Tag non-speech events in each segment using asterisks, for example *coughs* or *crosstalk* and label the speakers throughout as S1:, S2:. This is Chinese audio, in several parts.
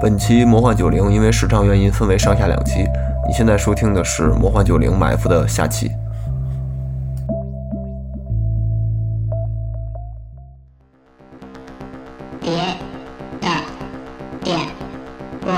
S1: 本期《魔幻九零》因为时长原因分为上下两期，你现在收听的是《魔幻九零埋伏》的下期。
S2: 别的点播。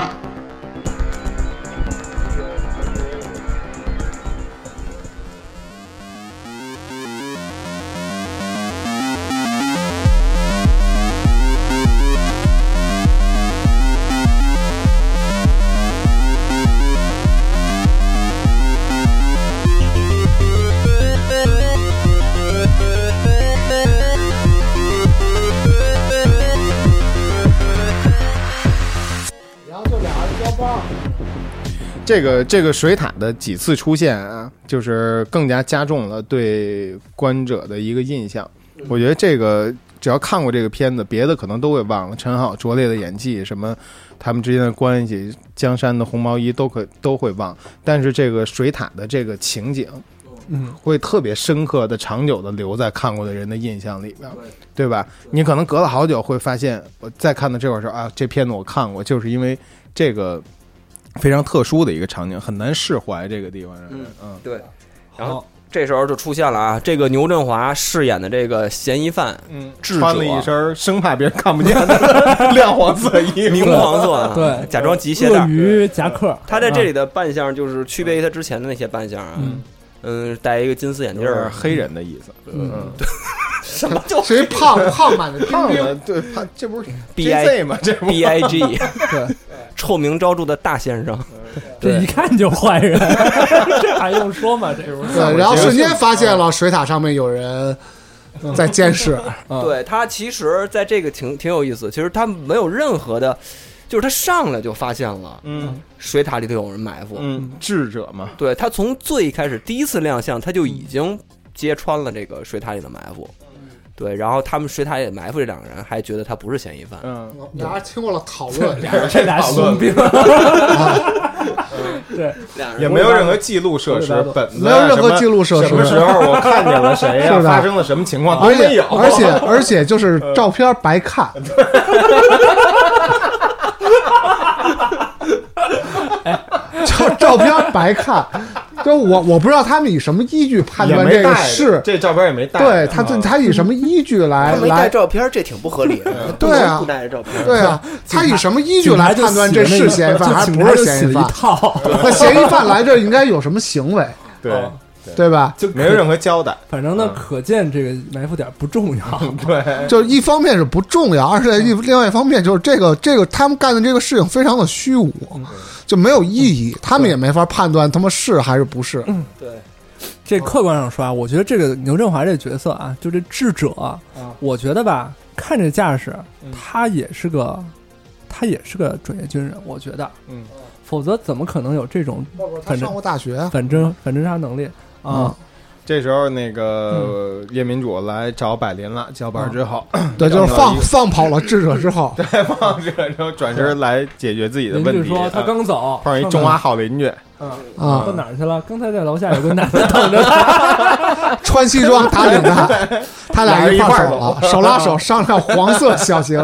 S3: 然后就俩人交棒。
S4: 这个这个水獭的几次出现啊，就是更加加重了对观者的一个印象。我觉得这个只要看过这个片子，别的可能都会忘了。陈好拙劣的演技，什么他们之间的关系，江山的红毛衣都可都会忘，但是这个水獭的这个情景。嗯，会特别深刻的、长久的留在看过的人的印象里边，对吧？你可能隔了好久会发现，我再看到这会儿时候啊，这片子我看过，就是因为这个非常特殊的一个场景，很难释怀这个地方让人。嗯，
S5: 对，然后这时候就出现了啊，这个牛振华饰演的这个嫌疑犯，
S4: 嗯，
S5: 智者
S4: 穿了一身生怕别人看不见的 *laughs* 亮黄色衣
S5: 明
S4: 服，
S5: 黄色啊，
S6: 对
S5: 假装系鞋带
S6: 鳄
S5: 儿。
S6: 鱼夹克，啊
S5: 他在这里的扮相就是区别于他之前的那些扮相啊，
S6: 嗯
S5: 嗯，戴一个金丝眼
S4: 有
S5: 镜儿
S4: 点，黑人的意思。
S6: 嗯，
S3: *laughs*
S5: 什么叫
S3: 谁胖胖 *laughs* 版的丁
S4: 胖
S3: 丁
S4: 子，对，他这不是
S5: B I
S4: JZ 吗？这
S3: 嗯
S4: 不
S5: B I G，
S6: *laughs* 对，
S5: 臭名昭著的大先生，
S6: 这一看就坏人， *laughs* 这还用说吗？这不是
S3: 对，然后瞬间发现了水塔上面有人在监 *laughs* 视，
S6: 啊
S4: 嗯
S5: 对他其实在这个挺挺有意思，其实他没有任何的，就是他上来就发现了
S4: 嗯
S5: 水塔里头有人埋伏，
S4: 嗯，智者嘛，
S5: 对他从最开始第一次亮相，他就
S4: 嗯
S5: 已经揭穿了这个水塔里的埋伏。对，然后他们水塔里埋伏这两个人，还觉得他不是嫌疑犯。
S4: 嗯，
S3: 俩人经过了讨论，
S6: 这俩怂逼，
S3: 啊
S5: 两人
S4: 也没有任何记录设施，本子
S3: 没
S4: 啊
S3: 有任何记录设施
S4: 什么时候我看见了谁呀、
S3: *laughs* 是的
S4: 发生了什么情况都
S3: 而
S4: 没
S3: 且
S4: 有，嗯
S3: 而且而且就是照片白
S4: *laughs*
S3: 看， *laughs* 照照片白看，就我我不知道他们以什么依据判
S4: 也
S3: 断
S4: 没
S3: 这个
S4: 带
S3: 是，
S4: 这照片也没带，
S3: 对他这
S4: 嗯
S3: 他以什么依据来
S7: 他没带
S3: 来？
S7: 照片，这挺不合理的。
S3: *laughs* 对啊
S7: 不能不带着照片。
S3: 对啊，他以什么依据来判断这是嫌疑犯还是不是嫌疑犯
S6: 一？套，
S3: 那 *laughs* 嫌疑犯来这儿应该有什么行为，
S4: 对，
S3: 对吧？
S6: 就
S4: 没有任何交代，
S6: 反正呢
S4: 嗯，
S6: 可见这个埋伏点不重
S3: *laughs*
S6: 要。
S4: 对，
S3: 就一方面是不重要，而且一另外一方面就是这个这个他们干的这个事情非常的虚无，就没有意义，他们也没法判断他们是还是不是。
S6: 这客观上说啊，我觉得这个牛振华这角色啊，就这智者，
S3: 啊
S6: 我觉得吧，看这架势，
S3: 嗯
S6: 他也是个，他也是个专业军人，我觉得，
S4: 嗯，
S6: 否则怎么可能有这种
S3: 他
S6: 反
S3: 上
S6: 侦
S3: 过大学啊，
S6: 反侦反侦查能力
S3: 嗯
S6: 啊？
S4: 这时候那个叶民主来找百灵了，叫板之后， *laughs*
S3: 对，
S4: 上
S3: 就是
S4: 过
S3: 放
S4: 一个
S3: 放跑了智者之后，
S4: 再放这，然后转身来解决自己的
S6: 邻
S4: 问
S6: 居
S4: 题。
S6: 说他
S4: 嗯
S6: 刚走，
S4: 碰上一中华好邻居，
S3: 啊
S6: 到，哪儿去了？刚才在楼下有个男的等着他，
S3: 穿西装打领带，他俩一块儿走
S4: 俩人一块儿
S3: 了，手拉手上辆黄色小型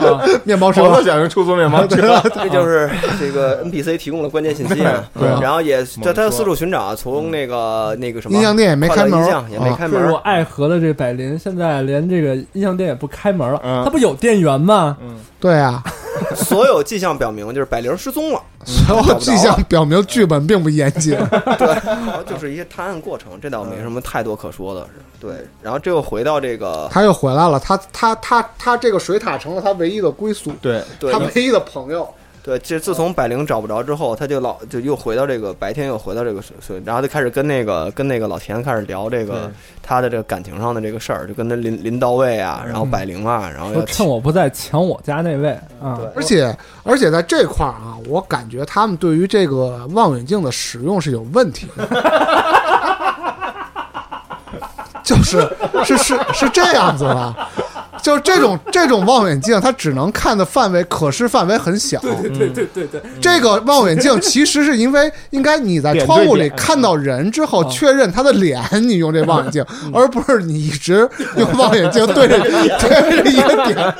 S3: *laughs* 面包
S4: 黄色
S3: 车，
S4: 小型出租面包车，
S5: 这就是这个 NPC 提供了关键信息啊。
S3: 对啊
S5: 然后也在他
S4: 猛说
S5: 四处寻找，从那个那
S7: 啊
S5: 个什么
S3: 音像店也嗯没开门
S5: 快乐音像也没
S3: 啊
S5: 开
S6: 就是
S5: 门
S6: 我。爱河的这百灵，现在连这个音像店也不开门了，
S4: 嗯
S6: 他不有店员吗？
S3: 对啊，
S5: 所有迹象表明，就是百灵失踪了，
S3: *laughs*
S5: 嗯
S3: 所有迹象表明剧本并不严谨。
S5: 然后就是一些探案过程，这倒没什么太多可说的。是
S3: 嗯
S5: 对，然后这又回到这
S3: *laughs*
S5: 个，
S3: 他又回来了，他他他他这个水塔成了他唯一的归宿，
S4: 对，
S5: 对嗯
S3: 他唯一的朋友。
S5: 对，这自从百灵找不着之后，他就老就又回到这个白天，又回到这个水水，然后就开始跟那个跟那个老田开始聊这个
S4: 嗯
S5: 他的这个感情上的这个事儿，就跟他临临到位啊，然后
S3: 嗯
S5: 百灵啊，然后
S6: 说
S5: 要
S6: 趁我不在抢我家那位啊，
S3: 而且而且在这块儿啊，我感觉他们对于这个望远镜的使用是有问题的，
S5: *laughs*
S3: 就是是是是这样子的，就是这种这种望远镜，它只能看的范围可视范围很小。
S6: *laughs* 对对对对，
S3: 这个望远镜其实是因为应该你在窗户里看到人之后
S6: 点对点
S3: 确认他的脸，你用这望远镜，而不是你一直用望远镜对着对着一个点。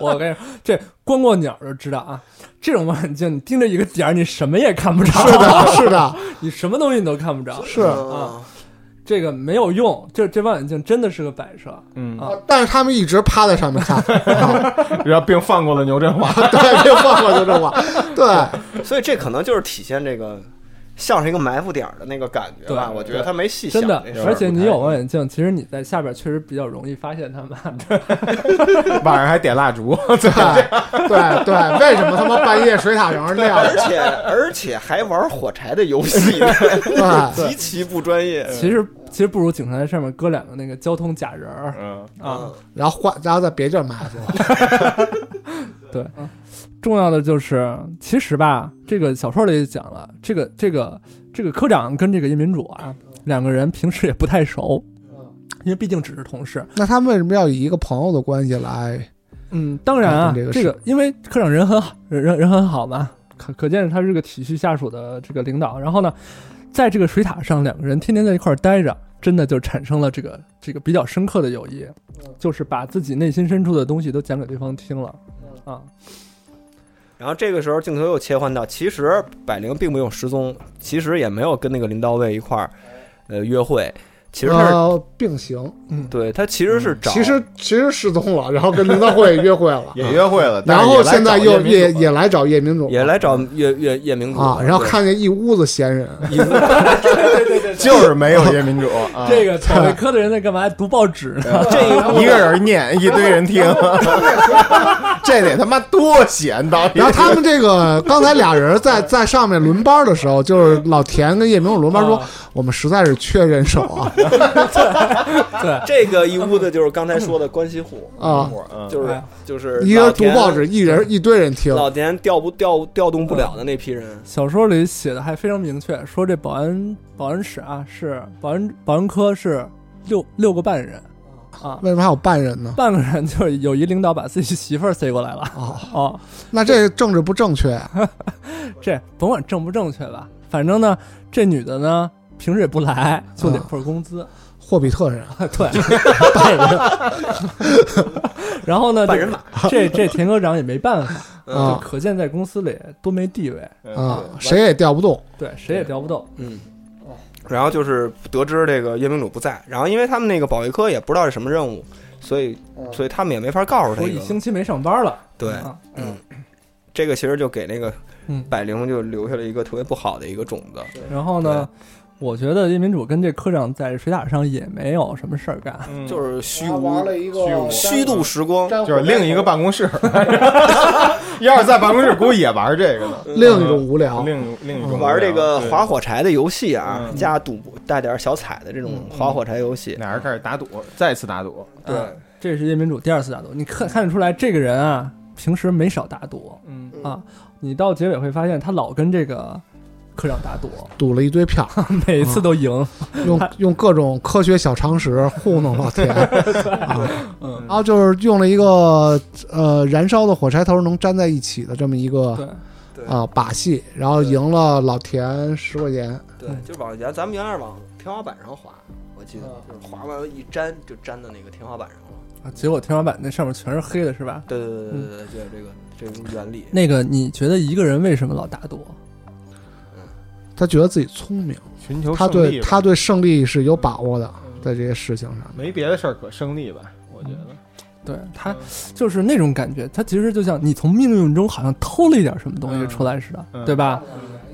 S6: 我跟你说，这观过鸟就知道啊，这种望远镜你盯着一个点儿，你什么也看不着，
S3: 是的， *laughs* 是的，
S6: 你什么东西你都看不着，
S3: 是。
S6: 啊，这个没有用，这这望远镜真的是个摆设，
S4: 嗯
S6: 啊，
S3: 但是他们一直趴在上面看，
S4: 然后并放过了牛振华。
S3: 对，别放过就这话，对。
S7: 所以这可能就是体现这个像是一个埋伏点儿的那个感觉吧。
S6: 对
S7: 我觉得他没细想
S6: 真的
S7: 这事，儿
S6: 而且你有望远镜，其实你在下边确实比较容易发现它们。
S4: 晚上还点蜡烛，
S3: *laughs* 对对对，为什么他妈半夜水塔仍是亮
S7: 而
S3: 的？
S7: 且而且还玩火柴的游戏，
S3: 对，
S7: 极其不专业。
S6: 其实其实不如警察在上面搁两个那个交通假人儿
S4: 嗯，
S6: 啊。
S3: 然后换，然后在别地儿埋伏。
S6: 对，重要的就是其实吧，这个小说里也讲了，这个这个这个科长跟这个叶民主啊，两个人平时也不太熟。因为毕竟只是同事，
S3: 那他们为什么要以一个朋友的关系来？
S6: 嗯，当然啊，
S3: 跟这个
S6: 这个因为科长人很好，人人人很好嘛，可可见他是个体恤下属的这个领导。然后呢，在这个水塔上，两个人天天在一块儿待着，真的就产生了这个这个比较深刻的友谊，就是把自己内心深处的东西都讲给对方听了，啊，
S7: 然后这个时候镜头又切换到，其实百灵并没有失踪，其实也没有跟那个林到位一块儿呃约会，其实他是、
S3: 呃，并行，
S7: 对他其实
S4: 嗯
S7: 是找，
S3: 其实其实失踪了，然后跟林德惠约会了，
S4: 也约会了，但
S3: 然
S4: 是
S3: 后
S4: 也来
S3: 现在
S4: 找
S3: 又
S4: 民
S3: 也
S4: 主
S3: 也来找叶明主
S7: 也来找夜夜夜明珠
S3: 啊，然后
S7: 对
S3: 看见一屋子闲人，
S4: *laughs* 就是没有夜民主啊，
S6: 这个草莓科的人在干嘛？读报纸呢？
S4: *laughs* 这一个人念，一堆人听， *laughs* 这得他妈多闲到底
S3: 然后他们这个刚才俩人在在上面轮班的时候，就是老田跟叶明主轮班说
S6: 啊，
S3: 我们实在是缺人手啊
S7: *laughs*
S6: 对，
S7: 这个一屋子就是刚才说的关系户，
S3: 啊，
S4: 嗯
S7: 就是
S6: 哎
S7: 就是
S3: 一人
S7: 老
S3: 读
S7: 田
S3: 报纸，一人一堆人听，
S7: 老田调不调调动不了的那批人，
S6: 小说里写的还非常明确，说这保安保安室啊是保安保安科是六六个半人啊，
S3: 为什么还有半人呢？
S6: 半个人就是有一领导把自己媳妇儿塞过来了
S3: 哦，
S6: *laughs* 哦，
S3: 那这政治不正确啊呀？
S6: 这甭管正不正确吧，反正呢这女的呢平时也不来，就领份工资，
S3: 霍比特人啊
S6: 对，半
S7: *laughs*
S6: 人，然后呢
S7: 半人马
S6: 这这田科长也没办法，就
S3: 啊
S6: 可见在公司里多没地位，
S4: 嗯
S3: 啊，谁也调不动。
S6: 对，谁也调不动，
S7: 嗯。然后就是得知这个夜明主不在，然后因为他们那个保卫科也不知道是什么任务，所以所以他们也没法告诉他
S6: 说
S7: 一
S6: 一
S7: 个。
S6: 星期没上班了，
S7: 对，
S6: 啊，
S7: 这个其实就给那个
S6: 嗯
S7: 百灵就留下了一个特别不好的一个种子。
S6: 然后呢，我觉得叶民主跟这科长在水塔上也没有什么事儿干，
S4: 嗯
S7: 就是虚无、
S3: 一
S4: 个
S7: 虚度时光。
S4: 就是另一个办公
S6: *laughs*
S4: 室，要是在办公室，估计也玩这个呢，嗯
S3: 另一种无聊，
S4: 另另一种
S7: 玩这个
S4: 对
S7: 划火柴的游戏啊，
S4: 嗯
S7: 加赌博带点小彩的这种划火柴游戏，
S4: 俩人开始打赌，再次打赌，
S7: 对
S6: 啊这是叶民主第二次打赌，你看看得出来，这个人啊，平时没少打赌
S4: 嗯，
S6: 啊。你到结尾会发现，他老跟这个科长打赌， *laughs*
S3: 赌了一堆票，
S6: 每一次都赢。
S3: 用用各种科学小常识糊弄老田，啊
S6: 嗯
S3: 然后就是用了一个呃燃烧的火柴头能粘在一起的这么一个
S6: 对，
S3: 啊把戏，然后赢了老田十块钱，
S7: 对，就往原咱们原来是往天花板上划，我记得就是划完了一粘就粘到那个天花板上了。
S6: 啊结果天花板那上面全是黑的，是吧？
S7: 对对对对对对，就是这个这种原理。
S6: 那个，你觉得一个人为什么老打赌？
S3: 他觉得自己聪明，
S4: 寻求
S3: 他
S4: 胜利
S3: 对
S4: 吧
S3: 他对胜利是有把握的，
S7: 嗯
S3: 在这些事情上。
S4: 没别的事儿可胜利吧，我觉
S6: 嗯
S4: 得。
S6: 对他就是那种感觉，他其实就像你从命运中好像偷了一点什么东西
S4: 嗯
S6: 出来似的，
S4: 嗯
S6: 对吧？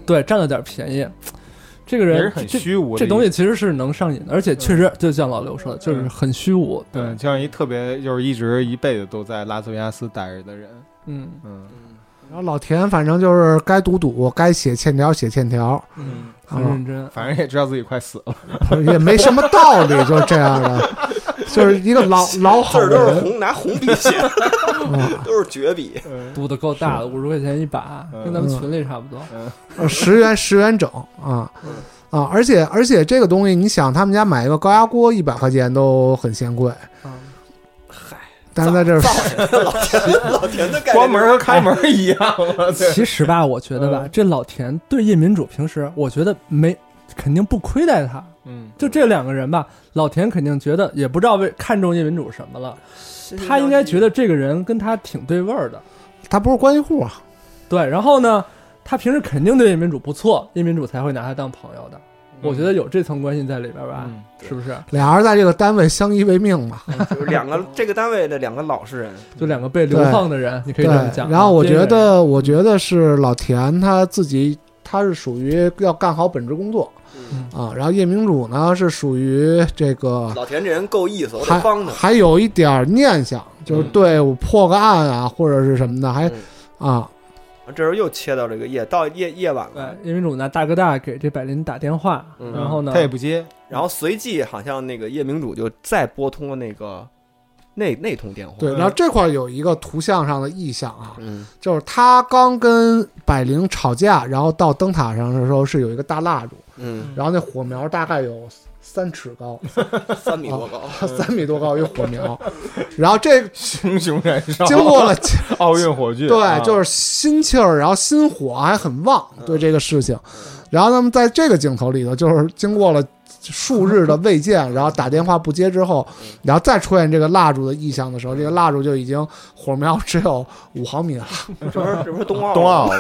S6: 对，占了点便宜。这个
S4: 也是
S6: 人
S4: 很
S6: 这
S4: 虚无的
S6: 这
S4: 一
S6: 东西其实是能上瘾的，而且确实就像老刘说的，就是很虚无。对，
S4: 嗯对，嗯像一特别就是一直一辈子都在拉斯维加斯待着的人，
S6: 嗯，
S4: 嗯，
S3: 然后老田反正就是该赌赌，该写欠条写欠条，
S7: 嗯
S3: 啊
S6: 很认真。
S4: 反正也知道自己快死了，
S3: 也没什么道理，就是这样的，
S7: *laughs*
S3: 就是一个老老
S7: 字
S3: 好
S7: 儿都是
S3: 人。
S7: 红拿红笔
S3: *laughs*
S7: 写，的，都是绝笔。 *laughs*
S6: 赌的够大的，五十块钱一把，
S4: 嗯
S6: 跟咱们群里差不多。
S3: 呃，十元十元整啊啊！而且而且这个嗯东西，你想他们家买一个高压锅一百块钱都很嫌贵，
S6: 嗯
S3: 但是在这儿
S7: 老田的概念
S4: 关门和开门一样了， *laughs* 对嗯
S6: 其实吧，我觉得吧，这老田对叶民主平时，我觉得没肯定不亏待他。
S4: 嗯，
S6: 就这两个人吧，老田肯定觉得也不知道为看中叶民主什么了，他应该觉得这个人跟他挺对味儿的。
S3: 他不是关系户啊，
S6: 对，然后呢，他平时肯定对叶民主不错，叶民主才会拿他当朋友的。我觉得有这层关系在里边吧，
S4: 嗯
S6: 是不是？
S3: 俩人在这个单位相依为命嘛。
S7: 就是两个这个单位的两个老实人，
S6: 就两个被流放的人，你可以
S3: 对嗯
S6: 这么讲。，
S3: 然后我觉
S6: 边缘人，
S3: 得，我觉得是老田他自己，他是属于要干好本职工作
S7: 嗯
S3: 啊。然后叶明主呢是属于这个
S7: 老田这人够意思，我
S3: 还
S7: 得帮他。
S3: 还有一点儿念想，就是
S4: 嗯
S3: 对我破个案啊，或者是什么的，还
S7: 嗯
S3: 啊，
S7: 这时候又切到这个夜，到夜夜晚了，
S6: 对，叶民主呢，大哥大给这百灵打电话，
S7: 嗯
S6: 然后呢
S4: 他，也不接， *laughs*
S7: 然后随即好像那个夜明主就再拨通了那个那那通电话。
S3: 对。
S4: 嗯
S3: 然后这块儿有一个图像上的意象啊，
S7: 嗯，
S3: 就是他刚跟百灵吵架，然后到灯塔上的时候是有一个大蜡烛，
S7: 嗯，
S3: 然后那火苗大概有三尺高，啊
S7: 三米多高，
S3: 三米多高一火苗，
S7: *laughs*
S3: 然后这
S4: 熊熊燃烧，
S3: 经过了。
S4: 奥运火炬，啊
S3: 对，就是心气儿，然后心火还很旺，对这个事情。然后那么在这个镜头里头，就是经过了数日的未见，然后打电话不接之后，然后再出现这个蜡烛的意象的时候，这个蜡烛就已经火苗只有五毫米了。
S7: *laughs* 这不是这不是冬奥吗嗯
S4: 冬奥了，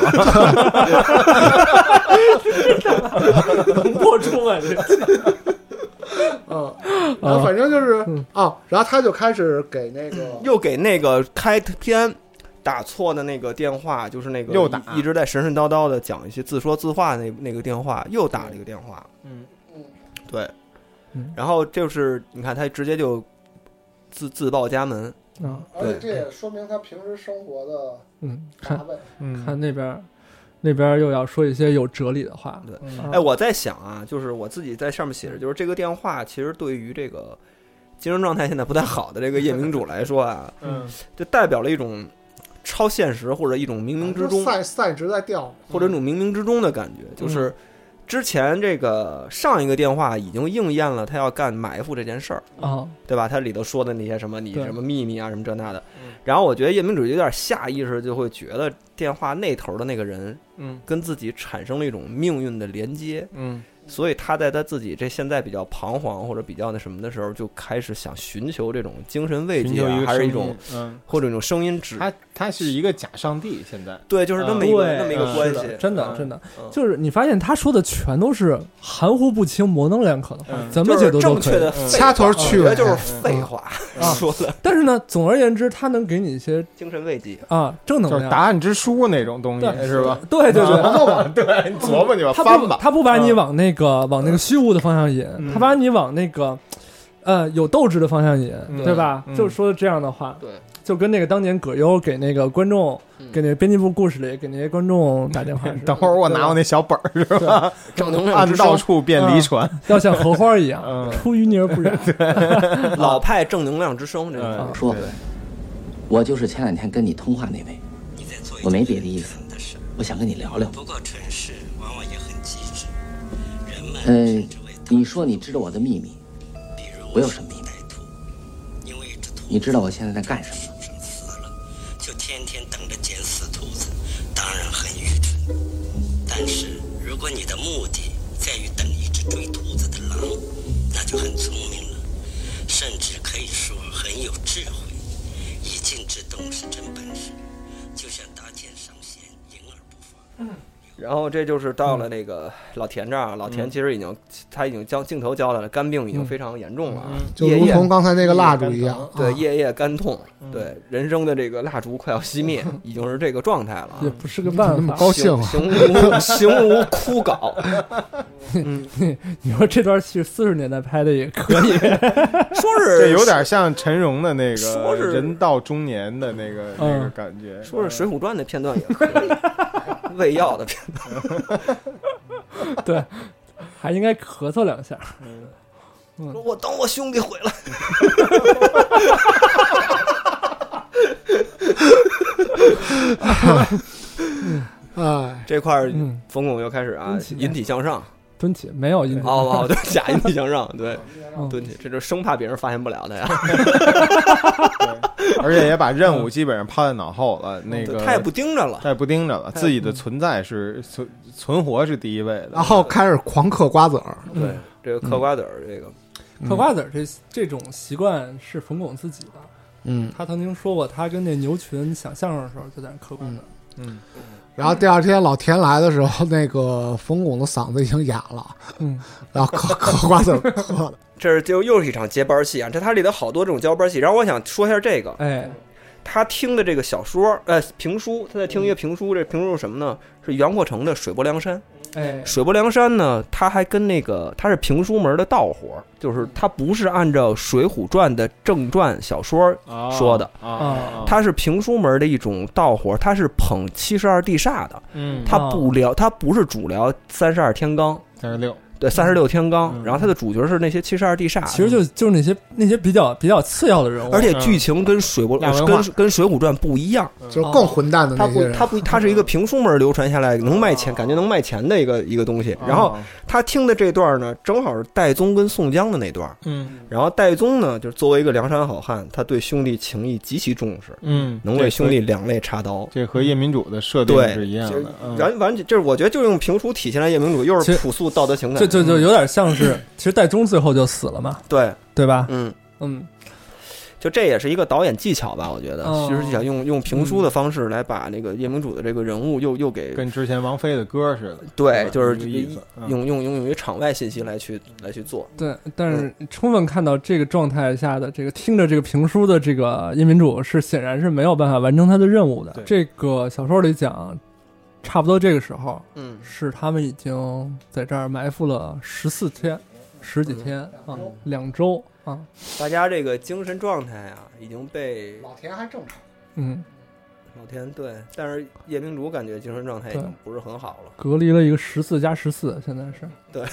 S6: 能播出吗？这
S3: 嗯，然后反正就是
S7: 嗯
S3: 啊，然后他就开始给那个
S7: 又给那个开篇打错的那个电话，就是那个
S4: 又打
S7: 一直在神神叨叨的讲一些自说自话那那个电话，又打了一个电话。
S4: 嗯
S7: 对
S6: 嗯，
S7: 然后就是你看他直接就自自报家门，
S6: *laughs* 啊，
S7: 而且
S3: 这也说明他平时生活的
S6: 嗯，看
S3: 味。
S4: 嗯，
S6: 看那边，那边又要说一些有哲理的话。
S7: 对
S6: 嗯
S7: 哎，我在想啊，就是我自己在上面写着，就是这个电话其实对于这个精神状态现在不太好的这个夜明主来说啊，
S4: 嗯，
S7: 就代表了一种超现实或者一种冥冥之中
S3: 赛赛值在掉，
S7: 或者一种冥冥之中的感
S4: 嗯
S7: 觉，就是之前这个上一个电话已经应验了他要干埋伏这件事儿，
S6: 啊，
S7: 对吧？他里头说的那些什么你
S6: 对
S7: 什么秘密啊什么这那的
S4: 嗯，
S7: 然后我觉得夜明主有点下意识就会觉得电话那头的那个人
S4: 嗯
S7: 跟自己产生了一种命运的连接。
S4: 嗯
S7: 所以他在他自己这现在比较彷徨或者比较那什么的时候，就开始想寻求这种精神慰
S4: 寻
S7: 藉
S4: 求
S7: 啊、
S4: 一个
S7: 还是一
S4: 声
S7: 种
S4: 音，嗯，
S7: 或者一种声音指
S4: 他他是一个假上帝，现在
S7: 对，就是那么一个、那么一个
S4: 嗯
S7: 关
S6: 是的
S7: 系，
S6: 真的
S7: 嗯
S6: 真的
S7: 嗯，
S6: 就是你发现他说的全都是含糊不清、模棱两可
S4: *laughs*
S6: 的话，
S4: 嗯
S6: 怎
S7: 就
S6: 么
S7: 是
S6: 解读都
S7: 正确
S6: 可以
S7: 的。
S4: 嗯
S7: 废
S3: 掐
S7: 话
S3: 头去
S7: 我觉得
S3: 尾
S7: 就是
S4: 嗯
S7: 废话、
S6: 啊
S7: 说的
S6: 但是呢，总而言之，他能给你一些
S7: *laughs* 精神慰藉。
S6: 啊正能
S4: 就是答
S6: 量，
S4: 案之书那种东西
S6: 对
S4: 是吧？啊
S6: 对对对，
S4: 吧，对，你琢磨去吧，
S6: 他
S4: 翻
S6: 不
S4: 吧，
S6: 他不把你
S4: 嗯
S6: 往那个往那个虚无的方向引，
S4: 嗯
S6: 他把你往那个呃有斗志的方向引，
S4: 嗯
S6: 对吧？
S4: 嗯
S6: 就说这样的话，
S7: 对，
S6: 就跟那个当年葛优给那个观众。给那个编辑部故事里给那些观众打电话似
S4: *laughs*
S6: 的，
S4: 等会儿我拿我那小本儿是吧？嗯
S7: 正能
S4: *laughs*
S7: 量
S4: 按
S7: 之
S4: 到
S7: 声，
S4: 处便离传，
S6: 要像荷花一样
S4: 嗯，
S6: 出淤泥而不染。
S7: *laughs* 老派正能量之声，这个、
S4: 嗯
S8: 说，我就是前两天跟你通话那位，我没别的意思，我想跟你聊聊。不过蠢事往往也很机智，人们呃，你说你知道我的秘密，我有什么秘密？你知道我现在在干什么？
S9: 就天天等着捡死兔子，当然很愚蠢。但是如果你的目的在于等一只追兔子的狼，那就很聪明了，甚至可以说很有智慧。以静制动是真本事，就像搭箭上弦，迎而不发。
S7: 然后这就是到了那个老田这儿啊，老田
S6: 嗯
S7: 其实已经、他已经将镜头交代了，肝病已经非常严重了，
S6: 嗯
S7: 啊，
S3: 就
S7: 夜
S3: 如
S7: 夜
S3: 同刚才那个蜡烛一样，
S7: 对
S3: 啊
S7: 夜夜肝痛，
S4: 嗯
S7: 对人生的这个蜡烛快要
S4: *laughs*
S7: 熄灭，已经是这个状态了啊
S6: 也。不是个办 *laughs*
S3: 那么
S6: 法。
S3: 高 *laughs* 兴啊。
S7: 形如形如枯槁，
S4: *laughs*
S6: 你说这段戏四十年代拍的也可以，
S7: 说
S4: 这
S7: 是
S4: 有点像陈荣的那
S7: 说
S4: 个
S7: 是
S4: 人到中年的那个那个
S6: 嗯
S4: 感觉，
S7: 说是《水浒传》的片段也可以，
S4: 嗯
S7: *laughs* 喂药的片段，
S6: 对，还应该咳嗽两下。
S4: 嗯
S7: 说我等我兄弟回来。
S3: 哎，
S7: 这块儿
S6: 嗯
S7: 冯巩又开始啊
S3: 哎
S4: 嗯
S6: 引，起
S7: 啊引体向上，
S6: 蹲起，没有
S4: 嗯
S6: 阴
S7: 哦
S6: 道。
S7: 哦，对，假阴地形上，对
S6: 嗯，
S7: 蹲起，这就生怕别人发现不了他呀。
S4: 而且也把任务基本上抛在脑后了。那个
S7: 嗯他也不嗯盯着了，
S4: 他也不盯着了，自己的存在是存存活是第一位的
S3: 然。后开始狂嗑瓜子儿，
S7: 对，这个嗑
S4: 嗯
S7: 瓜子儿，这个
S6: 嗑瓜子儿嗯这这种习惯是冯巩自己的，
S3: 嗯，
S6: 他曾经说过，他跟那牛群想相声的时候就在那嗑瓜子儿。
S3: 然后第二天老田来的时候，那个冯巩的嗓子已经哑了，
S6: 嗯，
S3: 然后嗑 *laughs* 嗑瓜子儿嗑的，
S7: 这是就又是一场接班戏啊！这它里头好多这种交班戏，然后我想说一下这个，
S6: 哎，
S7: 他听的这个小说，呃，评书，他在听一个评书，这评书是什么呢？是杨阔成的《水泊梁山》。
S6: 哎，
S7: 水泊梁山呢，他还跟那个他是评书门的道伙儿，就是他不是按照《水浒传》的正传小说，
S4: 嗯
S7: 说的
S4: 哦啊，
S7: 他是评书门的一种道伙儿，他是捧七十二地煞的，
S4: 嗯，
S7: 他不聊，他不是主聊三十二天罡，
S4: 三十六，
S7: 对，三十六天罡，
S4: 嗯
S7: 然后他的主角是那些七十二地煞，
S6: 其实就就是那些那些比较比较次要的人物，
S7: 而且剧情跟水泊
S4: 亚文
S7: 跟
S4: 化
S7: 跟《水浒传》不一样，
S3: 就是更混蛋的
S7: 它
S3: 那些
S7: 不
S5: 哦
S3: 人，
S7: 它不它是一个评书门流传下来能卖钱，感觉能卖钱的一个一个东西。
S4: 嗯
S7: 然后
S4: 哦
S7: 他听的这段呢，正好是戴宗跟宋江的那段。
S4: 嗯
S7: 然后戴宗呢，就是作为一个梁山好汉，他对兄弟情谊极其重视，
S4: 嗯，
S7: 能为兄弟两肋插刀。
S4: 这和夜民主的设定
S7: 对
S4: 是一样
S7: 就
S4: 的。嗯
S7: 完完全就是，我觉得就用评书体现了夜明主，又
S6: 其
S7: 是
S6: 实
S7: 朴素道德情感。
S6: 就就就有点像
S7: *laughs*
S6: 是，其实戴宗最后就死了嘛，
S7: 对，
S6: 对吧？
S7: 嗯，
S6: 嗯，
S7: 就这也是一个导演技巧吧，我觉得，
S6: 哦
S7: 其实想用用评书的方式来把那个夜明主的这个人物又又给
S4: 跟之前王菲的歌似的，
S7: 对，
S4: 吧
S7: 就是
S4: 这个意思。嗯
S7: 用用用用于场外信息来去来去做。
S6: 对，但是
S7: 嗯
S6: 充分看到这个状态下的这个听着这个评书的这个夜民主是显然是没有办法完成他的任务的
S4: 对。
S6: 这个小说里讲，差不多这个时候
S7: 嗯，
S6: 是他们已经在这儿埋伏了十四天、十几天
S7: 嗯
S6: 啊，两周啊，
S7: 大家这个精神状态啊，已经被
S3: 老田还正常，
S6: 嗯，
S7: 老天对，但是夜明主感觉精神状态已经不是很好了。
S6: 隔离了一个十四加十四，现在是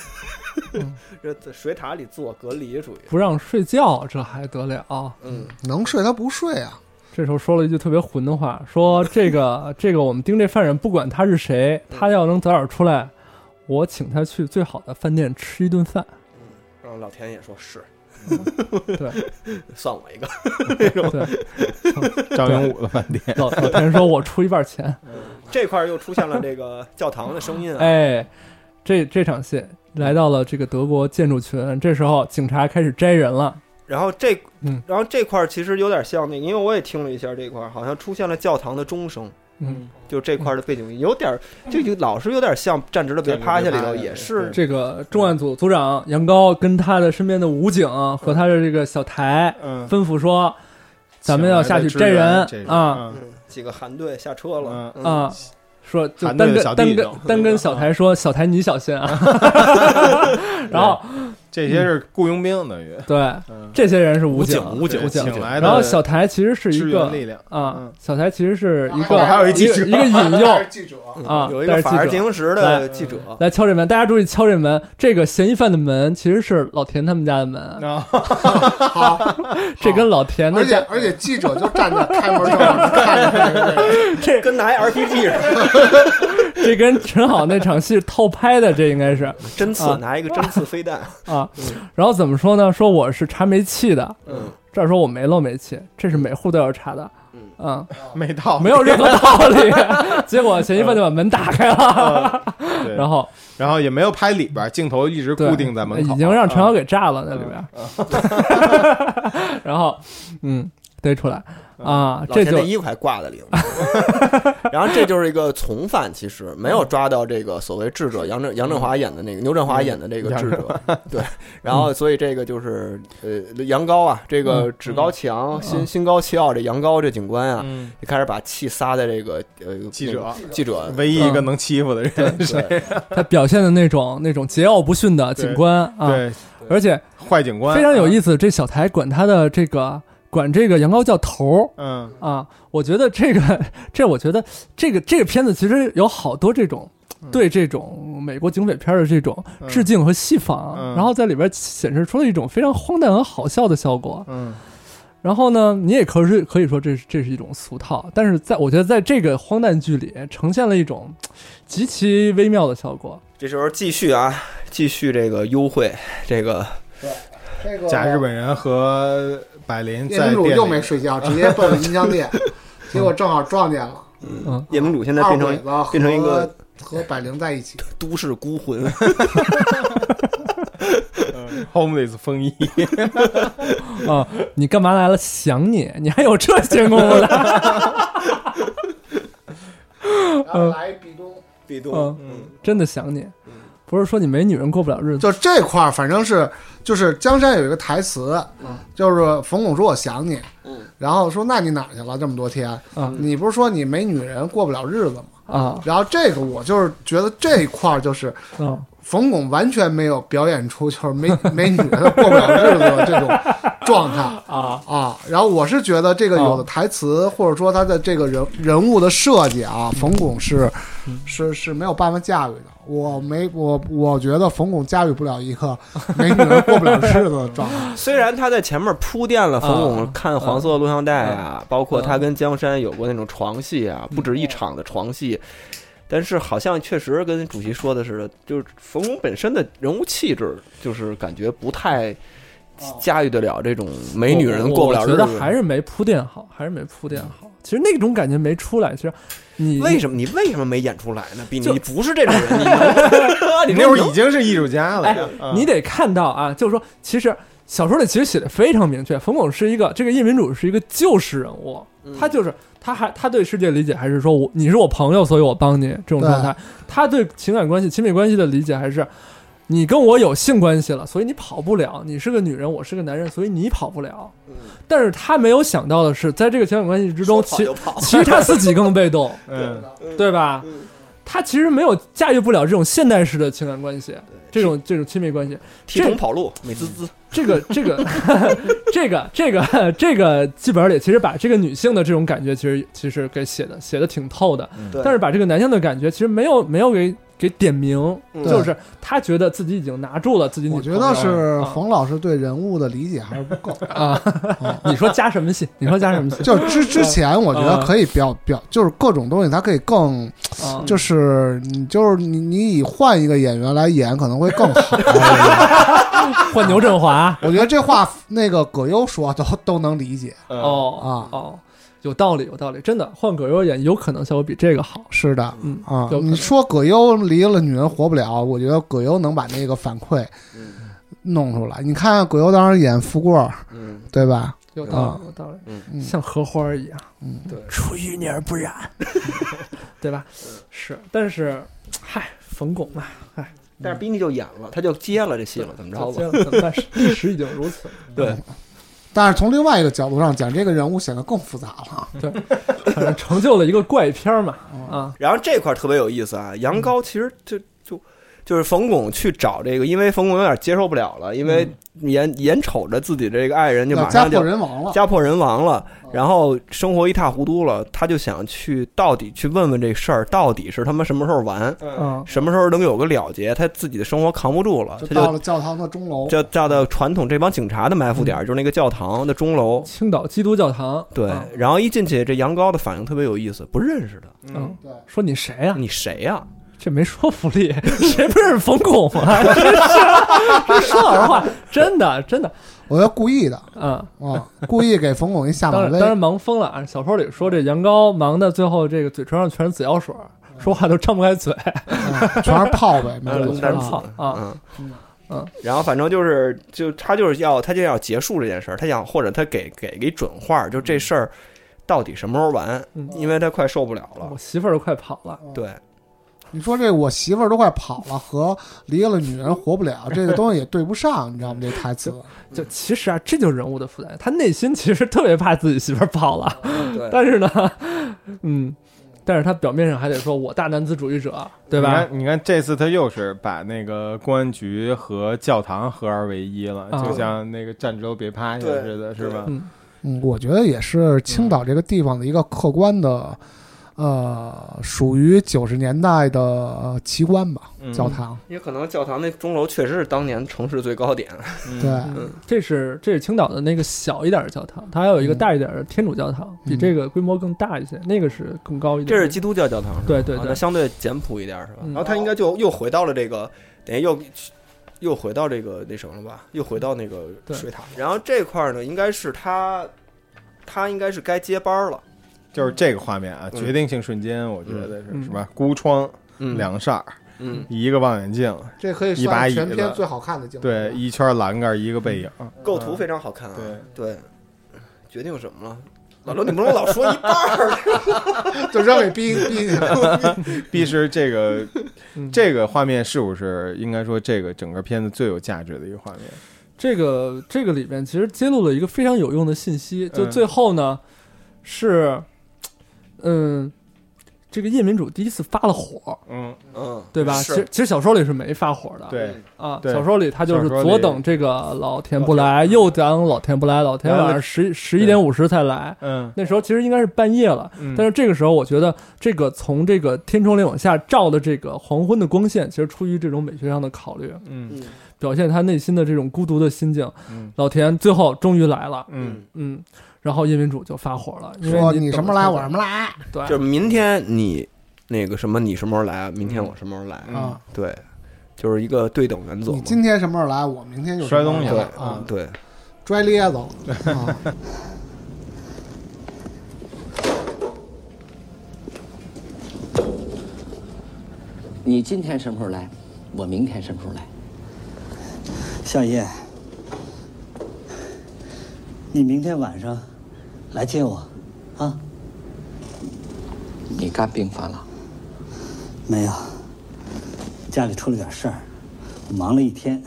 S7: 这在水塔里自我隔离属于，
S6: 不让睡觉，这还得了？
S7: 嗯，
S3: 能睡他不睡啊，
S6: 这时候说了一句特别混的话，说这个 *laughs* 这个我们盯这犯人，不管他是谁，他要能早点出来，我请他去最好的饭店吃一顿饭。
S7: 然后老天也说是，
S6: 嗯对
S7: *laughs* 算我一个。
S6: 对，
S4: 张永武的饭店，
S6: 老老天说我出一半钱。
S7: 这块儿又出现了这个教堂的声音啊，
S6: 哎，这这场戏来到了这个德国建筑群，这时候警察开始摘人了。
S7: 然后这，
S6: 嗯
S7: 然后这块儿其实有点像那个，因为我也听了一下这块儿，好像出现了教堂的钟声。
S6: 嗯，
S7: 就这块儿的背景音有点儿，就有老是有点像站直了别趴下里头，也是
S6: 这个重案组组长杨高跟他的身边的武警和他的这个小台
S4: 嗯，
S6: 吩咐说，咱们要下去摘人啊。
S4: 啊
S7: 嗯几个韩队下车了嗯
S6: 啊，说就
S4: 韩队
S6: 单
S4: 的
S6: 跟
S4: 小弟
S6: 单跟
S4: 就
S6: 单跟小台说，小台你小心啊。然后
S4: 这些是雇佣兵等 *laughs* 于，
S6: 对
S4: 嗯，
S6: 这些人是武警，
S7: 武警武警
S4: 请来的
S6: 然后小台其实是
S4: 支
S6: 一
S4: 援
S6: 个
S4: 力量，
S6: 啊
S4: 嗯，
S6: 小台其实是一
S4: 后
S6: 个
S4: 边还有一记者
S6: 一个一个引
S4: *laughs*
S6: 诱
S3: 记者
S6: 啊，
S7: 有一
S6: 但
S7: 个
S6: 是记
S7: 法制
S6: 者
S7: 进行时的记者，
S6: 来敲这门，大家注意敲这门。这个嫌疑犯的门其实是老田他们家的门，
S4: 啊，
S3: 好，
S6: *laughs* 这跟老田的
S3: 而且
S6: 家
S3: 而且记者就站在开门正面 *laughs* 看着这个人，
S6: 这
S7: 跟拿 RPG 似的，
S6: 这跟陈好那场戏是偷拍的，这应该是。
S7: 针刺
S6: 啊
S7: 拿一个针刺飞弹，
S6: *laughs* 啊，然后怎么说呢？说我是查煤气的，
S7: 嗯，
S6: 这儿说我没漏煤气，这是每户都要查的，嗯，
S4: 哦没
S7: 哦
S4: 到，
S6: *laughs* 没有任何道理。
S7: *laughs*
S6: 结果嫌疑犯就把门打开了，
S4: 对，
S7: 嗯
S6: *laughs* 然后
S4: 然后也哎没有拍里边，镜头一直
S6: 对
S4: 固定在门口，
S6: 已经让陈豪给炸了那里边， *laughs* 然后嗯，逮出来啊，
S4: 嗯
S7: 老
S6: 这
S7: 钱
S6: 就
S7: 的衣服还挂在里头。 *laughs* 然后这就是一个从犯，其实没有抓到这个所谓智者杨振杨振华演的那
S6: 嗯
S7: 个牛振华演的这个智者，对。然后所以这个就是呃杨高啊，这个趾高气
S6: 嗯
S7: 昂、心心高气傲这杨高这警官啊，
S4: 嗯，
S7: 就开始把气撒在这个呃
S4: 记者
S7: 记者
S4: 唯一一个能欺负的人，
S7: 对
S6: 他表现的那种那种桀骜不驯的警官啊，
S4: 对，
S6: 而且
S4: 坏警官嗯
S6: 非常有意思。这小台管他的这个管这个羊羔叫头儿，
S4: 嗯，
S6: 啊，我觉得这个这，我觉得这个这个片子其实有好多这种。
S4: 嗯
S6: 对这种美国警匪片的这种致敬和戏仿，
S4: 嗯
S6: 然后在里边显示出了一种非常荒诞和好笑的效果。
S4: 嗯，
S6: 然后呢，你也可是可以说这是这是一种俗套，但是在我觉得在这个荒诞剧里呈现了一种极其微妙的效果。
S5: 这时候继续啊，继续这个幽会，这个
S3: 这个
S4: 假日本人和百灵
S3: 夜
S4: 在
S3: 明主
S4: 店
S3: 又
S4: 里
S3: 没睡觉，直接奔了音像店，结果正好撞见了
S5: 夜明主现在
S3: 二
S5: 变
S3: 鬼
S5: 成
S3: 子和
S5: 变成一个
S3: 和百灵在一起。
S5: 都市孤魂，
S4: homeless 风衣，
S6: 啊、你干嘛来了？想你，你还有这闲工夫呢？
S3: 然后来壁咚，
S5: 壁咚
S6: 嗯，真的想你，不是说你没女人过不了日子，
S3: 就这块儿，反正是就是江山有一个台词，就是冯巩说我想你，然后说那你哪儿去了这么多天？
S6: 嗯
S3: 你不是说你没女人过不了日子吗？
S6: 啊
S3: 然后这个我就是觉得这块儿就是
S6: 嗯
S3: 冯巩完全没有表演出就是没没女人过不了日子的这种状态。
S6: 啊
S3: 啊，然后我是觉得这个有的台词，或者说他的这个人人物的设计
S6: 嗯
S3: 啊，冯巩是是是没有办法驾驭的。我没我我觉得冯巩驾驭不了一个没女人过不了日子的状
S6: *laughs*
S3: 态。
S5: 虽然他在前面铺垫了冯巩看黄色录像带啊，包括他跟江山有过那种床戏啊，不止一场的床戏，但是好像确实跟主席说的似的，就是冯巩本身的人物气质，就是感觉不太驾驭得了这种没女人过不了日
S6: 我我觉得还
S5: 子。
S6: 是没铺垫好，还是没铺垫好。其实那种感觉没出来，其实你
S5: 为什么你为什么没演出来呢？比你
S6: 哦就
S5: 你不是这种人，你能你
S4: 那会
S5: 说
S4: 儿
S5: 你
S4: 已经是艺术家了
S6: 哎
S4: 呀。
S5: 嗯
S4: 啊
S6: 你得看到啊，就是说，其实小说里其实写的非常明确，冯巩是一个这个夜明主是一个救世人物，
S5: 嗯
S6: 他就是他还他对世界理解还是说我你是我朋友，所以我帮你这种状态，他对情感关系、亲密关系的理解还是。你跟我有性关系了，所以你跑不了。你是个女人，我是个男人，所以你跑不了。
S5: 嗯
S6: 但是他没有想到的是，在这个情感关系之中，其
S7: *laughs*
S6: 其实他自己更被动。
S4: 嗯，
S6: 对吧？他其实没有驾驭不了这种现代式的情感关系，这种这种亲密关系，
S5: 提桶跑路，美滋滋，
S6: 这个这个 *laughs* 这个这个这个剧本里其实把这个女性的这种感觉，其实其实给写的写的挺透的，
S3: 嗯
S5: 对
S6: 但是把这个男性的感觉其实没有没有给给点明，就是他觉得自己已经拿住了自己女
S3: 我觉
S6: 朋友。
S3: 得是
S6: 啊
S3: 冯老师对人物的理解还是
S6: *laughs*
S3: 不够。 *laughs*
S6: 啊，你说加什么戏？你说加什么戏？
S3: 就之之前，我觉得可以表表，就是各种东西，它可以更，
S6: 啊，
S3: 就是你就是你你以换一个演员来演，可能会更
S6: *laughs*
S3: 好。
S6: 换牛振华。啊
S3: 我觉得这话那个葛优说都都能理解。
S5: 嗯
S6: 哦
S3: 啊
S6: 哦，有道理有道理，真的换葛优演有可能效果比这个好。
S3: 是的，
S6: 嗯
S3: 啊
S6: 有，可能
S3: 你说葛优离了女人活不了，我觉得葛优能把那个反馈弄出来。你看葛优当时演富贵儿，
S5: 嗯，
S3: 对吧？
S6: 有道理，有道理，
S3: 嗯
S6: 像荷花儿一样，嗯，
S5: 对，
S6: 出淤泥而不染，对吧？是，但是，嗨，冯巩嘛，嗨，
S5: 但是宾利就演了，他就接了这戏了，怎么着
S6: 接
S5: 吧？
S6: 了怎么办？历史已经如此，
S5: *laughs* 对，
S3: 但是从另外一个角度上讲，这个人物显得更复杂了。
S6: 反正成就了一个怪片儿嘛，
S3: 嗯
S6: 啊，
S5: 然后这块儿特别有意思啊，杨高其实就就就是冯巩去找这个，因为冯巩有点接受不了了，因为
S6: 嗯
S5: 眼眼瞅着自己这个爱人就
S3: 要
S5: 马
S3: 家
S5: 上
S3: 破
S5: 就
S3: 人亡了，
S5: 家破人亡了，然后生活一塌糊涂了，他就想去到底去问问这事儿到底是他妈什么时候完，
S6: 嗯，
S5: 什么时候能有个了结，他自己的生活扛不住了，
S3: 就
S5: 他
S3: 到
S5: 就。
S3: 了教堂的钟楼。
S5: 就到到传统这帮警察的埋伏点儿，就是那个教堂的钟楼。
S6: 青岛基督教堂，
S5: 对
S6: 啊，
S5: 然后一进去，这杨高的反应特别有意思，不认识他，
S6: 嗯
S3: 对，
S6: 说你谁呀？
S5: 你谁啊呀、
S6: 这没说服力，谁不认识冯巩啊？ *laughs* 真是，说老实话，真的真的，
S3: 我要故意的
S6: 嗯。
S5: *laughs*
S3: 啊，故意给冯巩一下马
S6: 当然，
S3: 威
S6: 当。然忙疯了啊！小说里说这杨高忙的，最后这个嘴唇上全是紫药水儿，说话都张不开嘴。
S3: 嗯全是炮呗，没
S5: 龙
S3: 有
S5: 丹
S6: 啊
S5: 子
S6: 啊，
S5: 嗯
S6: 嗯，
S5: 然后反正就是，就他就是要他就要结束这件事儿，他想或者他给给一准话儿，就这事儿到底什么时候完，
S6: 嗯
S5: 因为他快受不了了
S6: 我。媳妇儿都快跑了，
S5: 对，
S3: 你说这我媳妇儿都快跑了，和离了女人活不了，这个东西也对不上，你知道吗？这台词。
S6: 就其实啊，这就是人物的负担。他内心其实特别怕自己媳妇儿跑了，
S5: 对，
S6: *laughs* 但是呢，嗯，但是他表面上还得说我大男子主义者，对
S4: 你
S6: 吧？
S4: 看，你看这次他又是把那个公安局和教堂合二为一了，
S6: 啊
S4: 就像那个站直了别趴下
S5: 对
S4: 似的，是吧？
S6: 嗯
S3: 嗯，我觉得也是青岛这个地方的一个客观的，呃，属于九十年代的呃奇观吧，
S4: 嗯
S3: 教堂。
S5: 也可能教堂那钟楼确实是当年城市最高点。
S4: 嗯
S3: 对，
S6: 嗯
S5: 嗯
S6: 这是这是青岛的那个小一点的教堂，它还有一个大一点的天主教堂，比这个规模更大一些，那个是更高一点。
S5: 这是基督教教堂，是吧
S6: 对对
S5: 啊
S6: 对
S5: 那相对简朴一点是吧？
S6: 嗯
S5: 然后他应该就又回到了这个，等于又又回到这个那什么了吧？又回到那个
S6: 对
S5: 水塔了。然后这块儿呢，应该是他他应该是该接班儿了，
S4: 就是这个画面啊，
S5: 嗯
S4: 决定性瞬间，我觉得是
S6: 嗯
S4: 什么？孤窗、
S5: 嗯
S4: 两扇儿、
S5: 嗯，
S4: 一个望远镜，
S3: 这可以
S4: 一把
S3: 算
S4: 椅
S3: 是全
S4: 子
S3: 片最好看的镜头。
S4: 对，一圈栏杆，一个背影。
S5: 构图非常好看啊。
S4: 对
S5: 对，决定什么了？老刘，你不能老说一半儿。
S3: 就扔给逼逼你。
S4: 必是这个 *laughs*
S6: 嗯
S4: 这个画面是不是应该说这个整个片子最有价值的一个画面？
S6: 这个这个里边其实揭露了一个非常有用的信息，就
S4: 嗯
S6: 最后呢、是，嗯，这个叶民主第一次发了火，
S4: 嗯，
S5: 嗯，
S6: 对吧？其
S5: 是
S6: 实其实小说里是没发火的，
S4: 对。
S6: 啊，
S4: 对
S6: 小说里他就是
S4: 小说里
S6: 左等这个老田不来，右等老田不来，老田晚上十十一点五十才来。
S4: 嗯，
S6: 那时候其实应该是半夜了，
S4: 嗯
S6: 但是这个时候我觉得这个从这个天窗帘往下照的这个黄昏的光线，其实出于这种美学上的考虑，
S4: 嗯
S6: 表现他内心的这种孤独的心境。
S4: 嗯
S6: 老田最后终于来了，
S4: 嗯，
S6: 嗯，然后叶民主就发火了，
S4: *laughs*
S6: 因为
S3: 说
S6: 你
S3: 你什么时候来，我什么时候来
S6: 对，
S5: 就是明天你那个什么，你什么时候来？啊明天我什么时候来？
S4: 嗯
S3: 啊！
S5: 对，就是一个对等原则
S3: 你
S5: 嘛。
S3: 今天什么时候来，我明天就
S4: 摔东西
S3: 什么时候
S4: 了
S3: 来啊
S5: 嗯，对，
S3: 拽咧
S4: *laughs*
S3: 子啊！
S8: 你今天什么时候来？我明天什么时候来？
S10: 夏夜，你明天晚上来接我，啊？
S8: 你肝病发了，
S10: 没有，家里出了点事儿，我忙了一天，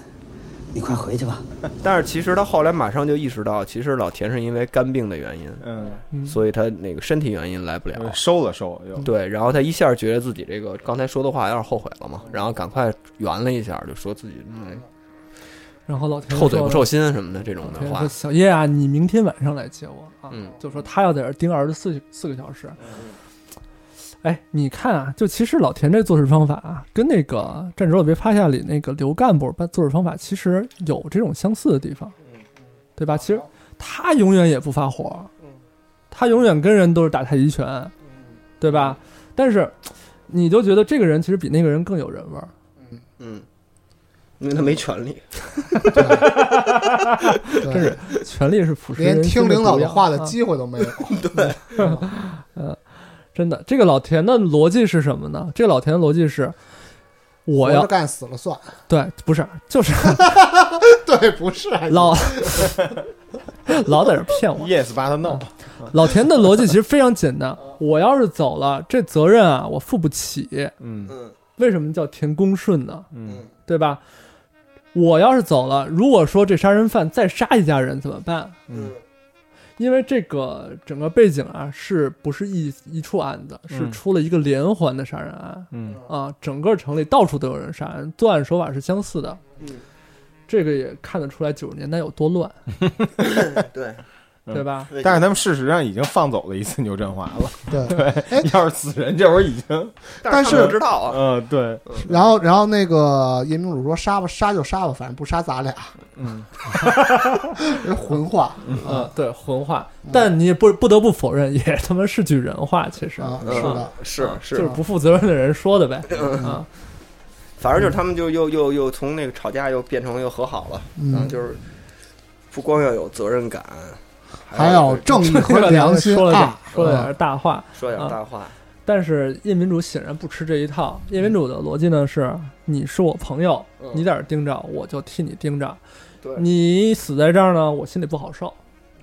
S10: 你快回去吧。
S5: 但是其实他后来马上就意识到，其实老田是因为肝病的原因，
S4: 嗯，
S5: 所以他那个身体原因来不了。
S4: 呃收了收了又。
S5: 对，然后他一下觉得自己这个刚才说的话有点后悔了嘛，然后赶快圆了一下，就说自己嗯
S6: 然后老田
S5: 臭嘴不
S6: 说
S5: 臭
S6: 了。
S5: 心什么的这种的
S6: 老田
S5: 话
S6: 说：“。小叶啊，你明天晚上来接我啊。”
S5: 嗯
S6: 就说他要在这儿盯儿子四四个小时。哎，你看啊，就其实老田这做事方法啊，跟那个《战时我被发现》里那个刘干部办做事方法其实有这种相似的地方，
S5: 嗯
S6: 对吧？其实他永远也不发火，
S5: 嗯
S6: 他永远跟人都是打太极拳，对吧？但是你就觉得这个人其实比那个人更有人味儿。
S5: 嗯，因为他没权
S4: *laughs*
S5: 利。
S3: 真
S6: 是权力是腐蚀
S3: 连
S6: 人心
S3: 听领导
S6: 毒
S3: 的
S6: 药
S3: 话的
S6: 啊
S3: 机会都没
S4: *laughs*
S3: 有。
S6: 真的，这个老田的逻辑是什么呢？这个老田的逻辑是，我
S3: 活
S6: 要
S3: 着干死了 *laughs* 算。
S6: 对，不是，就是
S3: 对，不是啊还
S6: 老老在这骗我。
S4: Yes, but no。
S6: 老田的逻辑其实非常简单，我要是走了，这责任啊我负不起。
S4: 嗯
S6: 为什么叫田公顺呢？
S4: 嗯
S6: 对吧？我要是走了，如果说这杀人犯再杀一家人怎么办？
S4: 嗯，
S6: 因为这个整个背景啊，是不是一一处案子，是
S4: 嗯
S6: 出了一个连环的杀人案。
S4: 嗯
S6: 啊，整个城里到处都有人杀人，作案手法是相似的。嗯，这个也看得出来九十年代有多
S3: *laughs*
S6: 乱，
S5: 对，
S3: 嗯
S6: 对吧？
S4: 但是他们事实上已经放走了一次牛振华了。 *laughs*
S3: 对。
S4: 要是死人，这会儿已经，
S3: 但
S5: 他们
S3: 是，
S5: 知道
S6: 哦
S5: 啊，
S4: 嗯，对，
S3: 然后，然后那个严明主说杀吧，杀就杀吧，反正不杀咱俩。 *laughs*
S4: 嗯，
S3: 混话
S6: 嗯，对，混话。
S3: 嗯
S6: 但你也不不得不否认，也他妈是句人话，其实
S3: 啊，
S5: 嗯
S3: 是的，
S5: 是
S6: 就是啊是，不负责任的人说的呗。啊，
S5: 反正就是他们就又又又从那个吵架又变成又和好了，
S3: 嗯
S5: 然后就是不光要有责任感，
S3: 还有
S5: 哎对
S3: 正义和良心
S6: *laughs* 说了点
S3: 啊，
S6: 说了点大话，
S5: 说点大话。
S4: 嗯
S6: 但是叶民主显然不吃这一套。叶民主的逻辑呢是：你是我朋友，
S5: 嗯
S6: 你在这儿盯着，我就替你盯着。
S5: 对
S6: 你死在这儿呢，我心里不好受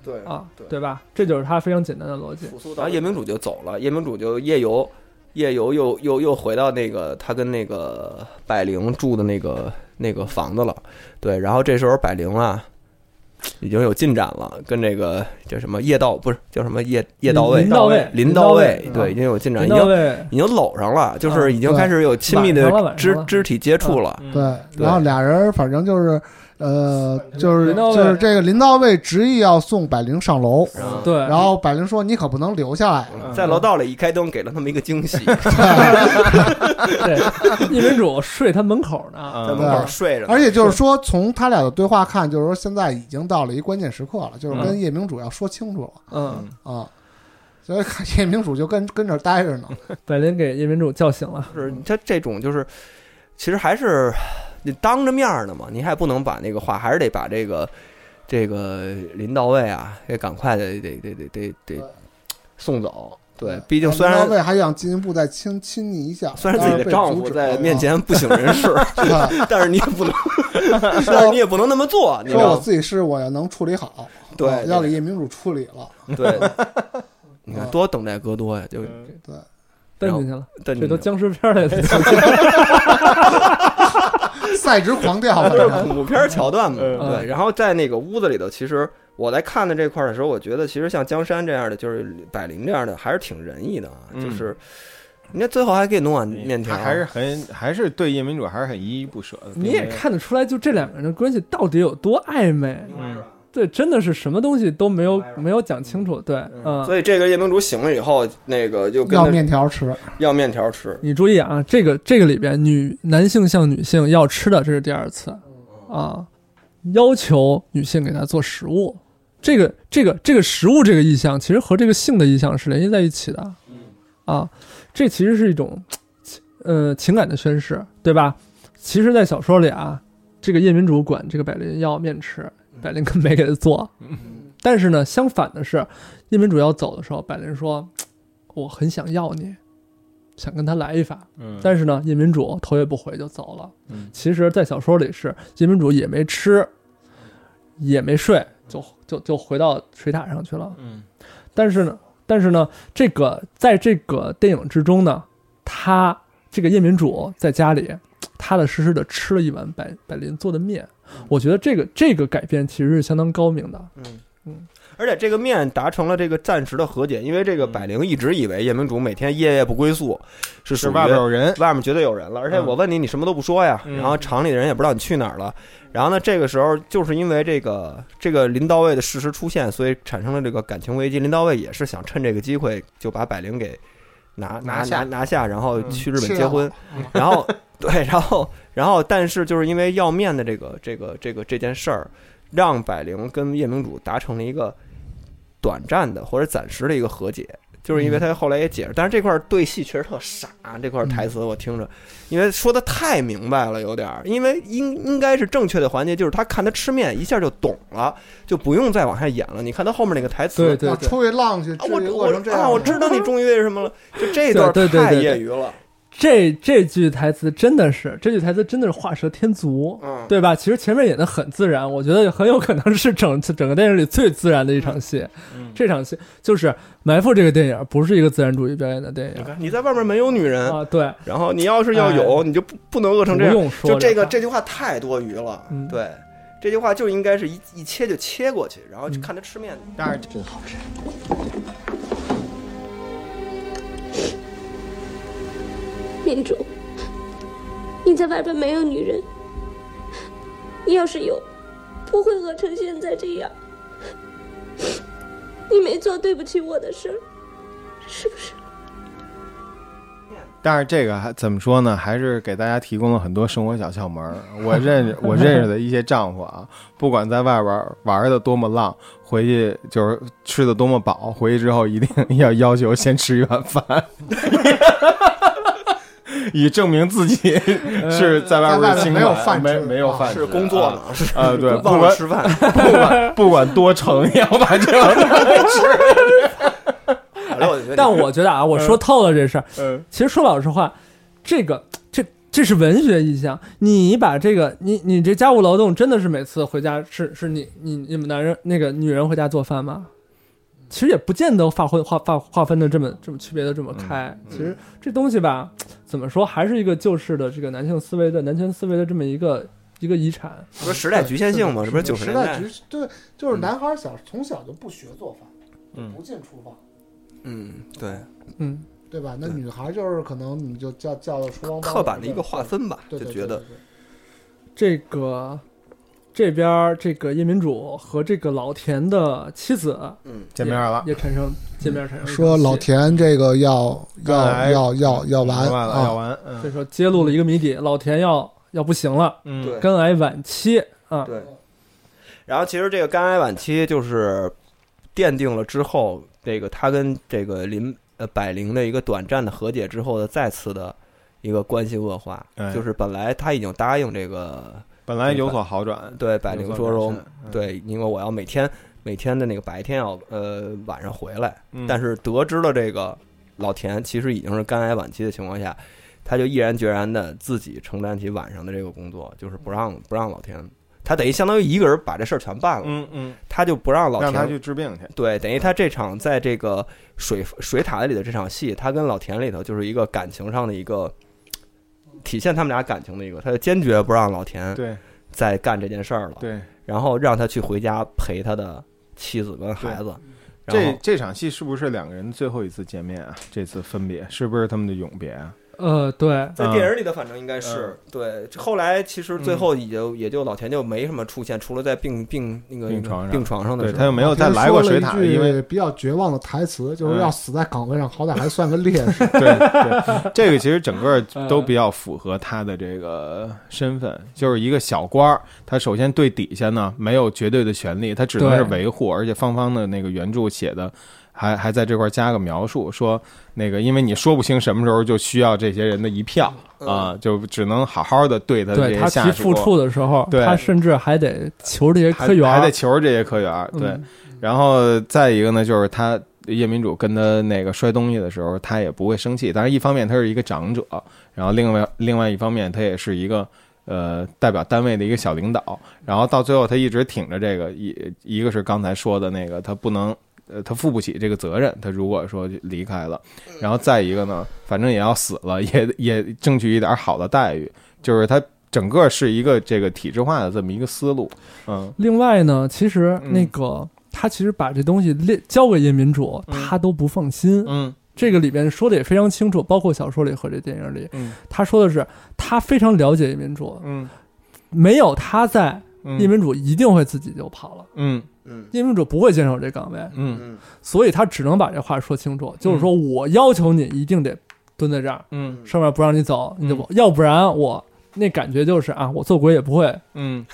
S5: 对
S6: 啊，
S5: 对
S6: 对吧？这就是他非常简单的逻辑。
S5: 然啊后夜明主就走了，夜明主就夜游，夜游又又又回到那个他跟那个百灵住的那个那个房子了。对，然后这时候百灵啊已经有进展了，跟这个叫什么夜到不是叫什么夜夜到位
S6: 林到位
S5: 林
S6: 林
S5: 到
S6: 到
S5: 位
S6: 位，
S5: 对，已经有进展，已
S6: 林到
S5: 经
S6: 位
S5: 已经搂上了，就
S4: 嗯
S6: 啊
S5: 是已经
S3: 对
S5: 开始有亲密
S6: 晚
S5: 的
S6: 上了晚上
S5: 肢
S6: 了
S5: 肢体接触了。
S3: 对，然后俩人反正就是呃，就是
S6: 林道卫
S3: 就是这个林道卫执意要送百灵上楼，
S6: 对，
S5: 嗯
S3: 然后百灵说：“你可不能留下来。
S5: 在楼道里一开灯，给了他们一个惊
S6: *laughs*
S5: 喜，
S6: 对，一民主睡他门口呢，
S5: 在门口睡着”呢。
S3: 而且就是说，从他俩的对话看，就是说现在已经到了一关键时刻了，就是
S5: 嗯
S3: 跟夜明主要说清楚了
S6: 嗯，
S3: 啊、所以看夜明主就跟跟这儿待着呢。
S6: 百灵给一民主叫醒了，
S5: 就是他这种就是，其实还是你当着面儿的嘛，你还不能把那个话，还是得把这个这个林到位啊，得赶快得得得得得得送走。对，毕竟虽
S3: 林
S5: 然
S3: 道卫还想进一步再亲亲你一下，啊
S5: 虽然自己的丈夫在面前不省人事，
S3: 但是被阻
S5: *laughs*
S3: 止了，
S5: 但是你也不能，
S3: 啊
S5: 但是你
S3: 说
S5: 也不能那么做，你知
S3: 说我
S5: 道吗？
S3: 自己事我要能处理好，
S5: 对
S3: 啊要
S5: 对
S3: 给夜明主处理了，
S5: 对，你
S7: 嗯
S5: 看多等待戈多呀，就
S3: 对。
S6: 蹬进去了，
S5: 但你
S6: 这都僵尸片 *laughs* 里的桥段，
S3: 赛值狂掉，反
S5: 都是
S3: 正
S5: 恐怖片儿桥段嘛。
S6: 嗯
S5: 对，然后在那个屋子里头，其实我在看的这块儿的时候，我觉得其实像江山这样的，就是百灵这样的，还是挺仁义的啊。
S4: 嗯
S5: 就是人家最后还给弄碗
S6: 嗯
S5: 面条，
S4: 他还是很还是对夜民主还是很依依不舍的。
S6: 你也看得出来，就这两个人的关系到底有多暧昧，
S4: 嗯，
S6: 对，真的是什么东西都没有没有讲清楚，对，嗯。
S5: 所以这个夜明珠醒了以后，那个 *laughs* 就跟
S3: 要
S5: 他
S3: 面条吃，
S5: 要面条吃。
S6: 你注意啊，这个这个里边女男性向女性要吃的，这是第二次啊，要求女性给他做食物，这个这个这个食物这个意象，其实和这个性的意象是联系在一起的，啊，这其实是一种呃情感的宣示，对吧？其实，在小说里啊，这个夜明主管这个百灵要面吃，百灵根本没给他做，但是呢，相反的是，夜明主要走的时候，百灵说：“我很想要你。”想跟他来一发，
S4: 嗯
S6: 但是呢，夜明主头也不回就走了。
S4: 嗯
S6: 其实，在小说里是夜明主也没吃，也没睡，就就就回到水塔上去了。
S4: 嗯，
S6: 但是呢，但是呢，这个在这个电影之中呢，他这个夜明主在家里踏踏实实的吃了一碗百百灵做的面。我觉得这个这个改变其实是相当高明的。
S5: 而且这个面达成了这个暂时的和解，因为这个百灵一直以为夜明珠每天夜夜不归宿，是属
S4: 是
S5: 于
S4: 外边有人，
S5: 外面绝对有人了，而且
S4: 嗯
S5: 我问你，你什么都不说呀，
S4: 嗯
S5: 然后厂里的人也不知道你去哪儿了，然后呢，这个时候就是因为这个这个林到位的事实出现，所以产生了这个感情危机。林到位也是想趁这个机会就把百灵给拿
S4: 拿下
S5: 拿拿下，然后
S4: 嗯
S5: 去日本
S3: 是啊
S5: 结婚，然后 *laughs* 对，然后然后但是就是因为要面的这个这个这个这件事儿，让百灵跟夜明主达成了一个短暂的或者暂时的一个和解，就是
S4: 嗯
S5: 因为他后来也解释，但是这块儿对戏确实特傻，这块儿
S4: 嗯
S5: 台词我听着，因为说的太明白了，有点儿，因为应应该是正确的环节，就是他看他吃面一下就懂了，就不用再往下演了。你看他后面那个台词，
S6: 对对
S3: 要
S6: 对，
S3: 出去浪去，
S5: 啊
S3: 至
S5: 我
S3: 于饿成这
S5: 我
S3: 样
S5: 啊
S3: *laughs* 吗，
S5: 我知道你终于为什么了，就这段
S6: 对对对
S5: 太
S6: 对对
S5: 业余了，
S6: 这这句台词真的是，这句台词真的是画蛇添足，
S5: 嗯
S6: 对吧？其实前面演的很自然，我觉得很有可能是整整个电影里最自然的一场戏。这场戏就是《埋伏》这个电影不是一个自然主义表演的电
S5: 你
S6: 影
S5: 看你在外面没有女
S7: 嗯
S5: 人，
S6: 啊，对，
S5: 然后你要是要有，你就不不能饿成这
S6: 哎不
S5: 样。
S6: 用说
S5: 就这个
S6: 话
S5: 这句话太多余了，
S6: 嗯
S5: 对，这句话就应该是一一切就切过去，然后就看他吃面。
S6: 嗯
S4: 但是
S8: 真好吃。
S11: 民主，你在外边没有女人，你要是有，不会饿成现在这样。你没做对不起我的事儿，是不是？
S4: 但是这个还怎么说呢？还是给大家提供了很多生活小窍门儿。我认识我认识的一些丈夫啊，不管在外边儿玩的多么浪，回去就是吃的多么饱，回去之后一定 *laughs* 要要求先吃一
S5: *laughs*
S4: 碗饭，以证明自己
S5: 呃
S4: 是在外
S3: 在外
S4: 边
S3: 面
S4: 辛苦
S3: 没有
S4: 了
S3: 饭
S4: 没
S3: 吃
S4: 没有
S3: 啊
S4: 饭吃
S5: 是工作
S4: 啊
S5: 呢，是
S4: 啊，对，不
S5: 忘
S4: 管
S5: 了吃 *laughs* 饭。
S4: 不管不管多盛，也要把 *laughs* 这碗饭吃。
S5: 反正我觉得你
S6: 但我觉得啊，我说透了这事儿。
S4: *laughs* 嗯
S6: 其实说老实话，这个这这是文学意象。你把这个你你这家务劳动真的是每次回家是是你你你们男人那个女人回家做饭吗？其实也不见得划分划划划分的这么这么区别的这么开。
S4: 嗯
S6: 其实这东西吧，怎么说还是一个旧式的这个男性思维的男权思维的这么一个一个遗产。
S5: 说时代局限性嘛，这不是九十
S3: 时
S5: 年
S3: 代
S5: 代？嗯
S3: 局对，就是男孩小从小就不学做饭，不进厨房，
S5: 嗯，对，
S6: 嗯，
S3: 对吧？那女孩就是可能你就叫叫到厨房帮
S5: 刻板的一个划，分吧，
S3: 对
S5: 就
S3: 对对
S5: 觉得
S3: 对对
S6: 这个这边儿这个叶民主和这个老田的妻子
S4: 见面了，
S6: 也产生见面产生
S3: 嗯
S6: 一场
S3: 说老
S6: 戏，
S3: 田这个要
S4: 刚
S3: 要
S4: 才
S3: 要要要完
S4: 完了要
S3: 啊，
S4: 完，
S6: 所
S4: 嗯
S6: 以说揭露了一个谜底，老田要要不行了，
S4: 嗯，
S5: 对
S6: 肝癌晚期啊，
S5: 对。然后其实这个肝癌晚期就是奠定了之后，这个他跟这个林呃百灵的一个短暂的和解之后的再次的一个关系恶化，
S4: 哎
S5: 就是本来他已经答应这个
S4: 本来有所好转，
S5: 对百灵说说
S4: 有所改善，嗯，
S5: 对，因为我要每天每天的那个白天要呃晚上回来，
S4: 嗯
S5: 但是得知了这个老田其实已经是肝癌晚期的情况下，他就毅然决然的自己承担起晚上的这个工作，就是不让不让老田，他等于相当于一个人把这事儿全办了，
S4: 嗯嗯，
S5: 他就不让老
S4: 让
S5: 田
S4: 他去治病去，
S5: 对，等于他这场在这个水水塔里的这场戏，他跟老田里头就是一个感情上的一个体现他们俩感情的一个，他就坚决不让老田
S4: 对
S5: 再干这件事儿了，
S4: 对，
S5: 然后让他去回家陪他的妻子跟孩子。然
S4: 这
S5: 后
S4: 这场戏是不是两个人最后一次见面啊？这次分别是不是他们的永别啊？
S6: 呃，对，
S5: 在
S4: 嗯
S5: 电影里的反正应该是、对，后来其实最后也
S4: 嗯
S5: 就、也就老田就没什么出现，除了在病病那个
S4: 病床上
S5: 病床上的
S4: 对
S5: 时候，
S4: 他又没有再来过水
S3: 老
S4: 塔，
S3: 田
S4: 因
S3: 说了一
S4: 为
S3: 句比较绝望的台词，就是
S4: 嗯
S3: 要死在岗位上，好歹还算个烈士。
S4: *laughs* 对对，这个其实整个
S6: 嗯
S4: 都比较符合他的这个身份，就是一个小官儿。他首先对底下呢没有绝对的权利，他只能
S6: 对
S4: 是维护。而且芳芳的那个原著写的还还在这块儿加个描述，说那个因为你说不清什么时候就需要这些人的一票啊，就只能好好的对他的这
S6: 对
S4: 些
S6: 他
S4: 下
S6: 提
S4: 属
S6: 付，出的时候，
S4: 对
S6: 他甚至还得求这些
S4: 还
S6: 科员儿，
S4: 还得求着这些科员儿。对，
S6: 嗯
S4: 然后再一个呢，就是他夜民主跟他那个摔东西的时候，他也不会生气。但是一方面他是一个长者，然后另外另外一方面他也是一个呃代表单位的一个小领导。然后到最后他一直挺着这个一一个是刚才说的那个他不能。呃，他负不起这个责任。他如果说离开了，然后再一个呢，反正也要死了，也 *laughs* 也争取一点好的待遇。就是他整个是一个这个体制化的这么一个思路。嗯，
S6: 另外呢，其实
S4: 嗯
S6: 那个、他其实把这东西列交给叶民主，
S4: 嗯
S6: 他都不放心。
S4: 嗯
S6: 这个里边说的也非常清楚，包括小说里和这电影里，
S4: 嗯
S6: 他说的是他非常了解叶民主，
S4: 嗯
S6: 没有他在，
S4: 嗯
S6: 叶民主一定会自己就跑了。
S4: 嗯
S5: 嗯
S6: 叶民主不会坚守这岗位，
S4: 嗯
S5: 嗯
S6: 所以他只能把这话说清楚，就是说我要求你一定得蹲在这儿，
S4: 嗯
S6: 上面不让你走，你就不，要不然我那感觉就是啊，我做鬼也不会
S4: 嗯，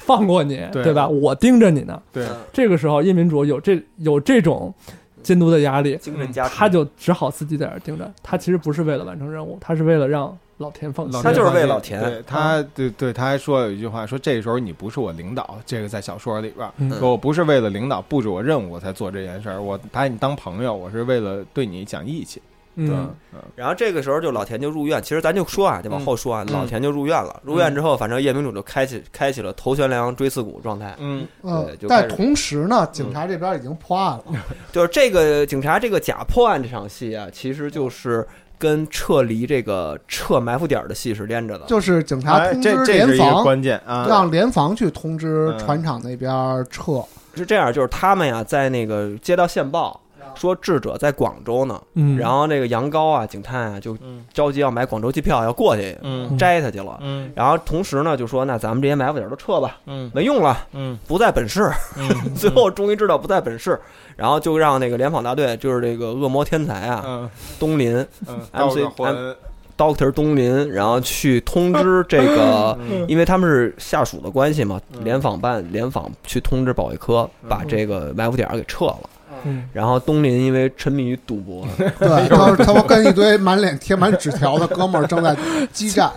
S6: 放过你，
S4: 对
S6: 对吧？我盯着你呢。
S4: 对，
S6: 这个时候，叶民主有这有这种监督的压力，
S5: 精神加持
S6: 他就只好自己在这儿盯着。他其实不是为了完成任务，他是为了让老田放心。
S5: 他就是为老田
S4: 对他对对，他还说有一句话，说这时候你不是我领导，这个在小说里边儿
S6: 嗯，
S4: 说我不是为了领导布置我任务我才做这件事儿，我把你当朋友，我是为了对你讲义气。对，
S6: 嗯，
S4: 嗯
S5: 然后这个时候就老田就入院，其实咱就说啊，就往后说啊，
S4: 嗯
S5: 老田就入院了。入院之后，反正叶明主就开启开启了头悬梁锥刺股状态，
S4: 嗯
S3: 嗯
S5: 对就，
S3: 但
S5: 开始
S3: 同时呢，警察这边已经破案了，
S4: 嗯
S5: 就是这个警察这个假破案这场戏啊，其实就是跟撤离这个撤埋伏点儿的戏是连着
S3: *laughs*
S5: 的。
S3: 就是警察
S4: 哎，
S3: 通知
S4: 这这是
S3: 联
S4: 一个
S3: 防，
S4: 关嗯键啊，
S3: 让联防去通知船厂那边
S4: *laughs*
S3: 撤。
S5: 是这样，就是他们呀、在那个接到线报说智者在广州呢，
S6: 嗯
S5: 然后那个杨高啊警探啊就
S4: 嗯
S5: 着急要买广州机票要过去
S4: 嗯
S5: 摘他去了。
S4: 嗯
S5: 然后同时呢，就说那咱们这些埋伏点儿都撤吧，
S4: 嗯
S5: 没用了，
S4: 嗯
S5: 不在本市。 *laughs*
S4: 嗯
S5: 最后终于知道不在本市，然后就让那个联防大队，就是这个恶魔天才啊，
S4: 嗯
S5: 东林
S4: 嗯，
S5: MC
S4: 到霍恩
S5: Doctor 东林，然后去通知这个，
S4: 嗯
S5: 因为他们是下属的关系嘛，
S4: 嗯
S5: 联防办联防去通知保卫科，把这个埋伏点儿给撤了。
S6: 嗯
S5: 然后东林因为沉迷于赌博，
S3: 对，他他妈跟一堆满脸贴满纸条的哥们儿正在激
S4: *laughs*
S3: 战，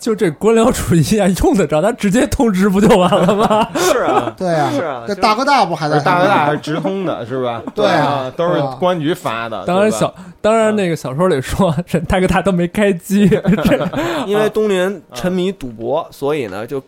S6: 就这官僚主义啊，用得着他直接通知不就完了吗？
S5: 是啊，
S3: 对啊，
S5: 是啊
S3: 这
S5: 就是
S3: 大哥大不还 *laughs*
S4: 不
S3: 在
S4: 是大哥大
S3: 上
S4: 还
S3: 面
S4: 是直通的，是吧？
S3: 对啊
S4: 都是
S3: 对啊
S4: 公安局发的。
S6: 当然
S4: 对吧啊
S6: 小，当然那个小说里说，这大哥大都没开
S4: *laughs*
S6: 机，这
S5: *laughs* 因为东林
S6: 啊
S5: 沉迷赌博，所以呢就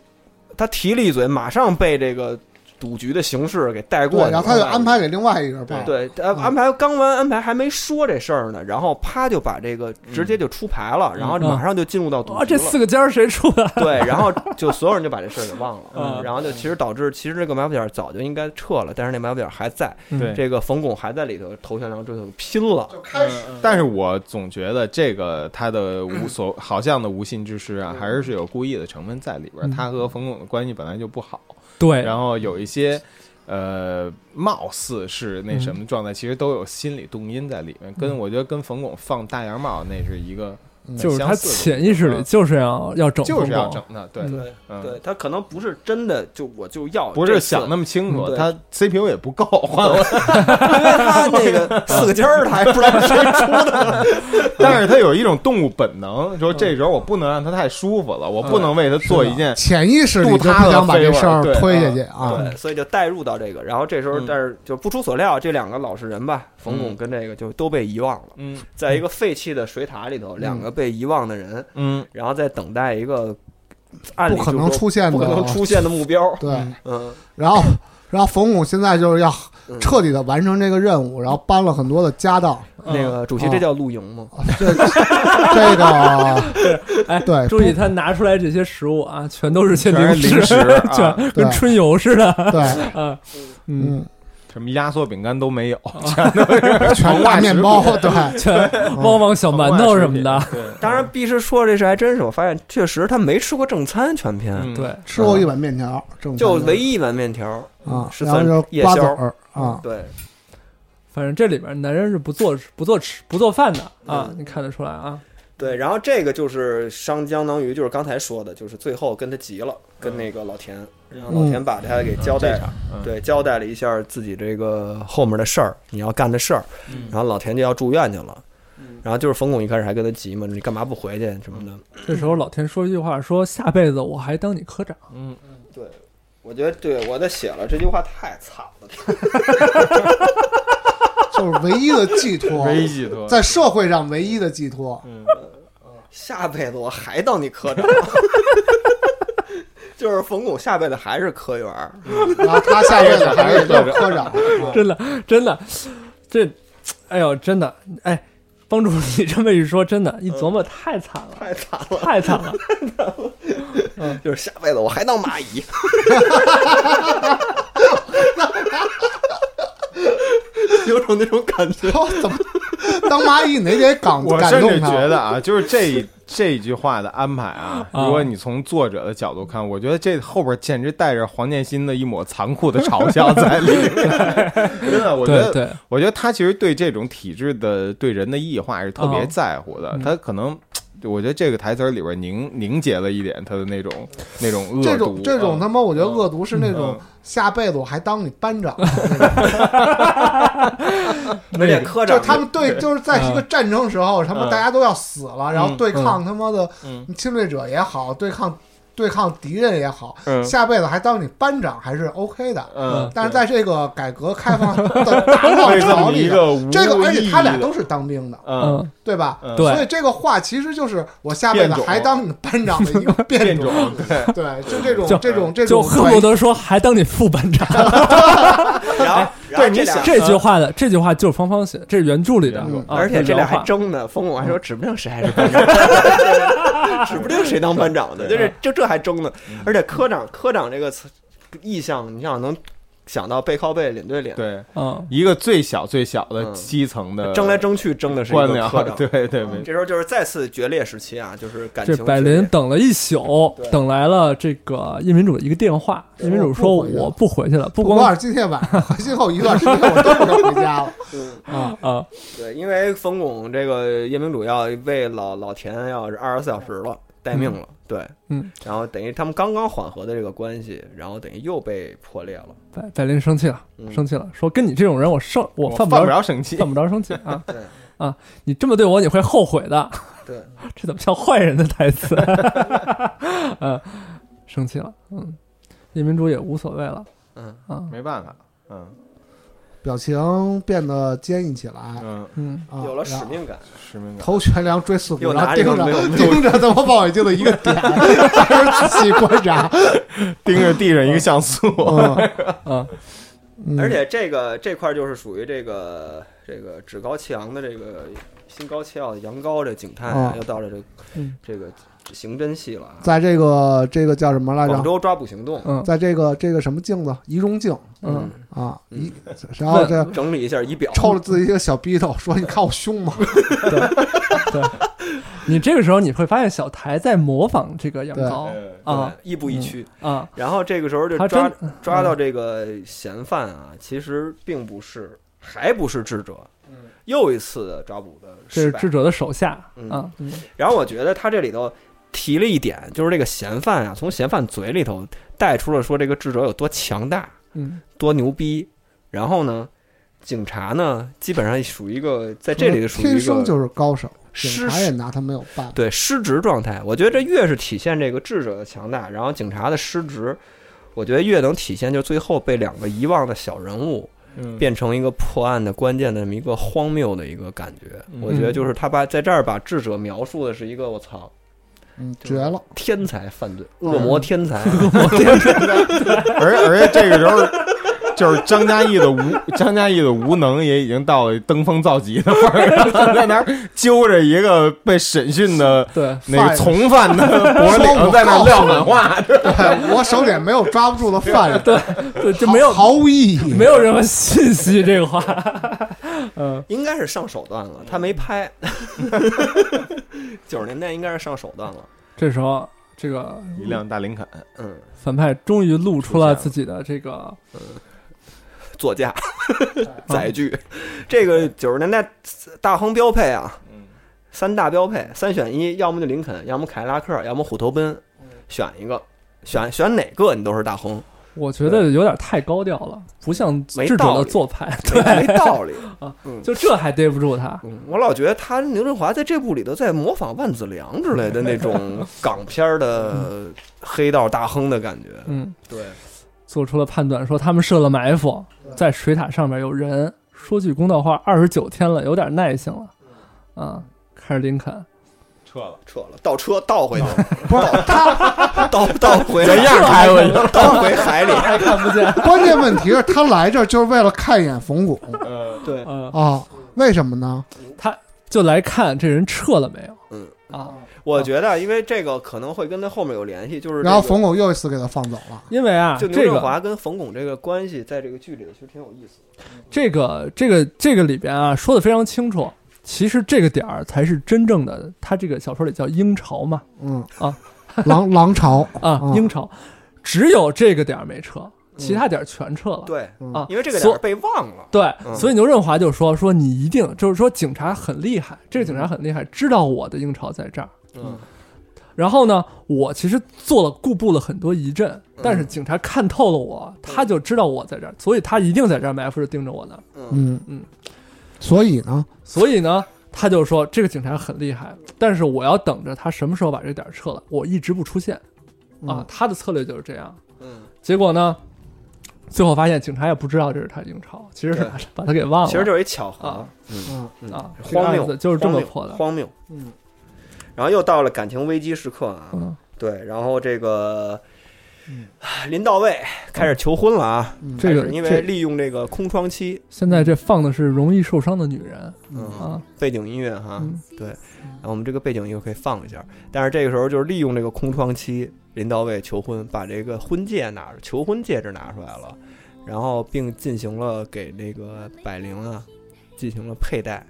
S5: 他提了一嘴，马上被这个赌局的形式给带过去
S3: 对，
S5: 了，
S3: 然
S5: 啊
S3: 后他就安排嗯给另外一个人
S6: 嗯
S3: 办。
S5: 对，呃，安排刚完安排还没说这事儿呢，然后啪就把这个直接就出牌了，然后马上就进入到赌
S6: 啊，
S5: 局
S6: 嗯这
S5: 了。
S6: 四个尖儿谁出的？
S5: 对，然后就所有人就把这事儿给忘了，
S6: 嗯
S5: 然后就其实导致其实这个埋伏点早就应该撤了，但是那埋伏点还在，
S6: 嗯
S4: 对
S5: 这个冯巩还在里头头悬梁锥刺股拼了，
S3: 开始
S4: 但是我总觉得这个他的无所
S6: 嗯
S4: 好像的无心之失啊，还是是有故意的成分在里边儿。他和冯巩的关系本来就不好，
S6: 对，
S4: 然后有一些呃，貌似是那什么状
S6: 嗯
S4: 态，其实都有心理动因在里面。跟我觉得跟冯巩放大洋帽那是一个很
S6: 就是他
S4: 相似的
S6: 潜意识里
S4: 嗯
S6: 就是要要整
S4: 就是要
S6: 冯
S4: 整
S6: 巩
S4: 的，对
S6: 嗯
S4: 嗯
S5: 对他可能不是真的就我就要，
S4: 不是想那么
S5: 嗯
S4: 清楚，
S5: 对
S4: 他 CPU 也不够，换
S5: *laughs*
S4: 我
S5: 他那个四个尖儿，他还不知道是谁出的。
S4: *laughs* 但是他有一种动物本能，说这时候我不能让他太舒服了，我不能为他做一件
S3: 潜意识里就不想把这事儿推下去啊。
S5: 对，所以就带入到这个，然后这时候，
S4: 嗯
S5: 但是就不出所料，这两个老实人吧，冯巩跟这个就都被遗忘了，
S4: 嗯
S5: 在一个废弃的水塔里头，两个被遗忘的人，
S4: 嗯
S5: 然后在等待一个按理
S3: 不
S5: 就
S3: 可能
S5: 说
S3: 出现的啊
S5: 不可能出现的目标。
S3: 对，
S5: 嗯，
S3: 然后然后冯巩现在就是要彻底的完成这个任务，然后搬了很多的家当。
S6: 嗯
S5: 那个主席，
S6: 哦
S5: 这叫露营吗？
S3: 这这个
S6: 哎，
S3: 对
S6: 注意他拿出来这些食物啊，全都是些
S4: 全是
S6: 零
S4: 零食啊
S6: *laughs* 全
S3: 对
S6: 跟春游似的，
S3: 对，
S6: 啊，
S3: 嗯，
S4: 什么压缩饼干都
S6: *laughs*
S4: 没有，
S3: 全是大面包，对，
S6: 全
S3: 嗯
S6: 汪汪小馒头什么的，
S4: 对，
S5: 当然，必是说这事还真是，我发现确实他没吃过正餐全篇，啊
S4: 嗯
S6: 对，
S3: 吃过一碗面条，正
S5: 就
S3: 常
S5: 唯一一碗面条
S3: 啊，
S5: 是
S3: 然后
S5: 算
S3: 就是
S5: 夜
S3: 瓜子
S5: 宵。
S3: 儿啊，
S5: 对，
S6: 反正这里边男人是不做不做吃不做饭的
S4: 嗯
S6: 啊，你看得出来啊，
S5: 对，然后这个就是相相当于就是刚才说的，就是最后跟他急了，跟那个老田，
S4: 嗯
S5: 然后老田把他给交代，
S6: 嗯
S5: 对，交代了一下自己这个后面的事儿，你要干的事儿，
S6: 嗯
S5: 然后老田就要住院去了，然后就是冯巩一开始还跟他急嘛，你干嘛不回去什么的，
S6: 这时候老田说一句话，说下辈子我还当你科长，
S5: 对，我觉得对我在写了这句话太惨了，
S3: 就是唯一的寄托，
S4: *laughs* 唯一寄托嗯
S3: 在社会上唯一的寄托。
S5: 下辈子我还当你科长。 *laughs* 就是冯巩下辈子还是科员儿，
S3: 然后他下辈子还
S4: *laughs*
S3: 是叫科长，啊 *laughs*
S6: 真的真的，这，哎呦真的哎。帮主，你这么一说，真的，一琢磨太惨了，
S5: 嗯太惨了。
S6: 太惨
S5: *laughs*
S6: 了。
S5: 就是下辈子我还当蚂蚁。有种那种感觉，
S3: 我哦怎么当蚂蚁你
S4: *laughs*
S3: 得感
S4: 我
S3: 感
S4: 甚
S3: 动
S4: 至
S3: 他？
S4: 觉得啊，就是这一这一句话的安排啊，
S6: 啊
S4: 如果你从作者的角度看，我觉得这后边简直带着黄建新的一抹残酷的嘲笑在里面。真的，我觉
S6: 对
S4: 得
S6: 对，
S4: 我觉得他其实对这种体制的对人的异化是特别
S6: 哦
S4: 在乎的。
S6: 嗯
S4: 他可能，我觉得这个台词儿里边凝凝结了一点他的那种那种恶毒。
S3: 这种这种
S4: 嗯
S3: 他妈，我觉得恶毒是那种
S4: 嗯
S3: 下辈子我还当你班长，
S5: 而且科
S3: 就是
S5: 长
S3: 他们对，就是在一个战争时候，他妈
S4: 嗯
S3: 大家都要死了，然后
S4: 嗯
S3: 对抗他妈的
S4: 嗯
S3: 侵略者也好，对抗对抗敌人也好，
S4: 嗯
S3: 下辈子还当你班长还是 OK 的。
S4: 嗯，
S3: 但是在这个改革开放的大
S4: *laughs*
S3: 浪
S4: 被这
S3: 潮
S4: 么一
S3: 里，
S4: 个无
S3: 这个而
S4: 意
S3: 且
S4: 义
S3: 他俩
S4: 的
S3: 都是当兵的，
S4: 嗯
S6: 嗯，
S3: 对吧？
S4: 嗯
S6: 对
S3: 所以这个话其实就是我下辈子
S4: 变种
S3: 还当你班长的一个变
S4: *laughs* 变
S3: 种
S4: 种，对。
S3: 对，就这种
S6: 就
S3: 这种这
S6: 就
S3: 种
S6: 恨不得说还当你副班长。
S5: 然后然后
S4: 对你
S5: 这俩
S4: 想
S6: 这句话的这句话就是芳芳写的，这是原著里的
S3: 嗯，
S6: 啊
S5: 而且这俩还，争呢，冯巩还说指不定谁还是班长，指不定谁当班长的，就是就这还争呢。而且科长科长这个词意象，你想能想到背靠背、脸对脸，
S4: 对，
S6: 这聊话嗯，
S4: 一个最小最小的
S5: 嗯
S4: 基层的
S5: 争来争去争的是一
S4: 官
S5: 个科
S4: 僚，
S5: 长。
S4: *laughs* 对对，没
S5: 这时候就是再次决裂时期啊，就是感情
S6: 这
S5: 决裂。
S6: 百灵等了一宿
S5: 对，
S6: 等来了这个叶民主的一个电话，叶民主说
S3: 我不回去了
S6: 我不回去了，不
S3: 不管
S6: 光
S3: 是今天晚上和今后一段时间，我都不能回家了。 *laughs*
S6: 啊，
S5: 对，因为哎冯巩这个夜明主要为老老田要是二十四小时了，待命了。对，
S6: 嗯，
S5: 然后等于他们刚刚缓和的这个关系，然后等于又被破裂了。
S6: 百百灵生气了，
S5: 嗯
S6: 生气了，说跟你这种人我受我
S4: 我
S6: 犯
S4: 不
S6: 着
S4: 着生气
S6: 犯，不着生气啊
S5: *laughs* 对
S6: 啊，你这么对我你会后悔的，
S5: *laughs* 对，
S6: *laughs* 这怎么像坏人的台词？ *laughs* 嗯，生气了，嗯，叶民主也无所谓了，
S5: 嗯
S6: 啊，
S4: 没办法，嗯
S3: 表情变得坚毅起来，啊
S4: 嗯，
S6: 嗯，
S5: 有了使命感。
S4: 使命感。
S3: 头悬梁锥刺股，
S5: 又
S3: 然后
S5: 拿
S3: 盯
S5: 这个
S3: 着
S5: 没有
S3: 盯着他妈望远镜的一个点， *laughs* 开始仔细观察。
S4: 盯着地上一个像素， *laughs*
S6: 啊，
S3: 嗯
S5: 而且这个这块儿就是属于这个这个趾高气扬的这个心高气傲的羊羔这警探、啊
S3: 哦，
S5: 又到了这个、
S6: 嗯
S5: 这个刑侦戏了啊。
S3: 在这个这个叫什么来
S5: 广
S3: 着？
S5: 州抓捕行动，
S6: 嗯
S3: 在这个这个什么镜子，仪容镜
S6: 嗯。
S3: 啊，仪，然后这
S5: 嗯整理一下仪表，
S3: 抽了自己一个小逼头，说：“你看我凶吗？”
S6: 对对，你这个时候你会发现小台在模仿这个羊羔啊
S5: 亦步亦趋。
S6: 啊，
S5: 然后这个时候就
S6: 他
S5: 抓
S6: 真嗯
S5: 抓到这个嫌犯啊，其实并不是，还不是智者，又一次的抓捕的
S6: 这
S5: 失
S6: 是
S5: 败
S6: 智。者的手下
S5: 嗯
S6: 啊，嗯
S5: 然后我觉得他这里头提了一点，就是这个嫌犯啊，从嫌犯嘴里头带出了说这个智者有多强大，
S6: 嗯，
S5: 多牛逼。然后呢，警察呢，基本上属于一个在 *laughs* 这里属于
S3: 天
S5: 一
S3: 生
S5: 个
S3: 就是高手，警
S5: 失
S3: 察也拿他没有办法。
S5: 对失职状态。我觉得这越是体现这个智者的强大，然后警察的失职，我觉得越能体现，就最后被两个遗忘的小人物
S4: 嗯
S5: 变成一个破案的关键的那么一个荒谬的一个感觉。
S4: 嗯
S5: 我觉得就是他把在这儿把智者描述的是一个我操
S3: 嗯，绝了！ *laughs*
S5: 天才犯罪，
S3: 嗯
S5: *laughs* 恶魔天才。啊
S4: 而而且这个时候，就是张嘉译的无张嘉译的无能也已经到了登峰造极的份儿，然后在那儿揪着一个被审讯的
S6: 对，
S4: 那个从犯的脖
S3: 说
S4: 领，
S3: 我
S4: 在那
S3: 告
S4: 儿
S3: 诉
S4: 撂
S3: 你
S4: 狠话。
S3: 对我手里没有抓不住的犯人，
S6: *laughs* 对，就没有
S3: 毫毫无意义，
S6: 没有任何信息这个话， *laughs* 嗯，
S5: 应该是上手段
S3: 嗯
S5: 了，他没拍。九十年代应该是上手段了，
S6: 这时候这个
S4: 一辆大林肯，
S5: 嗯，
S6: 反派终于露出了自己的这个
S5: 座驾载具，这个九十年代大亨标配啊，三大标配，三选一，要么就林肯，要么凯迪拉克，要么虎头奔，选一个，选选哪个你都是大亨，
S6: 我觉得有点太高调了，不像智
S5: 没
S6: 者
S5: 道
S6: 的
S5: 理嗯
S6: 做派，
S5: 没没道 *laughs* 理。
S6: 就这还逮不住他。
S5: 嗯我老觉得他牛振华在这部里头在模仿万梓良之类的那种港片儿的呃黑道大亨的感觉，
S6: 嗯，
S5: 对，
S6: 做出了判断，说他们设了埋伏，在水塔上面有人。说句公道话，二十九天了，有点耐性了，啊，开始林肯，
S5: 撤了，倒车倒回去，
S3: 不是他。
S5: 倒
S3: 哦
S5: *laughs* 倒回
S4: 人样开
S3: *laughs*
S4: 过去。
S5: 倒回海里。
S6: 还看不见，
S3: 关键问题是，他来这儿就是为了看一眼冯
S6: *laughs*
S3: 巩
S5: 对，
S6: 嗯，
S3: 啊？为什么呢？
S6: 就来看这人撤了没有，
S5: 嗯
S6: 啊，
S5: 我觉得因为这个可能会跟他后面有联系，就是这个
S3: 然后冯巩又一次给他放走
S6: *laughs*
S3: 了。
S6: 因为啊，
S5: 就牛
S6: 这
S5: 振
S6: 个
S5: 华跟冯巩这个关系，在这个剧里头其实挺有意思的。
S6: 这个这个这个里边啊，说的非常清楚。其实这个点儿才是真正的，他这个小说里叫鹰巢嘛，
S3: 嗯
S6: 啊，
S3: 狼狼巢
S6: 啊，
S5: 嗯
S6: 鹰巢，只有这个点儿没撤，其他点儿全撤了。
S5: 对，
S3: 嗯
S6: 啊，
S5: *laughs* 因为这个点
S6: 所
S5: 儿被忘了。
S6: 对，
S5: 嗯
S6: 所以牛振华就说说你一定就是说警察很厉害，这个警察很厉害，知道我的鹰巢在这儿。
S5: 嗯，
S6: 然后呢，我其实做了固布了很多疑阵，
S5: 嗯
S6: 但是警察看透了我，他就知道我在这儿，所以他一定在这儿埋伏着盯着我呢。
S3: 嗯
S6: 嗯，
S3: 所以呢，
S6: 所以呢，他就说这个警察很厉害，但是我要等着他什么时候把这点儿撤了，我一直不出现啊
S3: 嗯。
S6: 他的策略就是这样。
S5: 嗯，
S6: 结果呢，最后发现警察也不知道这是他英超，其实是
S5: 对
S6: 把他给忘了。
S5: 其实就是一巧合
S6: 啊，
S3: 嗯
S5: 嗯
S6: 啊，这个
S5: 荒
S6: 案
S5: 谬
S6: 子就是这么
S5: 荒谬
S6: 破的。
S5: 荒谬。
S3: 嗯，
S5: 然后又到了感情危机时刻啊，
S6: 嗯，
S5: 对，然后这个。唉临到位，开始求婚了啊！
S6: 这
S5: 开
S6: 个
S5: 始因为
S6: 这
S5: 利用这个空窗期，
S6: 现在这放的是容易受伤的女人
S5: 嗯，
S6: 啊，
S5: 背景音乐哈，
S6: 嗯
S5: 对，然后我们这个背景音乐可以放一下，但是这个时候就是利用这个空窗期，林到位求婚，把这个婚戒拿求婚戒指拿出来了，然后并进行了给那个百灵啊进行了佩戴，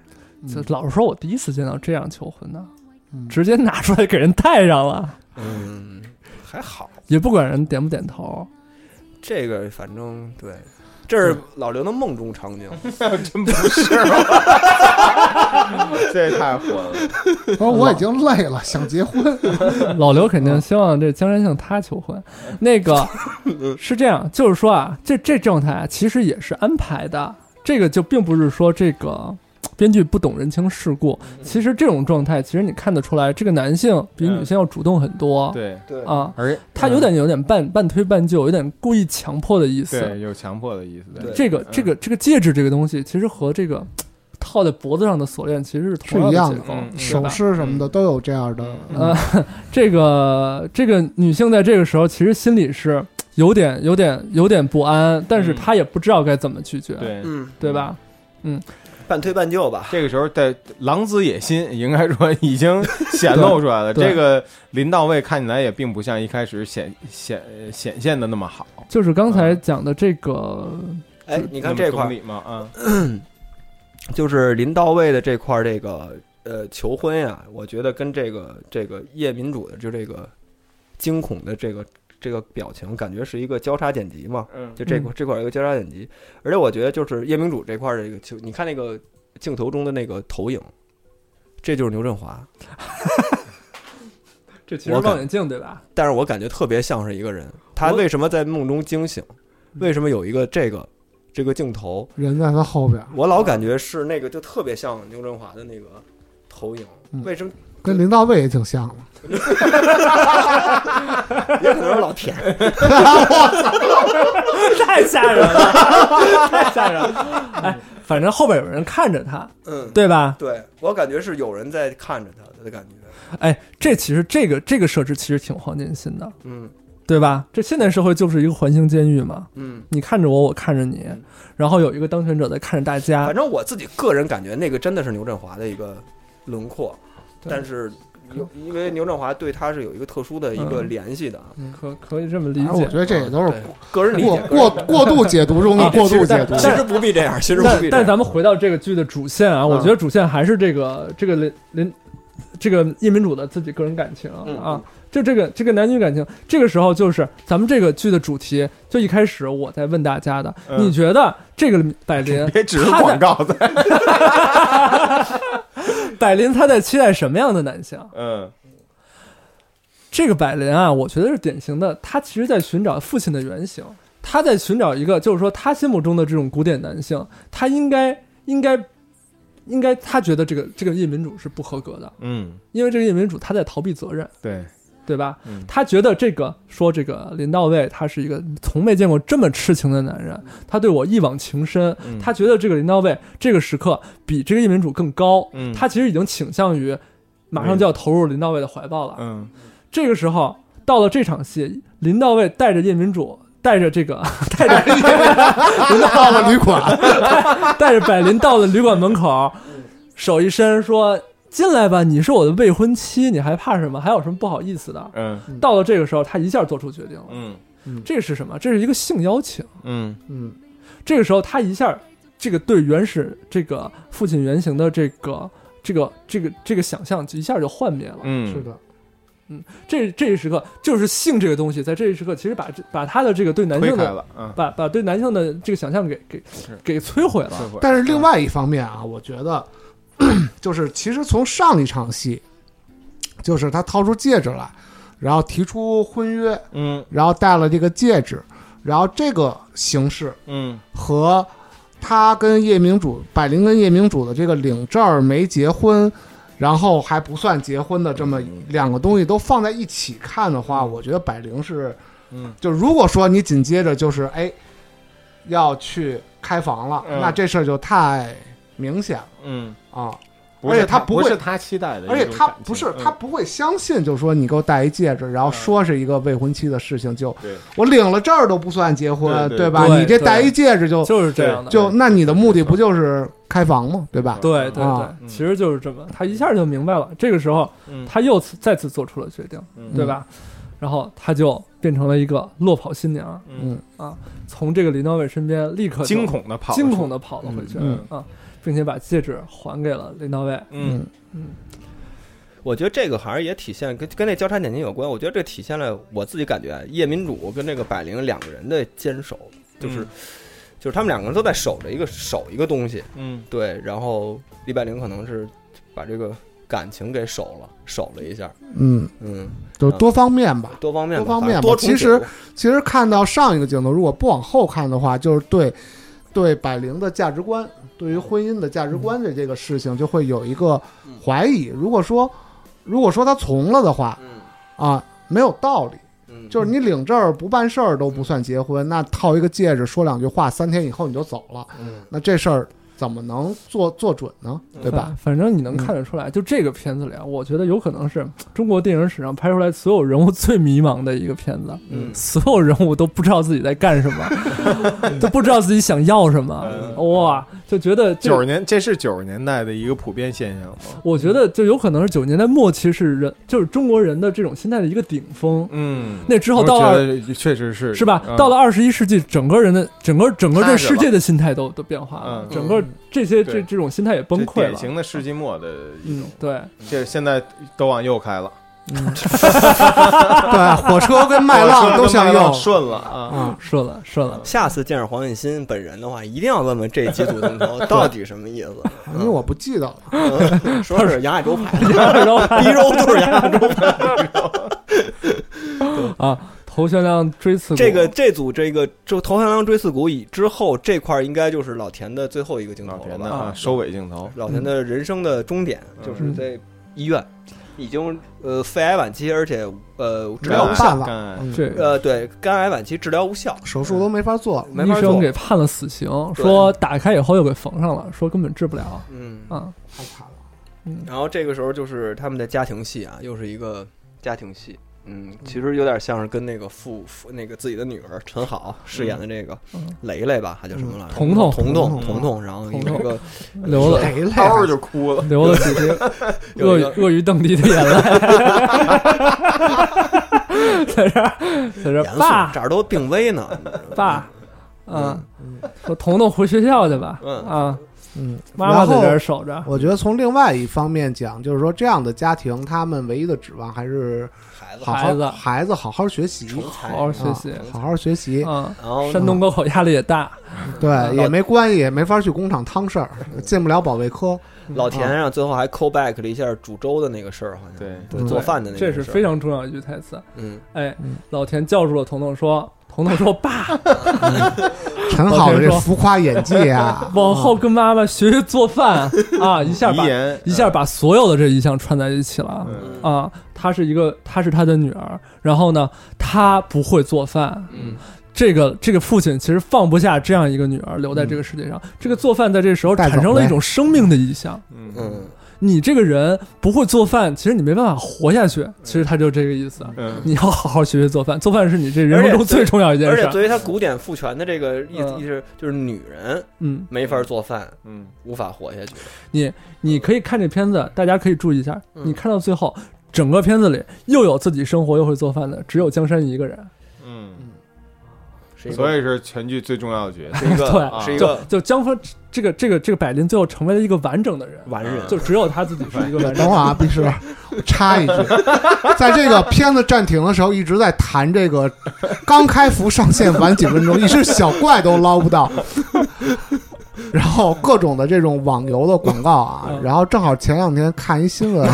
S6: 就
S3: 嗯
S6: 老实说，我第一次见到这样求婚的，
S3: 嗯
S6: 直接拿出来给人戴上了，
S5: 嗯，还好，
S6: 也不管人点不点头。
S5: 这个反正对，这是
S6: 嗯
S5: 老刘的梦中场景，
S4: 真不是，这太混了。
S3: 不是我已经累了，想结婚。
S6: 老刘肯定希望这江山向他求婚。
S4: *laughs*
S6: 那个是这样，就是说啊，这这状态啊其实也是安排的，这个就并不是说这个。编剧不懂人情世故，
S4: 嗯
S6: 其实这种状态，其实你看得出来，这个男性比女性要主动很多。
S4: 对，
S5: 对
S6: 啊，
S4: 而且
S6: 他有点有点半半推半就，有点故意强迫的意思。
S4: 对有嗯强迫的意思在。
S5: 对
S6: 这个这个这个戒指这个东西，其实和这个套在脖子上的锁链其实是同
S3: 是一
S6: 样
S3: 样
S6: 的
S3: 的
S6: 结构，
S4: 嗯
S6: 是
S3: 首
S6: 吧
S3: 饰什么的都有这样的，
S6: 呃，这个这个女性在这个时候其实心里是有点有点有点不安，但是
S4: 嗯
S6: 她也不知道该怎么拒绝，
S4: 对，
S5: 嗯，
S6: 对吧？
S5: 半推半就吧，
S4: 这个时候的狼子野心应该说已经显露出来 *laughs* 了。
S6: 对对
S4: 这个林到位看起来也并不像一开始显显呃显现的那么好。
S6: 就是刚才讲的这个，
S5: 哎，你看这块儿
S4: 礼嘛，啊，
S5: 就是林到位的这块儿这个呃求婚呀、我觉得跟这个这个夜民主的就这个惊恐的这个这个表情，感觉是一个交叉剪辑嘛。
S7: 嗯
S5: 就这块
S6: 嗯
S5: 这块有一个交叉剪辑，而且我觉得就是夜明主这块儿的这个球，你看那个镜头中的那个投影，这就是牛振华，
S6: 这其实
S5: 我感
S6: 望远镜对吧？
S5: 但是我感觉特别像是一个人，他
S6: 我
S5: 为什么在梦中惊醒？为什么有一个这个这个镜头？
S3: 人在他后边，
S5: 我老感觉是那个，就特别像牛振华的那个投影。
S3: 嗯
S5: 为什么？
S3: 跟林大卫也挺像的。
S5: 也可能是老田。
S6: *laughs* 太吓人 *laughs* 了，太吓人了。哎，反正后边有人看着他，
S5: 嗯，
S6: 对吧？
S5: 对，我感觉是有人在看着他的感觉。
S6: 哎，这其实这个这个设置其实挺黄建新的，
S5: 嗯
S6: 对吧？这现代社会就是一个环形监狱嘛，
S5: 嗯，
S6: 你看着我，我看着你，然后有一个当权者在看着大家
S5: 反，正我自己个人感觉，那个真的是牛振华的一个轮廓，
S6: 对
S5: 但是有因为牛振华对他是有一个特殊的一个
S6: 嗯
S5: 联系的啊。
S6: 可可以这么理
S3: 哎我觉
S6: 解。
S3: 得这也都是
S5: 对个人理
S3: 过
S5: 解，个人
S3: 过过度解读中的过度解读
S6: 但。
S5: 其实不必这样，其实不
S6: 但
S5: 必这
S6: 但
S5: 样。
S6: 咱们回到这个剧的主线啊，我觉得主线还是这个这个林林这个夜民主的自己个人感情啊，
S5: 嗯嗯
S6: 就这个这个男女感情，这个时候就是咱们这个剧的主题。就一开始我在问大家的，
S4: 嗯
S6: 你觉得这个百灵，
S4: 别只是
S6: 他在
S4: 广告
S3: *laughs*
S4: 在，
S6: 百灵他在期待什么样的男性？啊
S4: 嗯
S6: 这个百灵啊，我觉得是典型的，他其实在寻找父亲的原型，他在寻找一个，就是说他心目中的这种古典男性，他应该应该应该，他觉得这个这个夜民主是不合格的，
S4: 嗯，
S6: 因为这个夜民主他在逃避责任，
S4: 对，
S6: 对吧？
S4: 嗯
S6: 他觉得这个说这个林到位，他是一个从没见过这么痴情的男人，他对我一往情深，
S4: 嗯
S6: 他觉得这个林到位这个时刻比这个夜民主更高，
S4: 嗯
S6: 他其实已经倾向于马上就要投入林到位的怀抱了，
S4: 嗯
S6: 这个时候到了这场戏，林到位带着叶民主，带着这个， *laughs* 带着
S3: 人家到了旅馆，
S6: *laughs* 带着百灵到了旅馆门口，手一伸说：“进来吧，你是我的未婚妻，你还怕什么？还有什么不好意思的
S4: 嗯？”
S6: 到了这个时候，他一下做出决定了，
S4: 嗯
S6: 这是什么？这是一个性邀请。
S4: 嗯
S3: 嗯，
S6: 这个时候，他一下这个对原始这个父亲原型的这个。这个这个这个想象一下就幻灭了，
S4: 嗯，
S3: 是，的，
S6: 这这一时刻就是性这个东西，在这一时刻其实把这把他的这个对男
S4: 推
S6: 性的
S4: 开了，嗯，
S6: 把把对男性的这个想象给给给摧毁
S4: 是
S6: 了。
S4: 会
S3: 但是另外一方面啊，我觉得 *clears throat* 就是其实从上一场戏，就是他掏出戒指来，然后提出婚约，
S4: 嗯
S3: 然后戴了这个戒指，然后这个形式
S4: 嗯
S3: 和他跟夜明主、百灵跟夜明主的这个领证儿没结婚，然后还不算结婚的这么两个东西都放在一起看的话，我觉得百灵是，
S4: 嗯，
S3: 就如果说你紧接着就是哎要去开房了，
S4: 嗯
S3: 那这事儿就太明显了
S4: 嗯，
S3: 啊。
S4: 不是
S3: 而且他不会
S4: 不是他期待的一种
S3: 而
S4: 感
S3: 且
S4: 情，嗯
S3: 他不是他不会相信，就说你给我戴一戒指，然后说是一个未婚妻的事情，就
S4: 对
S3: 我领了证儿都不算结婚，
S4: 对对
S3: 吧？
S6: 对
S3: 你这
S6: 对
S3: 戴一戒指就
S6: 就是这样的，
S3: 就那你的目的不就是开房吗？对吧？
S6: 对对对，
S3: 啊
S4: 嗯
S6: 其实就是这么，他一下就明白了。这个时候，
S4: 嗯
S6: 他又次再次做出了决定，
S4: 嗯
S6: 对吧？然后他就变成了一个落跑新娘，啊
S4: 嗯
S6: 从这个林道伟身边立刻就
S4: 惊恐的跑，
S6: 惊恐的跑了回去、
S3: 嗯
S6: 啊，并且把戒指还给了林道伟。
S4: 嗯，
S5: 我觉得这个好像也体现跟跟那交叉点睛有关。我觉得这体现了我自己感觉啊叶民主跟这个百灵两个人的坚守，就是、
S4: 嗯
S5: 就是他们两个人都在守着一个守一个东西。
S4: 嗯
S5: 对，然后李百灵可能是把这个感情给守了，守了一下。
S3: 嗯，
S5: 嗯，
S3: 就是多方面吧。
S5: 多方面吧，
S3: 多方面吧
S5: 反正多重
S3: 其实
S5: 解读
S3: 其实看到上一个镜头，如果不往后看的话，就是对对百灵的价值观，对于婚姻的价值观的这个事情，就会有一个怀疑。如果说如果说他从了的话，啊，没有道理。
S5: 嗯
S3: 就是你领证儿不办事儿都不算结婚，那套一个戒指说两句话，三天以后你就走了，
S5: 嗯
S3: 那这事儿怎么能做做准呢？对吧？
S6: 嗯
S3: 嗯
S6: 反？反正你能看得出来，就这个片子里啊，我觉得有可能是中国电影史上拍出来所有人物最迷茫的一个片子。
S5: 嗯
S6: 所
S3: *laughs* 嗯
S6: 有人物都不知道自己在干什么，都不知道自己想要什么。哇，就觉得这
S4: 九十年，这是九十年代的一个普遍现象吗？
S6: 我觉得就有可能是九十年代末期是人，就是中国人的这种心态的一个顶峰。
S4: 嗯，
S6: 那之后到
S4: 我觉
S6: 了
S4: 得确实是
S6: 是吧？
S4: 嗯
S6: 到了二十一世纪，整个人的整个整个
S4: 踏
S6: 这
S4: 实
S6: 世界
S4: 了
S6: 的心态都都变化了
S4: 嗯，
S6: 整个这些这
S4: 对
S6: 这种心态也崩
S4: 这
S6: 溃
S4: 典
S6: 了。
S4: 型的世纪末的一
S6: 嗯
S4: 种，，
S6: 对，
S4: 这现在都往右开了，
S3: *laughs* 对，火车 *laughs* 跟麦浪都向
S4: 向
S3: 右，
S4: 顺了啊。
S3: 嗯，
S6: 顺了顺了。
S7: 下次见着黄运新本人的话，一定要问问这几组镜头到底什么意思。
S3: 因为我不记得了。
S7: 嗯说是杨亚洲牌，
S6: 然后
S7: 一周都是杨亚洲牌。
S6: 啊，头悬梁锥刺股，
S7: 这个这组这个就头悬梁锥刺股以之后这块儿应该就是老田的最后一个镜
S4: 老
S7: 头了
S4: 田
S7: 吧
S4: 的？啊，收尾镜头，
S7: 老田的人生的终点就是
S6: 嗯
S7: 在医院，已经呃肺癌晚期，而且呃治
S3: 没
S7: 疗
S3: 有
S7: 无效，
S3: 办法，
S4: 干
S3: 嗯
S6: 这
S7: 呃对肝癌晚期治疗无效，
S3: 手术都没法做了。
S7: 没
S6: 医
S7: 法
S6: 生
S7: 做。
S6: 给判了死刑，说打开以后又给缝上了，说根本治不了
S7: 嗯，
S6: 啊。
S7: 然后这个时候就是他们的家庭戏啊，又是一个家庭戏。嗯，其实有点像是跟那个父父那个自己的女儿陈好饰演的这个
S6: 嗯
S7: 雷雷吧，还叫什么来着？
S6: 彤彤
S7: 彤
S3: 彤
S7: 彤彤彤，然后有
S6: 彤
S4: *laughs*
S7: 一个
S6: 流了
S3: 谁累
S4: 嗷
S3: 啊？
S4: 就哭
S7: *laughs*
S4: 了。
S6: 流了几滴鳄
S7: 有一
S6: 鱼
S7: 个
S6: 鳄鱼邓迪的眼泪，在这儿在这
S7: 严
S6: 儿
S7: 肃，
S6: 爸
S7: 这儿都病危 *laughs* 呢。
S6: 爸，啊，说彤彤回学校去吧，
S7: 嗯
S6: 啊，
S3: 嗯，
S6: 妈妈在这
S3: 然后
S6: 儿守着，
S3: 我觉得从另外一方面讲，就是说这样的家庭，他们唯一的指望还是
S7: 孩子
S3: 好好
S6: 孩子
S3: 孩子好好学习，
S7: 成
S3: 啊
S7: 才，
S6: 好好学习
S3: 好好学习。
S6: 啊。
S7: 然后
S6: 山东高考压力也大，
S3: 对，也没关系，也没法去工厂趟事儿，
S6: 嗯
S3: 进不了保卫科。
S5: 嗯
S7: 老田啊，最后还 call back 了一下煮粥的那个事儿，好像
S4: 对
S7: 对
S3: 嗯
S7: 做饭的那个
S6: 这
S7: 事
S6: 是
S7: 儿
S6: 非常重要的一句台词。
S7: 嗯，
S6: 哎，老田叫住了彤彤，说：“彤彤说，爸，，
S3: 陈好的这浮夸演技啊
S6: *laughs* 往后跟妈妈学学做饭啊！”一下
S4: 遗
S6: 把
S4: 言
S6: 一下把所有的这一项串在一起了
S4: 嗯
S6: 啊！她是一个，她是她的女儿，然后呢，她不会做饭，
S7: 嗯，
S6: 这个这个父亲其实放不下这样一个女儿留在这个世界上，这个做饭在这时候
S3: 带走
S6: 产生了
S3: 呗
S6: 一种生命的意象。
S4: 嗯嗯
S7: 嗯，
S6: 你这个人不会做饭，其实你没办法活下去。其实他就这个意思。啊
S4: 嗯，
S6: 你要好好学学做饭，做饭是你这人生中最重要一件
S7: 而
S6: 事
S7: 且作
S6: 儿。
S7: 为他古典父权的这个意思
S6: 啊嗯
S7: 意思，就是女人
S6: 嗯，
S7: 没法做饭，
S4: 嗯
S7: 无法活下去。
S6: 你可以看这片子，大家可以注意一下。
S7: 嗯
S6: 你看到最后，整个片子里又有自己生活又会做饭的，只有江山一个人。
S4: 嗯，
S7: 是一个
S4: 所以啊是全剧最重要的角色。
S7: 是一个
S6: 对
S7: 是一
S6: 就
S7: 个
S6: 就江峰这个这个这个百灵最后成为了一个完整的人，
S7: 完人，
S6: 就只有他自己是一个完整
S3: *laughs* 等会
S6: 的
S3: 儿
S6: 人。
S3: 啊，必师，我插
S6: *laughs*
S3: 一句，在这个片子暂停的时候，一直在谈这个刚开服上线晚几分钟，一只小怪都捞不到，然后各种的这种网游的广告啊
S6: 嗯，
S3: 然后正好前两天看一新
S6: *laughs*
S3: 闻，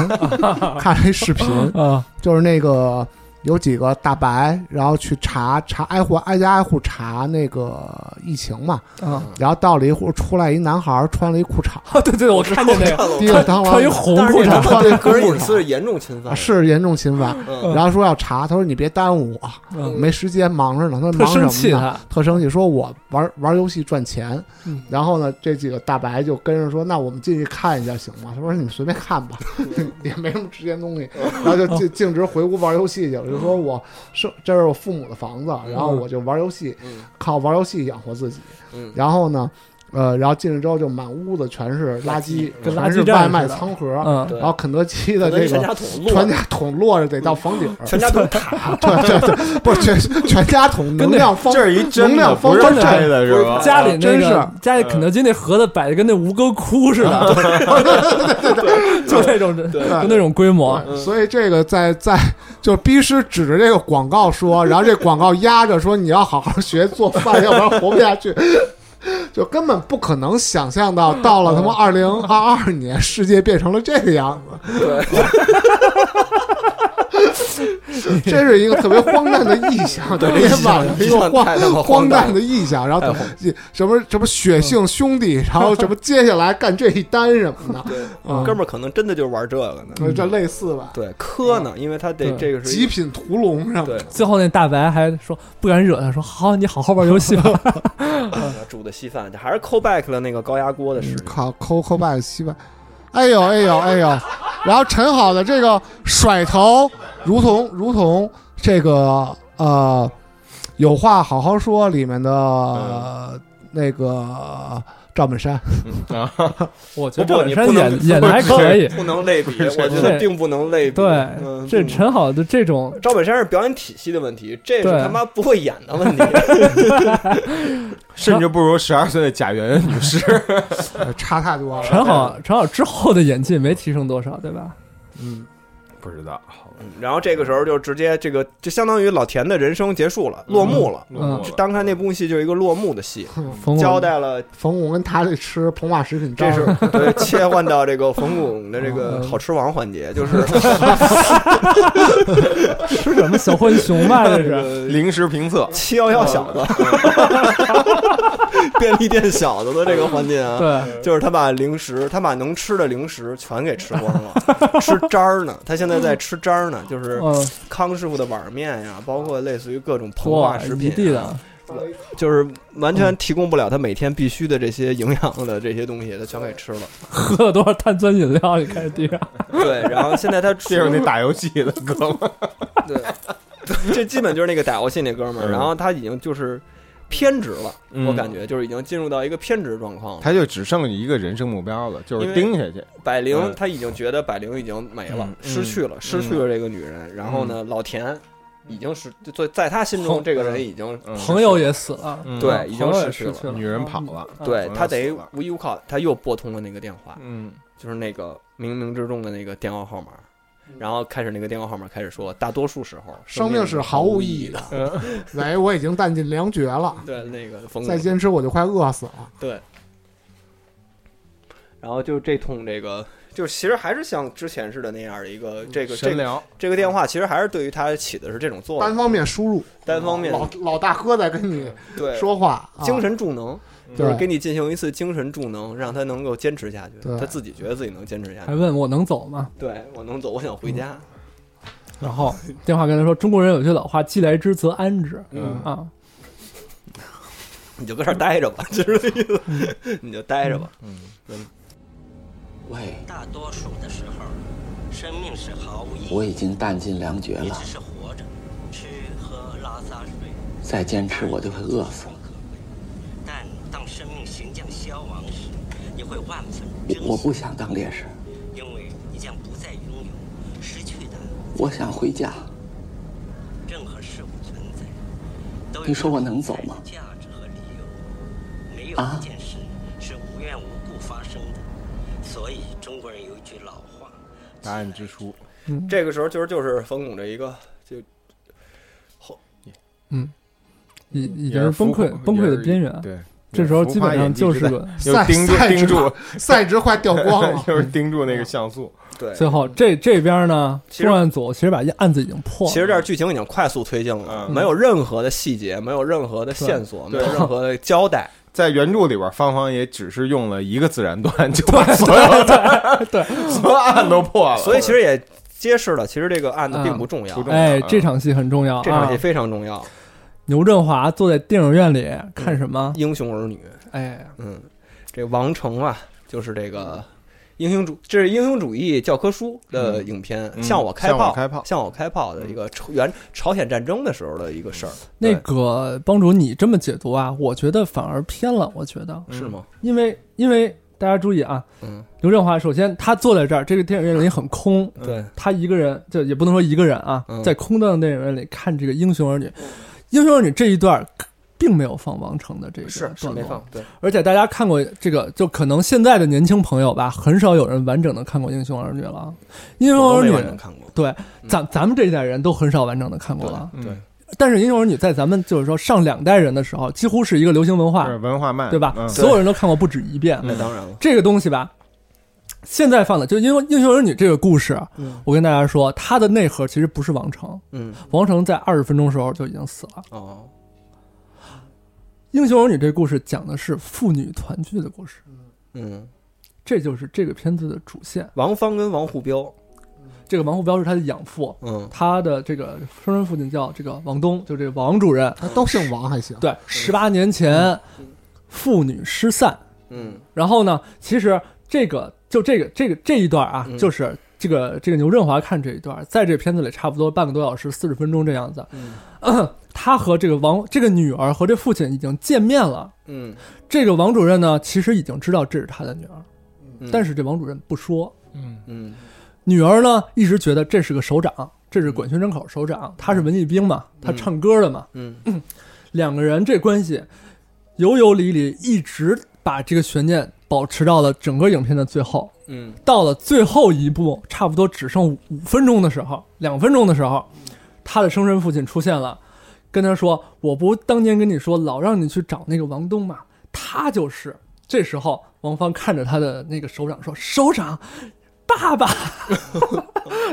S3: 看了一视频，
S6: 啊，
S3: 就是那个有几个大白，然后去查查挨户挨家挨户查那个疫情嘛，
S6: 啊 *laughs*
S3: 然后到了一户出来一男孩儿穿了一裤衩，
S6: 对对，我
S7: *laughs*
S6: 看见那
S3: *laughs*
S6: 个
S3: 提了裆
S6: 穿一
S3: 了。
S6: 红
S7: 但是
S6: 裤衩
S7: 你他，妈
S3: 穿
S7: 对
S3: 着
S7: 个人
S3: 裤
S7: 隐
S3: 衩
S7: 私是严重侵犯。
S3: 啊是严重侵犯，
S7: 嗯
S3: 然后说要查，他说你别耽误我，
S6: 嗯
S3: 没时间，忙着呢。他说
S6: 特
S3: 忙什
S6: 生
S3: 么
S6: 气
S3: 呢？
S6: 他。
S3: 特生气，说我玩玩游戏赚钱
S6: 嗯。
S3: 然后呢，这几个大白就跟着说，那我们进去看一下行吗？他说你们随便看吧， *laughs* 也没什么值钱东西。然后
S6: 嗯
S3: 就径径直回屋玩游戏去了，就说我是这是我父母的房子，然后我就玩游戏，
S7: 嗯
S3: 靠玩游戏养活自己
S7: 嗯。
S3: 然后呢，呃，然后进去之后就满屋子全是垃圾，
S6: 跟垃圾
S3: 全是
S6: 站
S3: 外
S6: 似
S3: 卖
S6: 的
S3: 仓盒，
S6: 嗯，
S7: 对
S3: 然后肯德基的
S7: 可
S3: 这
S7: 能全
S3: 个
S7: 家桶落
S3: 全家桶落着得到房顶儿，
S7: 全家
S6: *laughs*
S7: 桶卡，
S3: *laughs* 对对对，不是全全家桶能量方，
S4: 这是一真
S3: 能
S4: 的，
S3: 量
S4: 不
S3: 方
S4: 是
S3: 针
S4: 摘的是吧？
S6: 家里那
S3: 真
S6: 个
S3: 是
S6: 家里肯德基那盒子摆的跟那吴哥窟似的， *laughs* 就那种就那种规模，
S7: 嗯
S3: 所以这个在在 *laughs* 就是逼师指着这个广告说，然后这广告压着说你要好好学做饭，要不然活不下去。 *laughs* 就根本不可能想象到，到了他
S7: 嗯
S3: 妈二零二二年，世界变成了这个样
S7: *laughs*
S3: 子。 *laughs* 这是一个特别荒诞的意象，特别晚了一个荒
S7: 太他妈
S3: 荒
S7: 诞
S3: 诞的意象，然后什么什么血性兄弟，然后什么接下来干这一单什么的，
S7: 了。哥们儿可能真的就是玩这个呢。
S3: 这类似吧？
S7: 对，磕呢，因为他得
S6: 对
S7: 这个是
S3: *laughs* 极
S7: 一
S3: 品屠龙什么
S7: 对
S3: 的，
S6: 最后那大白还说不敢惹他，说好，你好好玩游戏吧。
S7: 个煮的稀饭，还是 call back 了那个高压锅的事情。
S3: 靠抠抠拜西拜，哎呦哎呦哎呦，然后陈好的这个甩头，如同如同这个
S7: 嗯
S3: 呃，有话好好说里面的、那个赵本
S7: *laughs*
S3: 山，
S6: 我觉得
S7: 不
S6: 赵
S7: 不，
S6: 本
S7: 你
S6: 山
S7: 不能
S6: 演
S7: *laughs*
S6: 演的还可以。
S7: 不能类比，我觉
S6: 对
S7: 得并不能类比。
S6: 对
S7: 嗯，
S6: 这
S7: 嗯
S6: 陈好的这种，
S7: 赵本山是表演体系的问题，这是
S6: 对
S7: 他妈不会演的问题。
S4: 甚至不如十二岁的贾媛女
S7: *laughs*
S4: 士。
S3: 呃差太多了。
S6: 陈好陈好之后的演技没提升多少，对吧？
S4: 不知 *laughs* 道，好吧
S7: 然后这个时候就直接这个，就相当于老田的人生结束了，落幕了。
S4: 落幕了
S7: 单看那部戏就是一个落幕的戏，
S6: 冯巩
S7: 交代了，
S3: 冯巩跟塔里吃膨化食品
S7: 这
S3: 渣，
S7: 是对切换到这个冯巩的这个好吃王环节，就是
S6: 是什么小浣熊吧？这是
S4: 零食评测，
S7: 七幺幺小子， *laughs* 便利店小子的这个环节啊。
S6: 对，
S7: 就是他把零食，他把能吃的零食全给吃光
S6: *laughs*
S7: 了，吃渣儿呢。他现在在吃渣儿呢，就是
S6: 嗯，
S7: 康师傅的碗面呀，包括类似于各种膨
S6: 哇，
S7: 化食
S6: 一嗯
S7: 品、
S6: 地的，
S7: 就是完全提供不了他每天必须的这些营养的这些东西，他全给吃了。
S6: 喝了多少碳酸饮料？你开始地上，
S7: 对，然后现在他
S4: 这是那打游戏的哥们儿，
S7: 对，对这基本就是那个打游戏那哥们儿，
S4: 嗯
S7: 然后他已经就是偏执了，
S4: 嗯
S7: 我感觉就是已经进入到一个偏执状况了。
S4: 他就只剩一个人生目标了，就是
S7: 因为
S4: 盯下去。
S7: 百灵
S4: 嗯
S7: 他已经觉得百灵已经没了
S4: 嗯，嗯
S7: 失去了，失去了这个女人。然后呢，老田已经是就在在他心中
S6: 朋
S7: 这个人已经
S4: 嗯
S6: 朋友也死了，
S4: 嗯
S7: 对已经
S6: 朋友也
S7: 失
S6: 失
S7: 去了
S6: 去了，
S4: 女人跑了，
S6: 嗯
S7: 对
S4: 嗯
S7: 他得
S4: 死了
S7: 无依无靠，他又拨通了那个电话，
S4: 嗯，
S7: 就是那个冥冥之中的那个电话号码。
S4: 嗯
S7: 然后开始那个电话号码开始说，大多数时候
S3: *laughs* 生命是毫无意义的。
S7: 嗯
S3: *laughs* 喂，我已经弹尽粮绝了，
S7: 对那个疯
S3: 再
S7: 子，
S3: 坚持我就快饿死了。
S7: 对。然后就这通这个，就其实还是像之前似的那样的一个这个这
S4: 神
S7: 个
S4: 聊，
S7: 这个电话，其实还是对于他起的是这种作
S3: 单
S7: 用，
S3: 方面输入，
S7: 哦单方面
S3: 老老大哥在跟你
S7: 对
S3: 说话，啊
S7: 精神助能，就是给
S3: 对，
S7: 你进行一次精神助能，让他能够坚持下去
S3: 对。
S7: 他自己觉得自己能坚持下
S6: 还
S7: 去。
S6: 问我能走吗？
S7: 对我能走，我想回家。
S6: 然后电话跟他说：“中国人有句老话，既来之则安之。”
S4: 嗯
S6: 啊，
S7: 你就搁这儿待着吧，就是这意思。 *laughs* 你就待着吧。
S8: 喂，
S10: 大多数的时候，生命是毫无意义。
S8: 我已经弹尽粮绝
S10: 你
S8: 了
S10: 只，是活着，吃喝拉撒睡。
S8: 再坚持我就会饿死了。
S10: 但当生命行将消亡时，你会万分珍惜，
S8: 我不想当烈士，
S10: 因为你将不再拥有失去的
S8: 我想回家。
S10: 任何事物存在。都有
S8: 你说我能走吗
S10: 价值和理由，没有
S8: 啊
S10: 一件事是无缘无故发生的，所以中国人有一句老话。
S4: 答案之书，
S7: 这个时候就是就是冯巩这一个就
S6: 已已
S4: 已
S6: 经是崩溃崩溃的边缘。
S4: 对，
S6: 这时候基本上就是
S4: 个
S6: 个
S4: 又
S3: 赛
S4: 盯住
S3: 赛
S4: 盯
S3: 制
S4: 住，。
S3: 赛值快掉光
S6: 啊
S7: *laughs*
S3: 了
S4: *laughs* 又是盯住那个像素。
S7: 对。
S6: 最后这这边呢，
S7: 其实
S6: 重案组其实把案子已经破了，
S7: 其实这儿剧情已经快速推进了，
S4: 嗯
S7: 没有任何的细节，没有任何的线索，没有任何的交代。
S4: 在原著里边，芳芳也只是用了一个自然段就把所有的 *laughs*
S6: 对
S4: 所有案都破了，
S7: 所以其实也揭示了，其实这个案子并不重要
S4: 嗯不。重要
S6: 哎，
S4: 啊
S6: 这场戏很重要
S7: 这场
S6: 啊
S7: 戏！非常重要，《
S6: 牛振华坐在电影院里
S7: 嗯
S6: 看什么？
S7: 英雄儿女》
S6: 哎，
S7: 嗯，这王成啊，就是这个英雄主，这是英雄主义教科书的影片，
S4: 嗯
S7: 向我开
S4: 向
S7: 炮，
S4: 我开炮
S7: 向我开炮的一个朝原朝鲜战争的时候的一个事儿，
S6: 那
S7: 对
S6: 个帮主，你这么解读啊？我觉得反而偏了。我觉得，
S4: 嗯
S7: 是吗？
S6: 因为因为大家注意啊，
S7: 嗯，
S6: 刘振华首先他坐在这儿，这个电影院里很空，
S4: 嗯
S7: 对，
S6: 他一个人，就也不能说一个人啊，
S7: 嗯
S6: 在空荡的电影院里看这个《英雄儿女》，《英雄儿女》这一段儿并没有放王成的这个
S7: 是是
S6: 段
S7: 没
S6: 落
S7: 放，，对，
S6: 而且大家看过这个，就可能现在的年轻朋友吧，很少有人完整的看过《英雄儿女》了，《英雄
S7: 我
S6: 儿
S7: 都没
S6: 女
S7: 完》整看过，嗯
S6: 对咱咱们这一代人都很少完整的看过了，
S7: 对，
S6: 但是《英雄儿女》在咱们就是说上两代人的时候，几乎是一个流行文化
S4: 是，文化漫，
S6: 对吧？
S4: 嗯
S6: 所有人都看过不止一遍，
S7: 那当然了，
S6: 这个东西吧，现在放的就因为《英雄儿女》这个故事，啊我跟大家说，它的内核其实不是王成，
S7: 嗯，
S6: 王成在二十分钟时候就已经死了。
S7: 哦，
S6: 《英雄儿女》这故事讲的是父女团聚的故事，
S7: 嗯，
S6: 这就是这个片子的主线。
S7: 王芳跟王沪标，
S6: 这个王沪标是他的养父，
S7: 嗯，
S6: 他的这个生身父亲叫这个王东，就这个王主任。
S3: 他都姓王还行，
S6: 对，十八年前父女失散，
S7: 嗯，
S6: 然后呢，其实这个就这个这个这一段
S7: 嗯
S6: 啊，就是这
S7: 嗯
S6: 个这个牛振华看这一段，在这片子里差不多半个多小时四十分钟这样子。 *clears throat* 他和这个王这个女儿和这父亲已经见面了。
S7: 嗯，
S6: 这个王主任呢，其实已经知道这是他的女儿，
S7: 嗯
S6: 但是这王主任不说。
S4: 嗯
S7: 嗯
S6: 女儿呢，一直觉得这是个首长，这是管宣城口首长，他是文艺兵嘛，他唱歌的嘛，
S7: 嗯
S6: 两个人这关系游游离离，一直把这个悬念保持到了整个影片的最后。
S7: 嗯
S6: 到了最后一步，差不多只剩五五分钟的时候，两分钟的时候，他的生身父亲出现了，跟他说：“我不当年跟你说，老让你去找那个王东嘛，他就是。”这时候，王芳看着他的那个首长说：“首长，爸爸。”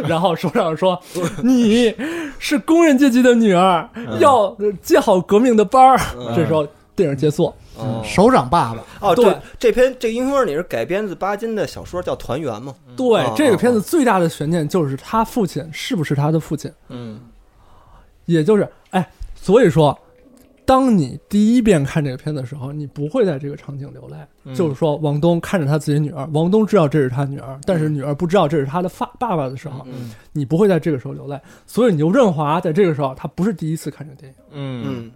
S6: 然后首长说：“ *laughs* 你是工人阶级的女儿，
S7: 嗯
S6: 要接好革命的班儿。”这时候电影结束，
S7: 哦
S3: 首长爸爸，
S7: 哦，
S6: 对
S7: 这这篇这个英雄儿你是改编自巴金的小说叫《团圆》吗？
S6: 对
S7: 哦
S6: 这个片子最大的悬念就是他父亲是不是他的父亲。
S7: 嗯
S6: 也就是，哎，所以说，当你第一遍看这个片子的时候，你不会在这个场景流泪。
S7: 嗯
S6: 就是说，王东看着他自己女儿，王东知道这是他女儿，但是女儿不知道这是他的爸爸爸的时候，
S7: 嗯
S6: 你不会在这个时候流泪。所以牛振华在这个时候，他不是第一次看这个电影，
S4: 嗯
S7: 嗯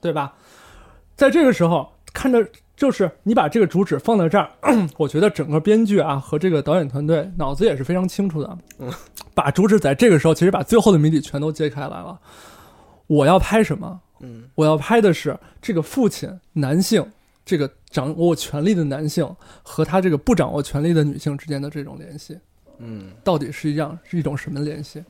S6: 对吧？在这个时候看着。就是你把这个主旨放在这儿， *clears throat* 我觉得整个编剧啊和这个导演团队脑子也是非常清楚的，
S7: 嗯
S6: 把主旨在这个时候其实把最后的谜底全都揭开来了。我要拍什么？
S7: 嗯
S6: 我要拍的是这个父亲，男性，这个掌握权力的男性和他这个不掌握权力的女性之间的这种联系，
S7: 嗯
S6: 到底是一样是一种什么联系？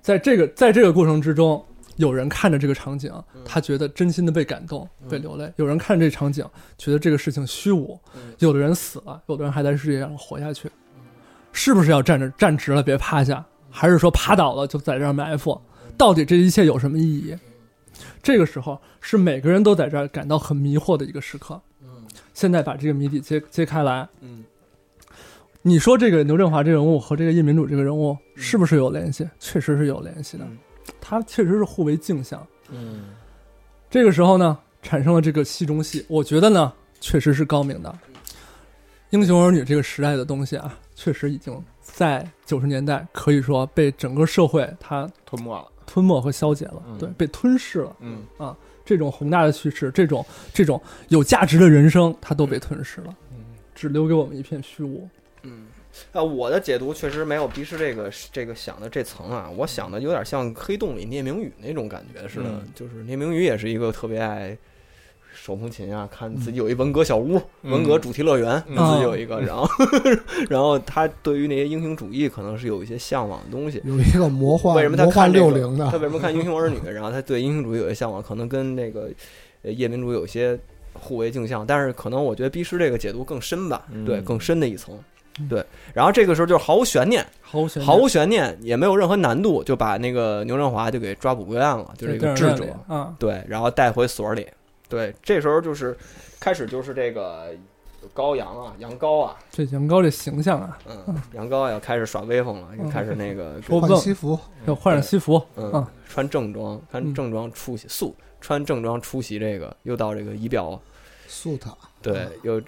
S6: 在这个在这个过程之中，有人看着这个场景，他觉得真心的被感动，被流泪；有人看着这场景，觉得这个事情虚无；有的人死了，有的人还在世界上活下去，是不是要站着站直了，别趴下？还是说趴倒了就在这儿埋伏？到底这一切有什么意义？这个时候是每个人都在这儿感到很迷惑的一个时刻。现在把这个谜底揭揭开来，
S7: 嗯，
S6: 你说这个牛振华这人物和这个叶民主这个人物是不是有联系？确实是有联系的，他确实是互为镜像。
S7: 嗯
S6: 这个时候呢，产生了这个戏中戏，我觉得呢，确实是高明的。英雄儿女这个时代的东西啊，确实已经在九十年代可以说被整个社会它
S4: 吞没了，
S6: 吞没和消解了，
S4: 嗯
S6: 对，被吞噬了。
S4: 嗯
S6: 啊，这种宏大的叙事，这种这种有价值的人生，它都被吞噬了，只留给我们一片虚无。
S7: 嗯。啊，我的解读确实没有鼻师这个这个想的这层啊，我想的有点像黑洞里聂明宇那种感觉似的，
S4: 嗯
S7: 就是聂明宇也是一个特别爱手风琴啊，看自己有一文革小屋，文革主题乐园，
S4: 嗯
S7: 自己有一个，然后 *laughs* 然后他对于那些英雄主义可能是有一些向往的
S4: 啊
S7: 东西，
S3: 有一个魔幻
S7: 为什么他
S3: 魔
S7: 看
S3: 幻
S7: 这
S3: 六
S7: 个
S3: 零
S7: 他
S3: 的，
S7: 为什么看《英雄儿女》？然后他对英雄主义有些向往，可能跟那个呃夜明主有些互为镜像，但是可能我觉得逼师这个解读更深吧，
S4: 嗯
S7: 对，更深的一层。对，然后这个时候就是毫无悬念，
S6: 毫无悬念，
S7: 毫无悬念，也没有任何难度，就把那个牛振华就给抓捕归案了，就是一个
S6: 在
S7: 智
S6: 电影
S7: 者
S6: 院里。啊，
S7: 对，然后带回所里。对，这时候就是开始就是这个高阳啊，杨高啊，
S6: 这杨高这形象啊，
S7: *laughs* 嗯，杨高要开始耍威风了，又开始那个
S6: 说
S3: 换
S6: 问
S3: 西服，
S6: 要换上西服，
S7: 嗯
S6: 啊，
S7: 穿正装，穿
S6: 嗯
S7: 正装出席素，穿正装出席这个，又到这个仪表，
S3: 素塔，
S7: 对，又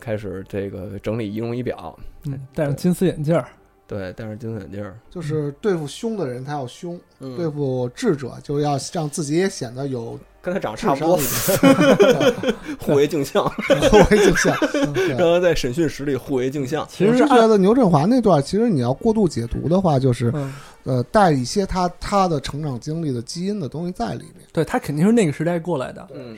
S7: 开始这个整理仪容仪表，
S6: 嗯，戴上金丝眼镜儿，
S7: 对，戴上金丝眼镜儿，
S3: 就是对付凶的人，他要凶；
S7: 嗯
S3: 对付智者，就要让自己也显得有
S7: 跟他长得
S3: 智
S7: 差
S3: 商
S7: 不多， *laughs*
S3: 一
S7: 互为
S3: *laughs*
S7: 镜像，
S3: 点，我也就像。对
S7: *laughs* 让他在审讯室里互为镜像，
S6: 其
S3: 我
S6: 实
S3: 是
S6: 是
S3: 觉得牛振华那段，其实你要过度解读的话，就是
S6: 嗯，
S3: 呃，带一些他他的成长经历的基因的东西在里面。
S6: 对他肯定是那个时代过来的，
S7: 嗯。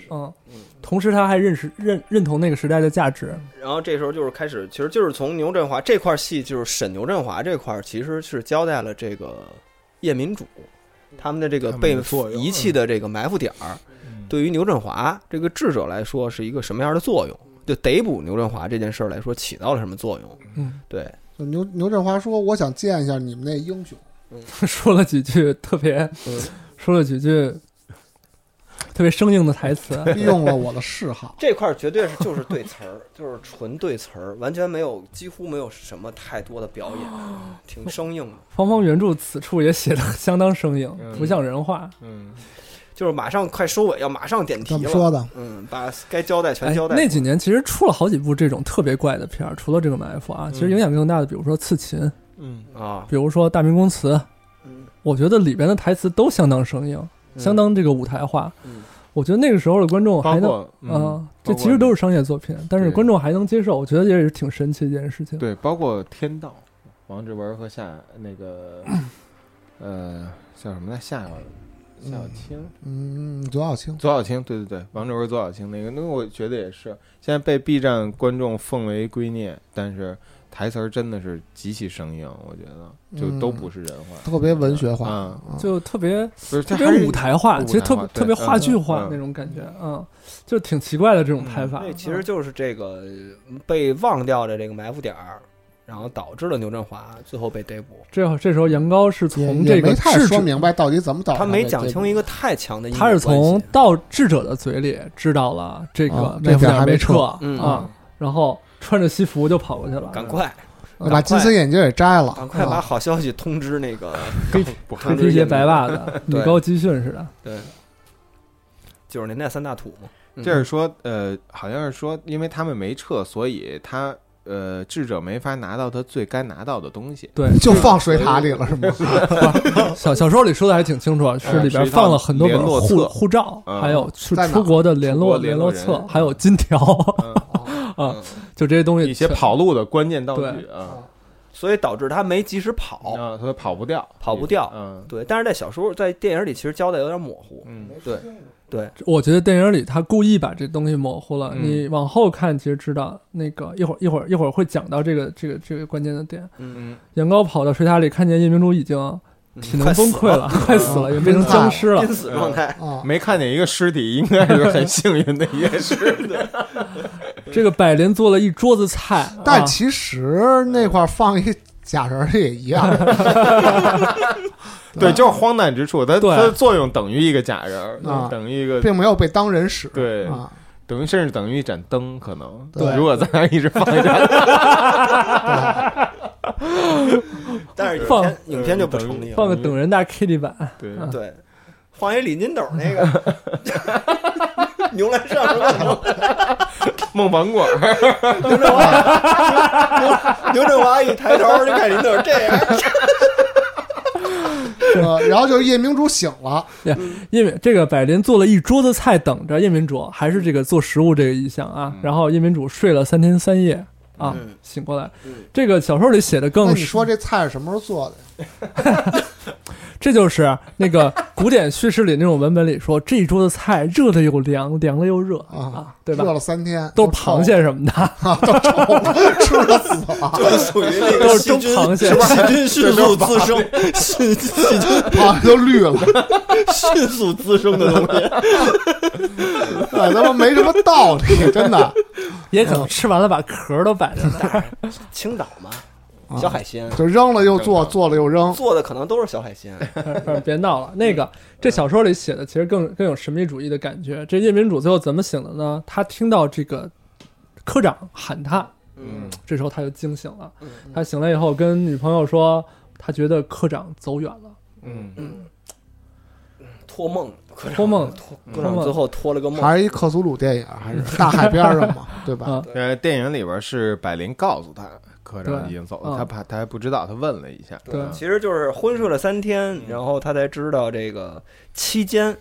S6: 嗯，同时他还认识认认同那个时代的价值，
S7: 然后这时候就是开始，其实就是从牛振华这块戏，就是沈牛振华这块儿，其实是交代了这个夜民主他们的这个
S4: 他们
S7: 被
S4: 的作用嗯
S7: 遗弃的这个埋伏点儿，对于牛振华这个智者来说是一个什么样的作用？就逮捕牛振华这件事儿来说起到了什么作用？
S6: 嗯，
S7: 对，
S3: 就牛牛振华说：“我想见一下你们那英雄。
S6: 嗯 *laughs* 说了几句特别，
S4: 嗯
S6: 说了几句特别生硬的
S4: *laughs*
S6: 台词，”
S3: 利用了我的嗜好，
S7: 这块儿绝对是就是对词儿，就是纯对词儿，完全没有几乎没有什么太多的表演，挺生硬的。
S6: 芳芳原著此处也写的相当生硬，
S4: 嗯
S6: 不像人话。
S4: 嗯
S7: 就是马上快收尾，要马上点题
S3: 怎么
S7: 了。
S3: 说的？
S7: 嗯，把该交代全
S6: 哎
S7: 交代，过。
S6: 那几年其实出了好几部这种特别怪的片儿，除了这个《埋伏》啊，其实影响更大的，比如说《刺秦》，
S4: 嗯
S7: 啊，
S6: 比如说《大明宫词》，我觉得里边的台词都相当生硬，
S4: 嗯
S6: 相当这个舞台化。
S7: 嗯
S6: 我觉得那个时候的观众
S4: 包
S6: 还能
S4: 括嗯
S6: 啊，这
S4: 包括
S6: 其实都是商业作品，但是
S4: 对
S6: 观众还能接受，我觉得也是挺神奇的一件事情。
S4: 对，包括天道，王志文和夏那个呃叫什么来夏小夏小青。
S3: 嗯，左小青，
S4: 左小青，对对对，王志文、左小青那个，那个我觉得也是，现在被 B 站观众奉为圭臬，但是台词儿真的是极其生硬，我觉得就都
S6: 嗯
S4: 不是人话，
S3: 特别文学化，
S4: 嗯
S3: 嗯
S6: 就特别
S4: 不是
S6: 特
S4: 这还
S6: 别
S4: 是
S6: 舞台化，
S4: 舞台
S6: 其实特别
S4: 化对
S6: 特别话剧
S4: 嗯
S6: 化
S4: 嗯嗯
S6: 那种感觉，嗯，就挺奇怪的这种拍法嗯
S5: 那。其实就是这个
S7: 嗯
S5: 被忘掉的这个埋伏点儿，然后导致了牛振华最后被逮捕。
S6: 这这时候杨高是
S3: 也
S6: 从
S3: 也
S6: 这个
S3: 没太
S6: 制
S3: 说
S6: 止，
S3: 明白到底怎么导致
S5: 他没
S3: 的
S5: 讲
S3: 这
S5: 清一个太强的因果
S6: 他是
S5: 关系，
S6: 从盗智者的嘴里知道了这
S3: 啊
S6: 个
S3: 那
S6: 那
S3: 点儿还没
S6: 没
S3: 撤
S5: 嗯
S6: 啊，然后穿着西服就跑过去了，
S5: 赶快
S3: 个，呃把金丝眼镜也摘了，
S5: 赶快
S3: 啊
S5: 把好消息通知那个，
S6: 黑皮鞋白
S4: *laughs*
S6: 袜子，女
S5: 对
S6: 高基训似的，
S5: 对，九十年代三大土嘛，嗯
S4: 这是说呃，好像是说，因为他们没撤，所以他呃智者没法拿到他最该拿到的东西。
S6: 对，
S3: 就放水塔里了是吗？
S6: 小小说里说的还挺清楚，啊
S4: 嗯
S6: 是里边放了很多本
S4: 联络
S6: 护
S4: 册
S6: 护照，
S4: 嗯
S6: 还有去
S3: 在哪
S6: 出国的联
S4: 出
S6: 络
S4: 国联
S6: 联
S4: 络
S6: 络
S4: 人嗯
S6: 册，还有金条 *laughs* 啊，就这些东西
S4: 一些
S6: 全
S4: 跑路的关键道具
S6: 对哦
S4: 啊，
S5: 所以导致他没及时跑。
S4: 啊，他跑不掉，
S5: 跑不掉
S4: 嗯
S5: 对，但是在小说在电影里其实交代有点模糊，
S4: 嗯，
S5: 对对，
S6: 我觉得电影里他故意把这东西模糊了，
S4: 嗯
S6: 你往后看其实知道那个一会儿一会儿一会儿会讲到这个这个这个关键的点。
S4: 嗯
S6: 杨高跑到水塔里，看见夜明珠已经体能
S5: 快
S6: 崩
S5: 死
S6: 溃了，快死了，也变成
S3: 嗯
S6: 僵尸了
S5: 濒。死状态，
S3: 啊，
S4: 没看见一个尸体，应该是很幸运的一件事。
S6: 这个百灵做了一桌子菜，
S3: 但
S6: 啊
S3: 其实那块儿放一假人儿也一样，
S4: 对，就是荒诞之处，它
S6: 对
S4: 它的作用等于一个假人
S3: 啊
S4: 儿，等于一个
S3: 并没有被当人使。
S4: 对
S3: 啊，
S4: 等于甚至等于一盏灯，可能。
S3: 对
S4: 如果在那儿一直放一盏，
S5: *laughs* 但是影
S6: 放
S5: 片影片就不成立了。
S6: 放个
S4: 嗯
S6: 等人大 Kitty 版，
S4: 对，
S5: 对，放一李金斗那 *laughs* 个牛栏上是吧？
S4: 梦房馆儿，
S5: 刘振华，刘刘振华一抬头就看林德这样，
S3: 呃然后就是夜明珠醒了，
S6: *laughs* 叶明这个百灵做了一桌子菜等着叶明主，还是这个做食物这个意向啊。
S3: 嗯
S6: 然后叶明主睡了三天三夜啊，醒过来。这个小说里写的
S3: 那
S6: 更
S3: 你说这菜是什么时候做的？
S6: 这就是那个古典叙事里那种文本里说，这一桌子菜热的又凉，凉了又热啊，对吧
S3: 热？了三天，
S6: 都是螃蟹什么的，
S3: 吃了死了，
S5: 属于那
S6: 都是蒸螃蟹。
S5: 细菌迅速滋生，细细菌
S3: 螃 *laughs* 蟹都绿了，
S5: *laughs* 迅速滋生的东西。
S3: *laughs* 哎他妈没什么道理，真的。
S6: 也可能吃完了把壳儿都摆在那儿。
S5: 青岛嘛，
S6: 啊
S5: 小海鲜
S3: 就扔了又做，做了又扔，
S5: 做的可能都是小海鲜，
S6: 嗯别闹了，那个这小说里写的其实更更有神秘主义的感觉。这夜明主最后怎么醒的呢？他听到这个科长喊他，
S4: 嗯，
S6: 这时候他就惊醒了。他醒来以后跟女朋友说，他觉得科长走远了。
S4: 嗯，
S5: 嗯托梦，科长
S6: 托梦
S5: 托
S6: 嗯
S5: 科长最后托了个梦，
S3: 还是一克苏鲁电影，还是大海边上嘛，对吧？
S6: *laughs* 啊
S4: *laughs* 呃，电影里边是百灵告诉他科长
S6: 对
S4: 已经走
S6: 嗯
S4: 了，他怕他还不知道，他问了一下，
S6: 对
S4: 嗯
S5: 其实就是昏睡了三天，然后他才知道这个期间，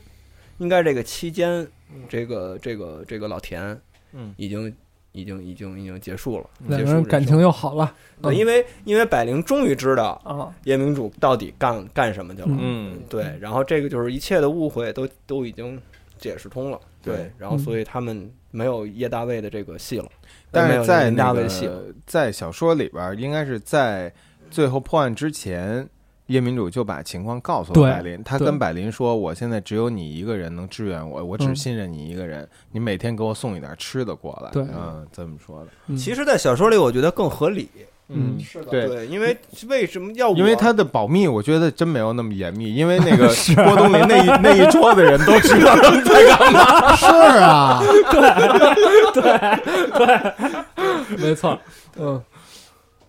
S5: 应该这个期间，这个这个这个老田，
S4: 嗯
S5: 已经已经已经已经结束了，
S6: 两
S5: 结
S6: 个
S5: 束
S6: 人
S5: 人
S6: 感
S5: 生
S6: 情嗯又好了
S5: 对，因为因为百灵终于知道
S6: 啊。
S5: 夜明主到底干干什么去了，
S6: 嗯
S4: 嗯，
S5: 对，然后这个就是一切的误会都都已经解释通了，
S4: 对
S5: 对，
S6: 嗯
S5: 然后所以他们没有叶大卫的这个戏了，
S4: 但
S5: 没有
S4: 是在
S5: 林
S4: 那
S5: 大卫的戏了，
S4: 个在小说里边，应该是在最后破案之前，夜明主就把情况告诉了
S6: 对
S4: 百灵。他
S6: 对
S4: 跟百灵说：“我现在只有你一个人能支援我，我只
S6: 嗯
S4: 信任你一个人。你每天给我送一点吃的过来。”
S6: 对
S4: 嗯，这么说的。
S6: 嗯
S5: 其实，在小说里我觉得更合理，
S6: 嗯
S4: 是的，对。
S5: 对，因为为什么要我
S4: 因为他的保密，我觉得真没有那么严密。因为那个郭冬临那一那一桌子人都知道他们在干嘛。
S3: 是啊，
S6: 没错，嗯，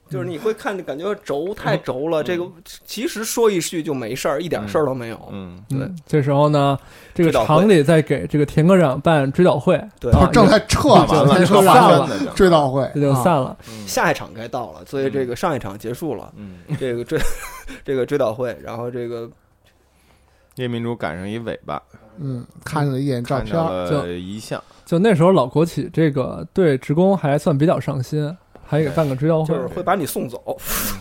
S5: 就是
S4: 嗯
S5: 你会看感觉轴太轴了，这个其实说一句就没事儿，一点事儿都没有。
S4: 嗯，
S5: 对
S6: 嗯，这时候呢，这个
S5: 追悼会
S6: 厂里在给这个田科长办追悼会，
S5: 对
S6: 啊
S3: 他正在撤
S6: *laughs*
S4: 完
S3: 完
S4: 了，
S6: 就
S4: 撤
S3: 撤
S6: 散
S3: 完
S4: 完
S6: 了
S3: 了，
S4: 了，
S3: 追悼会啊
S6: 这就散了。
S5: 下一场该到了，所以这个上一场结束了，
S4: 嗯
S5: *laughs*
S4: 嗯，
S5: 这个追这个追悼会，然后这个
S4: 夜明珠赶上一尾巴，
S3: 嗯，看了一眼照
S4: 看
S3: 片
S4: 到
S3: 儿，
S4: 了遗像，
S6: 就那时候老国企这个对职工还算比较上心，还给办个追悼
S5: 哎就
S6: 会。
S5: 是会把你送走。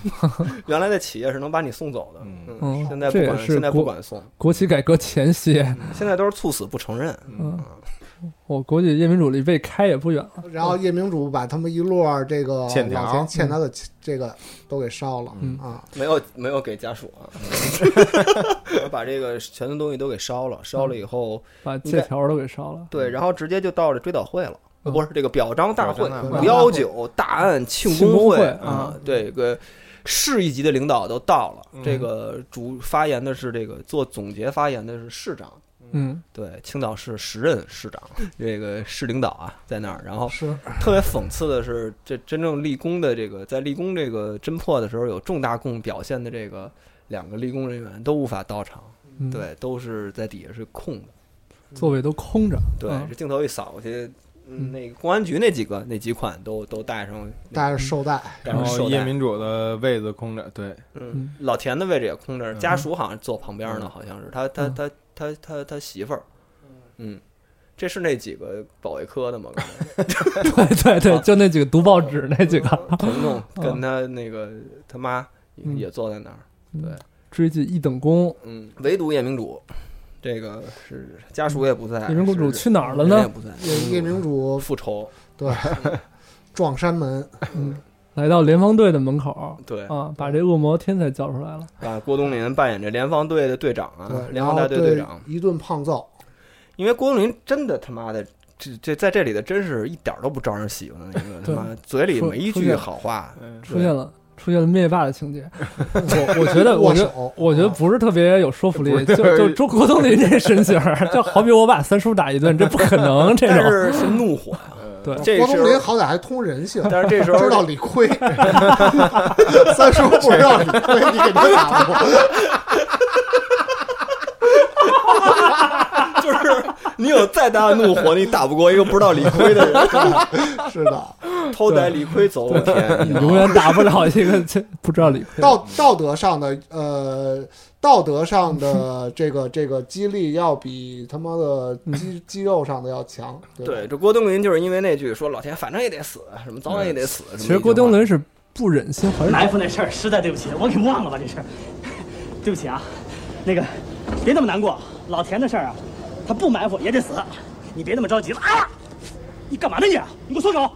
S5: *laughs* 原来的企业是能把你送走的，
S4: 嗯
S6: 嗯
S5: 现在
S6: 这
S5: 不
S6: 也
S5: 管，
S6: 是
S5: 现在不
S6: 国
S5: 管送，
S6: 国企改革前夕，
S5: 现在都是猝死不承认。
S6: 嗯，我估计夜明主离被开也不远了。
S3: 然后夜明主把他们一摞儿这个
S4: 欠条
S3: 老钱欠他的钱这个都给烧了
S6: 嗯
S3: 啊，
S5: 没有没有给家属
S4: *laughs*
S5: 啊， *laughs* 我把这个全的东西都给烧了，烧了以后，
S6: 把借条都给烧了。
S5: 对，然后直接就到了追悼会了。呃不是这个表彰大会
S4: 表彰，
S3: 大会
S5: 五幺九大案庆
S6: 庆功
S5: 会
S6: 会
S5: 啊，对，这个市一级的领导都到了。这个主发言的是这个做总结发言的是市长，
S6: 嗯，
S5: 对，青岛市时任市长， *laughs* 这个市领导啊在那儿。然后
S6: 是
S5: 特别讽刺的是，这真正立功的这个在立功这个侦破的时候有重大贡表现的这个两个立功人员都无法到场，，
S6: 嗯
S5: 对，都是在底下是空的。
S6: 座位都空着。
S5: 对，
S6: 嗯
S5: 这镜头一扫过去，嗯
S6: 嗯
S5: 那个公安局那几个那几款都都带上那
S3: 带着绶带，
S5: 带上
S4: 然后
S5: 绶
S4: 夜
S5: 带。
S4: 明主的位子空着，对，
S5: 嗯，老田的位置也空着，家属好像坐旁边呢，好像是他他
S6: 嗯
S5: 他他他他媳妇儿，嗯。这是那几个保卫科的吗？刚才
S6: *laughs* 对对
S5: 啊
S6: 对，就那几个读报
S5: 嗯
S6: 纸那几个，
S5: 童
S6: *laughs*
S5: 总跟他那个他妈也
S6: 哦嗯
S5: 也坐在那儿，对，
S6: 追记一等功。
S5: 嗯，唯独夜明主，这个是家属也不在，
S6: 夜明公主
S5: 是
S6: 去哪儿了
S5: 人也
S6: 嗯呢？
S5: 不在，
S3: 夜夜明主
S5: 复仇，
S3: 撞山门，
S6: 来到联防队的门口
S5: 对，
S6: 啊，把这恶魔天才叫出来了。
S5: 把郭冬临扮演这联防队的队长啊，
S3: 对，
S5: 联
S3: 然
S5: 防大
S3: 后
S5: 队队长，
S3: 一顿胖揍，
S5: 因为郭冬临真的他妈的。这这在这里的真是一点儿都不招人喜欢的那个，他
S6: 对
S5: 妈嘴里
S6: 出
S5: 没一
S6: 出
S5: 句
S6: 现
S5: 好话，
S4: 嗯
S6: 出现了出现了灭霸的情节。 *laughs* 我我觉得，我
S3: 握
S6: 觉得。啊
S3: 手，
S6: 我觉得不是特别有说服力，
S4: 不
S6: 就是就周国栋的这身形儿，就好比我把三叔打一顿，这不可能，这
S5: 但
S6: 种
S5: 是是怒火啊。
S6: 对
S5: 这
S3: 郭
S5: 时
S3: 冬
S5: 候
S3: 临好歹还通人性，
S5: 但是这时候
S3: 知道理
S5: *laughs*
S3: 亏，三叔不知道理亏，你给他打过，
S5: 就是你有再大的怒火，你打不过一个不知道理亏的人， *laughs*
S3: 是的，
S5: 偷逮理亏走我天，
S6: 永远打不了一个这不知道理亏。
S3: 道道德上的呃。道德上
S5: *laughs*
S3: 的这个这个激励要比他妈的肌肌肉上的要强，对吧
S5: 嗯对，这郭冬临就是因为那句说老天反正也得死，什么早晚也得死。
S6: 嗯其实郭冬临是不忍心还手，
S10: 埋伏那事儿实在对不起，我给忘了吧这事儿， *laughs* 对不起啊，那个别那么难过，老田的事儿啊，他不埋伏也得死，你别那么着急了啊！你干嘛呢你？啊你给我松手！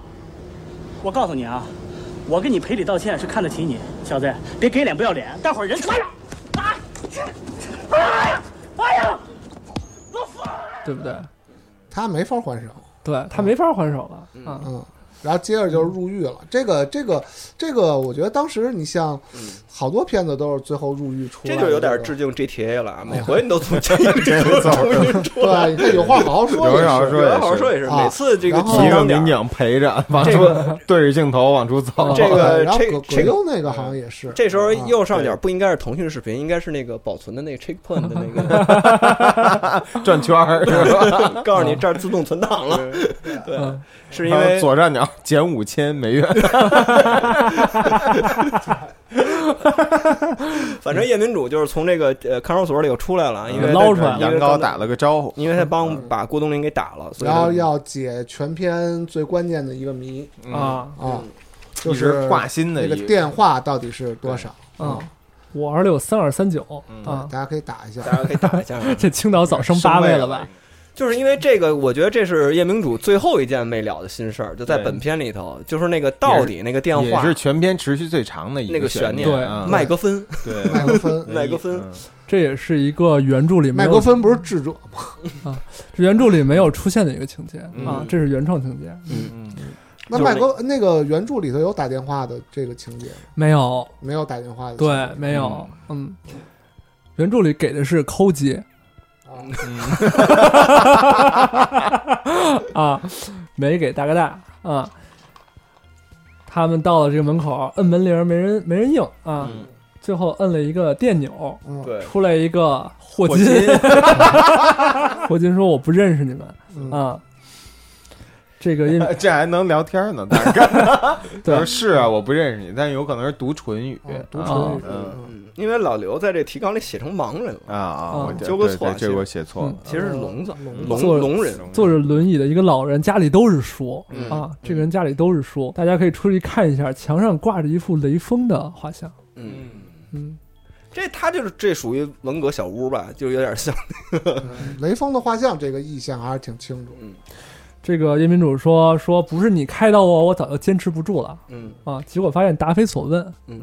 S10: 我告诉你啊，我跟你赔礼道歉是看得起你，小子，别给脸不要脸，待会儿人出来了，啊！哎呀，哎呀，我死了！
S6: 对不对？
S3: 他没法还手。
S6: 对他没法还手了啊！
S3: 嗯，然后接着就是入狱了。这个这个这个，我觉得当时你像好多片子都是最后入狱出来
S5: 嗯这
S3: 的，
S5: 就有点致敬 GTA 了啊！每回你都从 GTA 都重新出
S3: 对吧。对，你看有话好好说也
S4: 有
S3: 是，
S4: 话好好说
S5: 来，好好说也是，
S3: 啊
S5: 每次这个
S3: 然后
S4: 一
S5: 起
S4: 个
S5: 涨点
S4: 民
S5: 儿
S4: 警
S5: *laughs*
S4: 陪着往
S5: 这
S4: 出
S5: 个
S4: 对着镜头往出走，
S5: 这个
S3: 对然后
S5: 这
S3: 葛
S5: 这
S3: 葛
S5: 个嗯
S3: 优那个好像也是，
S5: 这时候
S3: 啊
S5: 右上角不应该是腾讯视频，应该是那个保存的那个 checkpoint 的那个，
S4: 转圈儿是吧？
S5: 告诉你这儿自动存档了。对
S6: 嗯，
S5: 是因
S4: 然后
S5: 为
S4: 左站长减五千每月，
S5: 反正夜民主就是从这个呃看守所里又出来了，因为
S6: 捞出来了
S5: 因
S4: *laughs* 羊
S5: 为
S4: 羔
S5: 刚
S4: 打
S5: 才，
S4: 了个招呼，
S5: 因为他帮把郭冬临给打了，所以
S3: 然
S5: 他
S3: 后要解全片最关键的一个谜
S5: 嗯
S4: 嗯
S6: 啊
S3: 啊，就
S4: 一
S3: 是
S4: 直挂心的
S3: 那
S4: 一
S3: 个电话到底是多少
S6: 啊，五二六三二三九啊
S3: 大，家可以打一下。
S5: 大家可以打一下啊。
S6: 这青岛早升八位了吧？？
S5: 就是因为这个，我觉得这是夜明主最后一件没了的心事儿，就在
S4: 对
S5: 本片里头，就是那个到底那个电
S4: 也
S5: 话
S4: 是全篇持续最长的一
S5: 那个
S4: 悬
S5: 悬念
S6: 对
S4: 啊
S5: 麦格芬，
S4: 对
S3: 麦克芬，
S5: 麦格芬
S4: 嗯
S6: 这也是一个原著里没
S3: 麦
S6: 有
S3: 克芬不是智者吗？
S6: 原著里没有出现的一个情节啊
S4: 嗯，
S6: 这是原创情节，
S4: 嗯
S3: 那
S5: 就是
S3: 麦
S5: 那
S3: 克那个原著里头有打电话的这个情节吗，
S6: 没有，
S3: 没有打电话的情节。
S6: 对，没有，嗯，原著里给的是抠机
S3: 啊，
S6: *laughs* 啊，没给大哥大啊。他们到了这个门口，摁门铃，没人没人应啊，最后摁了一个电钮，
S3: 嗯
S5: 对
S6: 出来一个霍金，霍金说我不认识你们
S3: 嗯
S6: 啊。这个因为
S4: 这还能聊天呢，大
S5: *laughs*
S4: 哥。
S6: 对
S4: 他说是啊，我不认识你，但有可能是读唇
S5: 哦
S4: 语，
S6: 读唇语
S4: 嗯
S5: 因为老刘在这提纲里写成盲人了，
S4: 啊啊，我
S5: 纠嗯个
S4: 对
S5: 错
S4: 对这我写错了
S6: 嗯。
S5: 其实是聋子，
S6: 子
S5: 聋聋人。
S6: 坐着轮椅的一个老人，家里都是书、啊，这个人家里都是书，大家可以出去看一下，墙上挂着一幅雷锋的画像。
S5: 嗯，
S6: 嗯，
S5: 这他就是这属于文革小屋吧，就有点像。
S3: 雷锋的画像这个意象还是挺清楚。
S6: 这个叶民主说说不是你开导我，我早就坚持不住了
S5: 嗯
S6: 啊。结果发现答非所问，
S5: 嗯，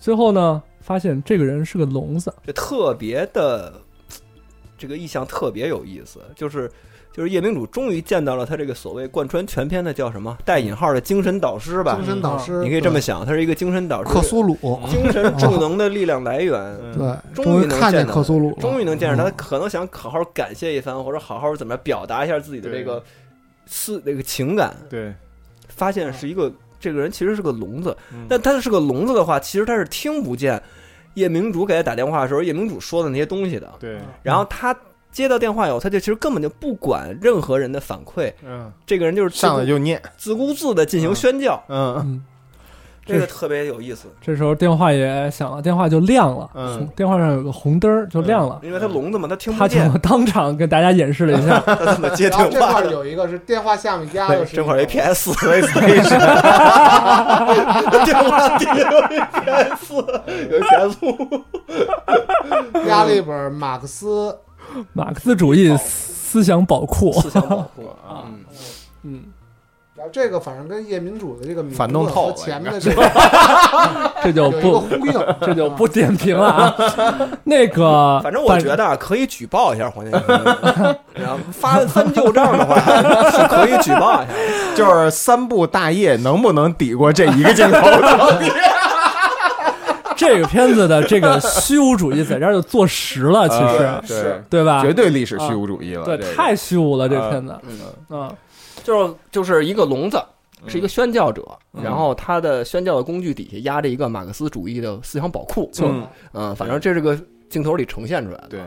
S6: 最后呢发现这个人是个聋子。
S5: 这特别的，这个意象特别有意思，就是就是夜明主终于见到了他这个所谓贯穿全篇的叫什么带引号的精神导师吧
S3: 精，神导师，
S5: 你可以这么想，他是一个精神导师，
S3: 克苏鲁，
S5: *laughs* 精神赋能的力量来源。
S3: 对，
S5: 终
S3: 于
S5: 于能
S3: 看见
S5: 见到
S3: 克苏鲁了，嗯
S5: 终于能见着他，可能想好好感谢一番，或者好好怎么表达一下自己的这个思那个情感，
S4: 对，
S5: 发现是一个这个人其实是个聋子
S4: 嗯，
S5: 但他是个聋子的话，其实他是听不见夜明主给他打电话的时候，夜明主说的那些东西的。
S4: 对，
S5: 然后他接到电话以后，他就其实根本就不管任何人的反馈，
S4: 嗯，
S5: 这个人就是自
S4: 上来
S5: 顾
S4: 就念，
S5: 自顾自的进行宣教，
S4: 嗯
S6: 嗯，
S5: 这个特别有意思，
S6: 这时候电话也响了，电话就亮了，
S4: 嗯
S6: 红电话上有个红灯儿就亮了。
S5: 因为他聋子嘛，他听
S6: 他
S5: 不
S6: 就
S5: 见，
S6: 当场跟大家演示了
S5: *laughs*
S6: 一下，
S5: 他怎么接
S3: 然后
S5: 电
S3: 这
S5: 话
S3: 块
S5: 的？
S3: 有一个是电话下面压的是
S5: 这块儿 APS，
S4: PlayStation
S5: 电话底下有一 PS，有一 PS
S3: 压了一本马克思，
S6: 马克思主义思想宝库。
S5: 思想保护啊，嗯
S6: 嗯，
S3: 然后这个反正跟夜民主的这个名字
S4: 反动透
S3: 和
S4: 了
S3: 前
S4: 应
S3: 面
S4: 该
S3: 的这
S6: *laughs*
S3: 个
S6: 这就
S3: 有一个
S6: 不
S3: 呼应， *laughs*
S6: 这就不点评了啊。那个，
S5: 反正我觉得啊，可以举报一下黄建平，
S4: *laughs*
S5: 然后翻翻旧账的话是可以举报一下。
S4: *laughs* 就是三部大业能不能抵过这一个镜头？
S6: *laughs* 这个片子的这个虚无主义在这儿就坐实了，其
S4: 呃
S6: 实
S4: 对，
S6: 对吧？
S4: 绝对历史虚无主义了，
S6: 啊对
S4: 这个
S6: 太虚无了，这片子。嗯，
S5: 就是就是一个聋子，是一个宣教者，
S6: 嗯
S5: 然后他的宣教的工具底下压着一个马克思主义的思想宝库，
S4: 嗯，
S5: 嗯，反正这是个镜头里呈现出来的。
S4: 对，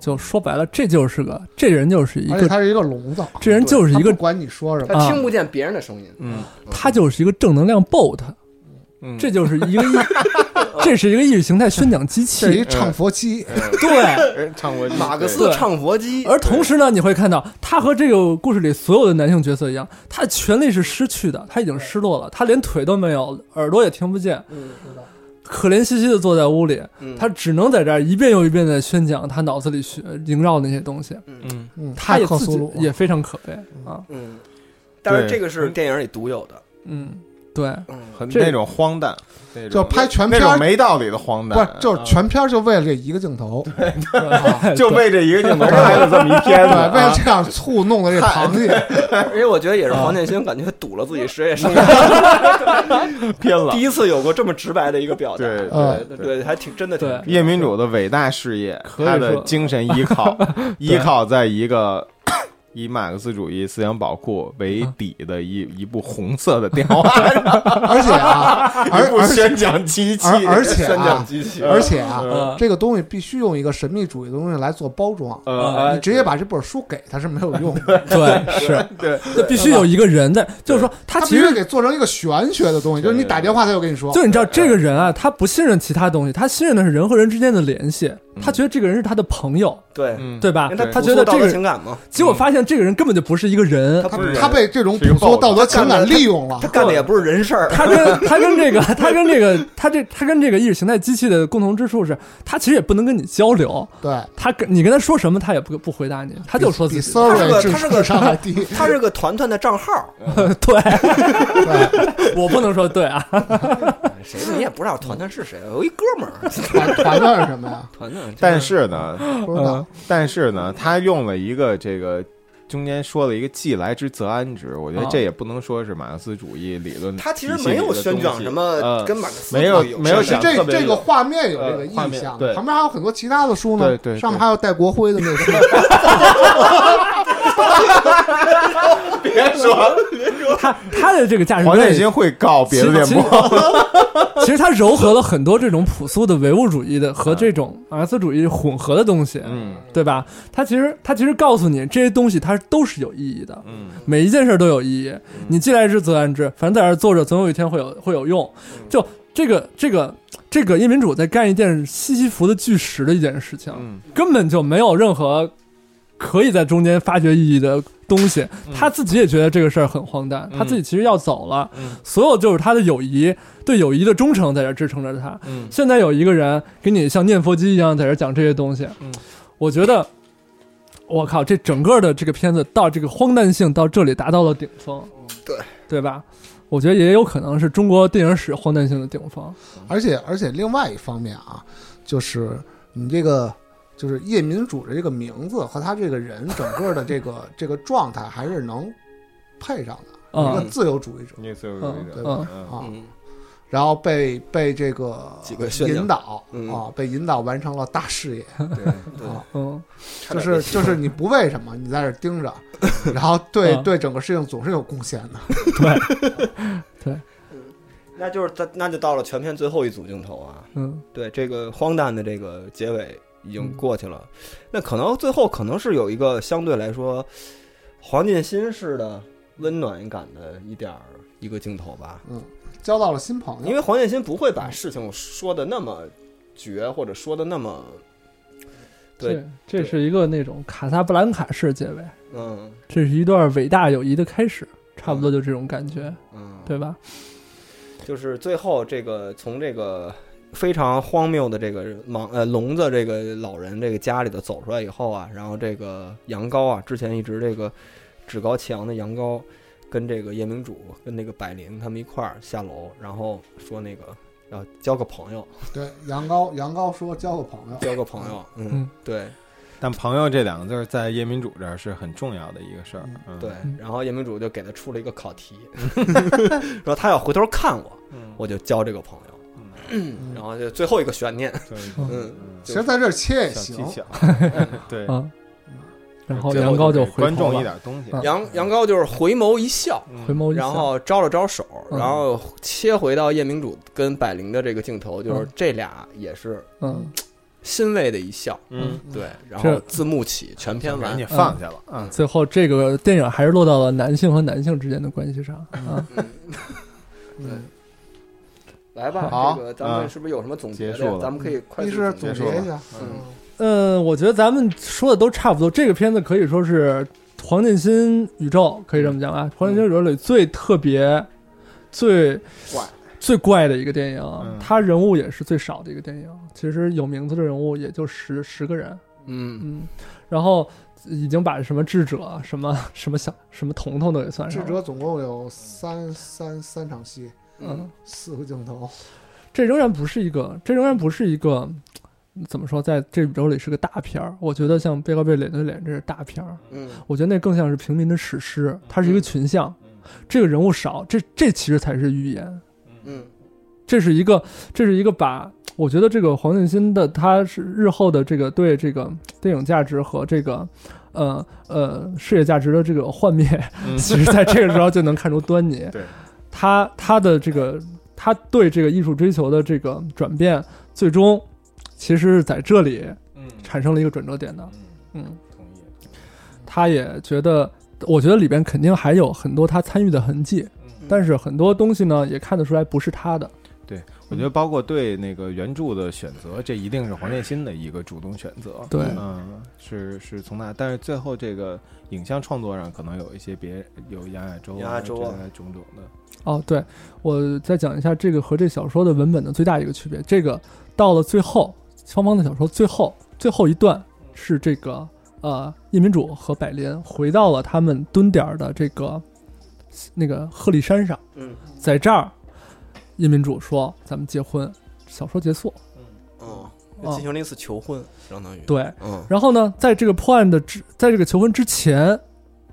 S6: 就说白了，这就是个这人就是一
S3: 而且
S6: 个
S3: 他是一个聋子，
S6: 这人就是一
S3: 他
S6: 个
S3: 不管你说什么，
S6: 啊
S5: 他听不见别人的声音，
S4: 嗯
S6: 他就是一个正能量 bot，
S4: 嗯，
S6: 这就是一个意 *laughs* 这是一个意识形态宣讲机
S3: 这是一
S6: 器。
S3: 唱佛机，
S6: 对，
S4: 呃唱过
S5: 马克
S4: 对
S5: 思唱佛机，
S6: 而同时呢，你会看到他和这个故事里所有的男性角色一样，他的权利是失去的，他已经失落了，他连腿都没有，耳朵也听不见，可怜兮兮的坐在屋里，
S5: 嗯
S6: 他只能在这儿一遍又一遍的宣讲他脑子里去萦绕的那些东西，
S4: 嗯，
S3: 嗯，
S6: 他
S3: 太
S6: 也
S3: 克
S6: 自
S3: 苏
S6: 己
S3: 鲁
S6: 也非常可悲啊，
S5: 嗯，但是
S4: 对
S5: 这个是电影里独有的，
S6: 嗯，对，
S4: 很
S6: 这
S4: 哎那种荒诞，那种
S3: 就拍全
S4: 那
S3: 片
S4: 种
S3: 儿，
S4: 没啊道理的荒
S3: 不
S4: 诞，
S3: 是就是全片儿就为了这一个镜头，对，
S4: 就为这一个镜头拍了这么一片
S3: 为
S4: 子啊，
S3: 了这样醋弄的这螃蟹，
S5: 因为我觉得也是黄建新感觉赌了自己职业 *laughs* 生涯，
S4: 偏了
S5: 第。一次有过这么直白的一个表达，呃
S4: 对
S3: 嗯
S5: 对对，还挺真的挺
S6: 对
S4: 夜民主的伟大事业，
S6: 以
S4: 他的
S6: 说
S4: 精神依靠依靠在一个 *coughs* 以马克思主义思想宝库为底的一一部红色的电话上，
S3: 而且啊，而
S4: 一部
S3: 而且
S4: 宣讲机器，
S3: 而而且啊
S4: 宣讲机器，
S3: 而且啊
S6: 嗯，
S3: 这个东西必须用一个神秘主义的东西来做包装。啊
S4: 呃，
S6: 啊
S3: 你直接把这本书给他是没有用
S4: *laughs*
S3: 的，
S6: 对，是，
S4: 对，
S6: 那必须有一个人在，就是说他
S3: 他
S6: 其
S3: 必须
S6: 实。
S3: 给做成一个玄学的东西，就是你打电话他就跟你说，
S6: 就你知道这个人啊，他不信任其他东西，他信任的是人和人之间的联系，他觉得这个人是他的朋友，
S5: 对，
S4: 嗯
S6: 对吧
S5: 因为？
S6: 哎他
S5: 朴素
S6: 觉得
S5: 道
S6: 这
S5: 德
S6: 个
S5: 情
S6: 人，
S5: 感嘛，
S6: 结果发现这个人根本就不是一个人，
S3: 他
S4: 不是人
S3: 他被这种
S4: 是一
S3: 朴
S4: 个
S3: 素
S4: 报纸
S3: 道德情感利用了
S5: 他，干的也不是人事
S6: *laughs*
S5: 儿，
S6: 他跟他跟这个他跟这个他这他跟这个意识形态机器的共同之处是，他其实也不能跟你交流，
S3: 对，
S6: 他跟你跟他说什么，他也不不回答你，他就说
S3: 比
S6: 自己
S3: Survey 智
S5: 他是个
S3: 智商还
S5: *laughs*
S3: 低，
S5: 他是个团团的账号，
S6: 对，我不能说 *laughs* 对 *laughs* 啊，
S5: 谁你也不知道团团是谁，有一哥们儿，
S3: 团团团是什么呀？
S5: 团团，
S4: 但是呢，
S3: 不知道，
S4: 但是呢，他用了一个这个。中间说了一个“既来之则安之”，我觉得
S6: 啊
S4: 这也不能说是马克思主义理论体系里的东西。
S5: 他其实没有宣讲什么
S4: 呃
S5: 跟马克思
S4: 没有
S5: 主义
S4: 没
S5: 有
S4: 有
S3: 是
S4: 想
S3: 这
S4: 特别
S3: 这个
S4: 有
S3: 画面有这个意
S4: 呃画面
S3: 象，
S4: 对
S3: 旁边还有很多其他的书呢，
S4: 对对对 *laughs*
S3: 上面还有带国徽的那个书，
S7: 别说，
S6: 他他的这个价值
S4: 黄
S6: 观
S4: 建，新会告别的
S6: 其
S4: 店
S6: 其
S4: 铺，
S6: 其实 *laughs* 他糅合了很多这种朴素的唯物主义的和这种马克思主义混合的东西，
S4: 嗯
S6: 对吧？他其实他其实告诉你这些东西它都是有意义的，
S4: 嗯，
S6: 每一件事儿都有意义。你既来之则安之，反正在这儿坐着，总有一天会有会有用。
S4: 嗯
S6: 就这个这个这个，英民主在干一件西西弗的巨石的一件事情，
S4: 嗯
S6: 根本就没有任何可以在中间发掘意义的东西。他自己也觉得这个事儿很荒诞，他自己其实要走了，
S4: 嗯
S6: 所有就是他的友谊对友谊的忠诚在这儿支撑着他。
S4: 嗯
S6: 现在有一个人给你像念佛机一样在这讲这些东西，
S4: 嗯
S6: 我觉得，我靠，这整个的这个片子到这个荒诞性到这里达到了顶峰，
S4: 嗯
S6: 对对吧？我觉得也有可能是中国电影史荒诞性的顶峰。
S3: 而且而且另外一方面啊，就是你这个就是叶民主的这个名字和他这个人整个的这个这个状态还是能配上的，一
S6: 嗯
S3: 个自由主义者，
S4: 你最有
S6: 嗯
S4: 意
S3: 对
S4: 思
S3: 吧
S6: 嗯？
S3: 啊，
S7: 嗯，
S3: 然后被被这个
S7: 几个宣扬
S3: 引导
S7: 嗯
S3: 啊，被引导完成了大事业啊，
S6: 嗯，
S3: 就是就是你不为什么你在这儿盯着，然后对
S6: 嗯
S3: 对整个事情总是有贡献的。
S7: 那就是那那就到了全片最后一组镜头啊，
S6: 嗯，
S7: 对这个荒诞的这个结尾已经过去了，那可能最后可能是有一个相对来说黄建新式的温暖感的一点儿一个镜头吧，
S3: 交到了新朋
S7: 因
S3: 友，
S7: 为黄建新不会把事情说的那么绝，或者说的那么对，
S6: 这这是一个那种卡萨布兰卡式结尾，
S7: 嗯
S6: 这是一段伟大友谊的开始，差不多就这种感觉，
S7: 嗯，
S6: 对吧？
S7: 就是最后这个从这个非常荒谬的这个盲呃聋子这个老人这个家里头走出来以后啊，然后这个羊羔啊，之前一直这个趾高气扬的羊羔，跟这个夜明主跟那个百灵他们一块儿下楼，然后说那个要交个朋友，
S3: 对羊羔，羊羔说交个朋友，
S7: 交个朋友，嗯，
S6: 嗯
S7: 对
S4: 但“朋友”这两个字儿在叶民主这儿是很重要的一个事儿。嗯
S7: 对
S6: 嗯，
S7: 然后夜明主就给他出了一个考题， *laughs* 说他要回头看我，
S4: 嗯
S7: 我就交这个朋友，
S3: 嗯
S7: 然后就最后一个悬念，
S4: 对
S7: 嗯
S4: 嗯
S3: 其实在这儿切也
S4: 小
S3: 行
S4: 技，
S6: *laughs*
S4: 巧，对，
S6: 啊，然后
S7: 最后
S6: 羊羔
S7: 就
S6: 就是回
S4: 观
S6: 头
S4: 众一
S6: 了，
S4: 点东西。嗯
S6: 嗯
S7: 羊羊羔就是回眸一笑。
S6: 回眸一
S7: 然
S6: 笑，
S7: 后招了招手，
S6: 嗯
S7: 然后切回到夜明主跟百灵的这个镜头，就是
S6: 嗯
S7: 这俩也是
S6: 嗯，
S7: 欣慰的一笑。
S4: 嗯，
S7: 对，然后
S6: 这
S7: 字幕起，全篇
S4: 赶
S7: 完。
S4: 紧放下了。嗯，
S6: 最后这个电影还是落到了男性和男性之间的关系上啊。
S3: 嗯，
S7: 来吧，
S4: 好
S7: 这个咱们
S4: 嗯
S7: 是不是有什么总啊结
S4: 结束
S7: 的？
S4: 了
S7: 咱们可以快
S3: 一
S7: 速
S3: 是
S7: 总
S3: 总
S7: 结。
S4: 结束
S3: 结一下，
S7: 嗯
S6: 嗯，我觉得咱们说的都差不多。这个片子可以说是黄建新宇宙，可以这么讲啊，黄建新宇宙里最特别、最
S7: 怪
S6: 最怪的一个电影
S4: 嗯。
S6: 他人物也是最少的一个电影。其实有名字的人物也就十十个人，
S7: 嗯，
S6: 嗯，然后已经把什么智者、什么什么小、什么彤彤都给算
S3: 智
S6: 上了。
S3: 者总共有三三三场戏，
S6: 嗯，
S3: 四个镜头，
S6: 这仍然不是一个，这仍然不是一个，嗯怎么说，在这宇宙里是个大片儿。我觉得像《背靠背脸对脸》这是大片儿，
S7: 嗯，
S6: 我觉得那更像是平民的史诗，它是一个群像，这个人物少，这这其实才是预言，
S7: 嗯，
S6: 这是一个，这是一个把。我觉得这个黄建新的他是日后的这个对这个电影价值和这个，呃呃事业价值的这个幻灭，
S4: 嗯
S6: 其实在这个时候就能看出
S4: *laughs*
S6: 端倪。
S4: 对，
S6: 他他的这个他对这个艺术追求的这个转变，最终其实是在这里
S4: 嗯
S6: 产生了一个转折点的。嗯，
S4: 同意。
S6: 他也觉得，我觉得里边肯定还有很多他参与的痕迹，
S7: 嗯
S6: 但是很多东西呢也看得出来不是他的。
S4: 我觉得包括对那个原著的选择，这一定是黄建新的一个主动选择。
S6: 对
S4: 嗯，是是从那，但是最后这个影像创作上可能有一些别有杨亚洲、
S7: 杨亚洲啊
S4: 这种种的。
S6: 哦，对，我再讲一下这个和这小说的文本的最大一个区别，这个到了最后，双方的小说最后最后一段是这个呃，叶民主和百莲回到了他们蹲点儿的这个那个鹤立山上，
S7: 嗯，
S6: 在这儿，叶民主说咱们结婚，小说结束，
S7: 嗯，
S6: 哦
S7: 进行了一次求婚，相当于。，
S6: 对，
S7: 嗯
S6: 然后呢，在这个破案的之，在这个求婚之前，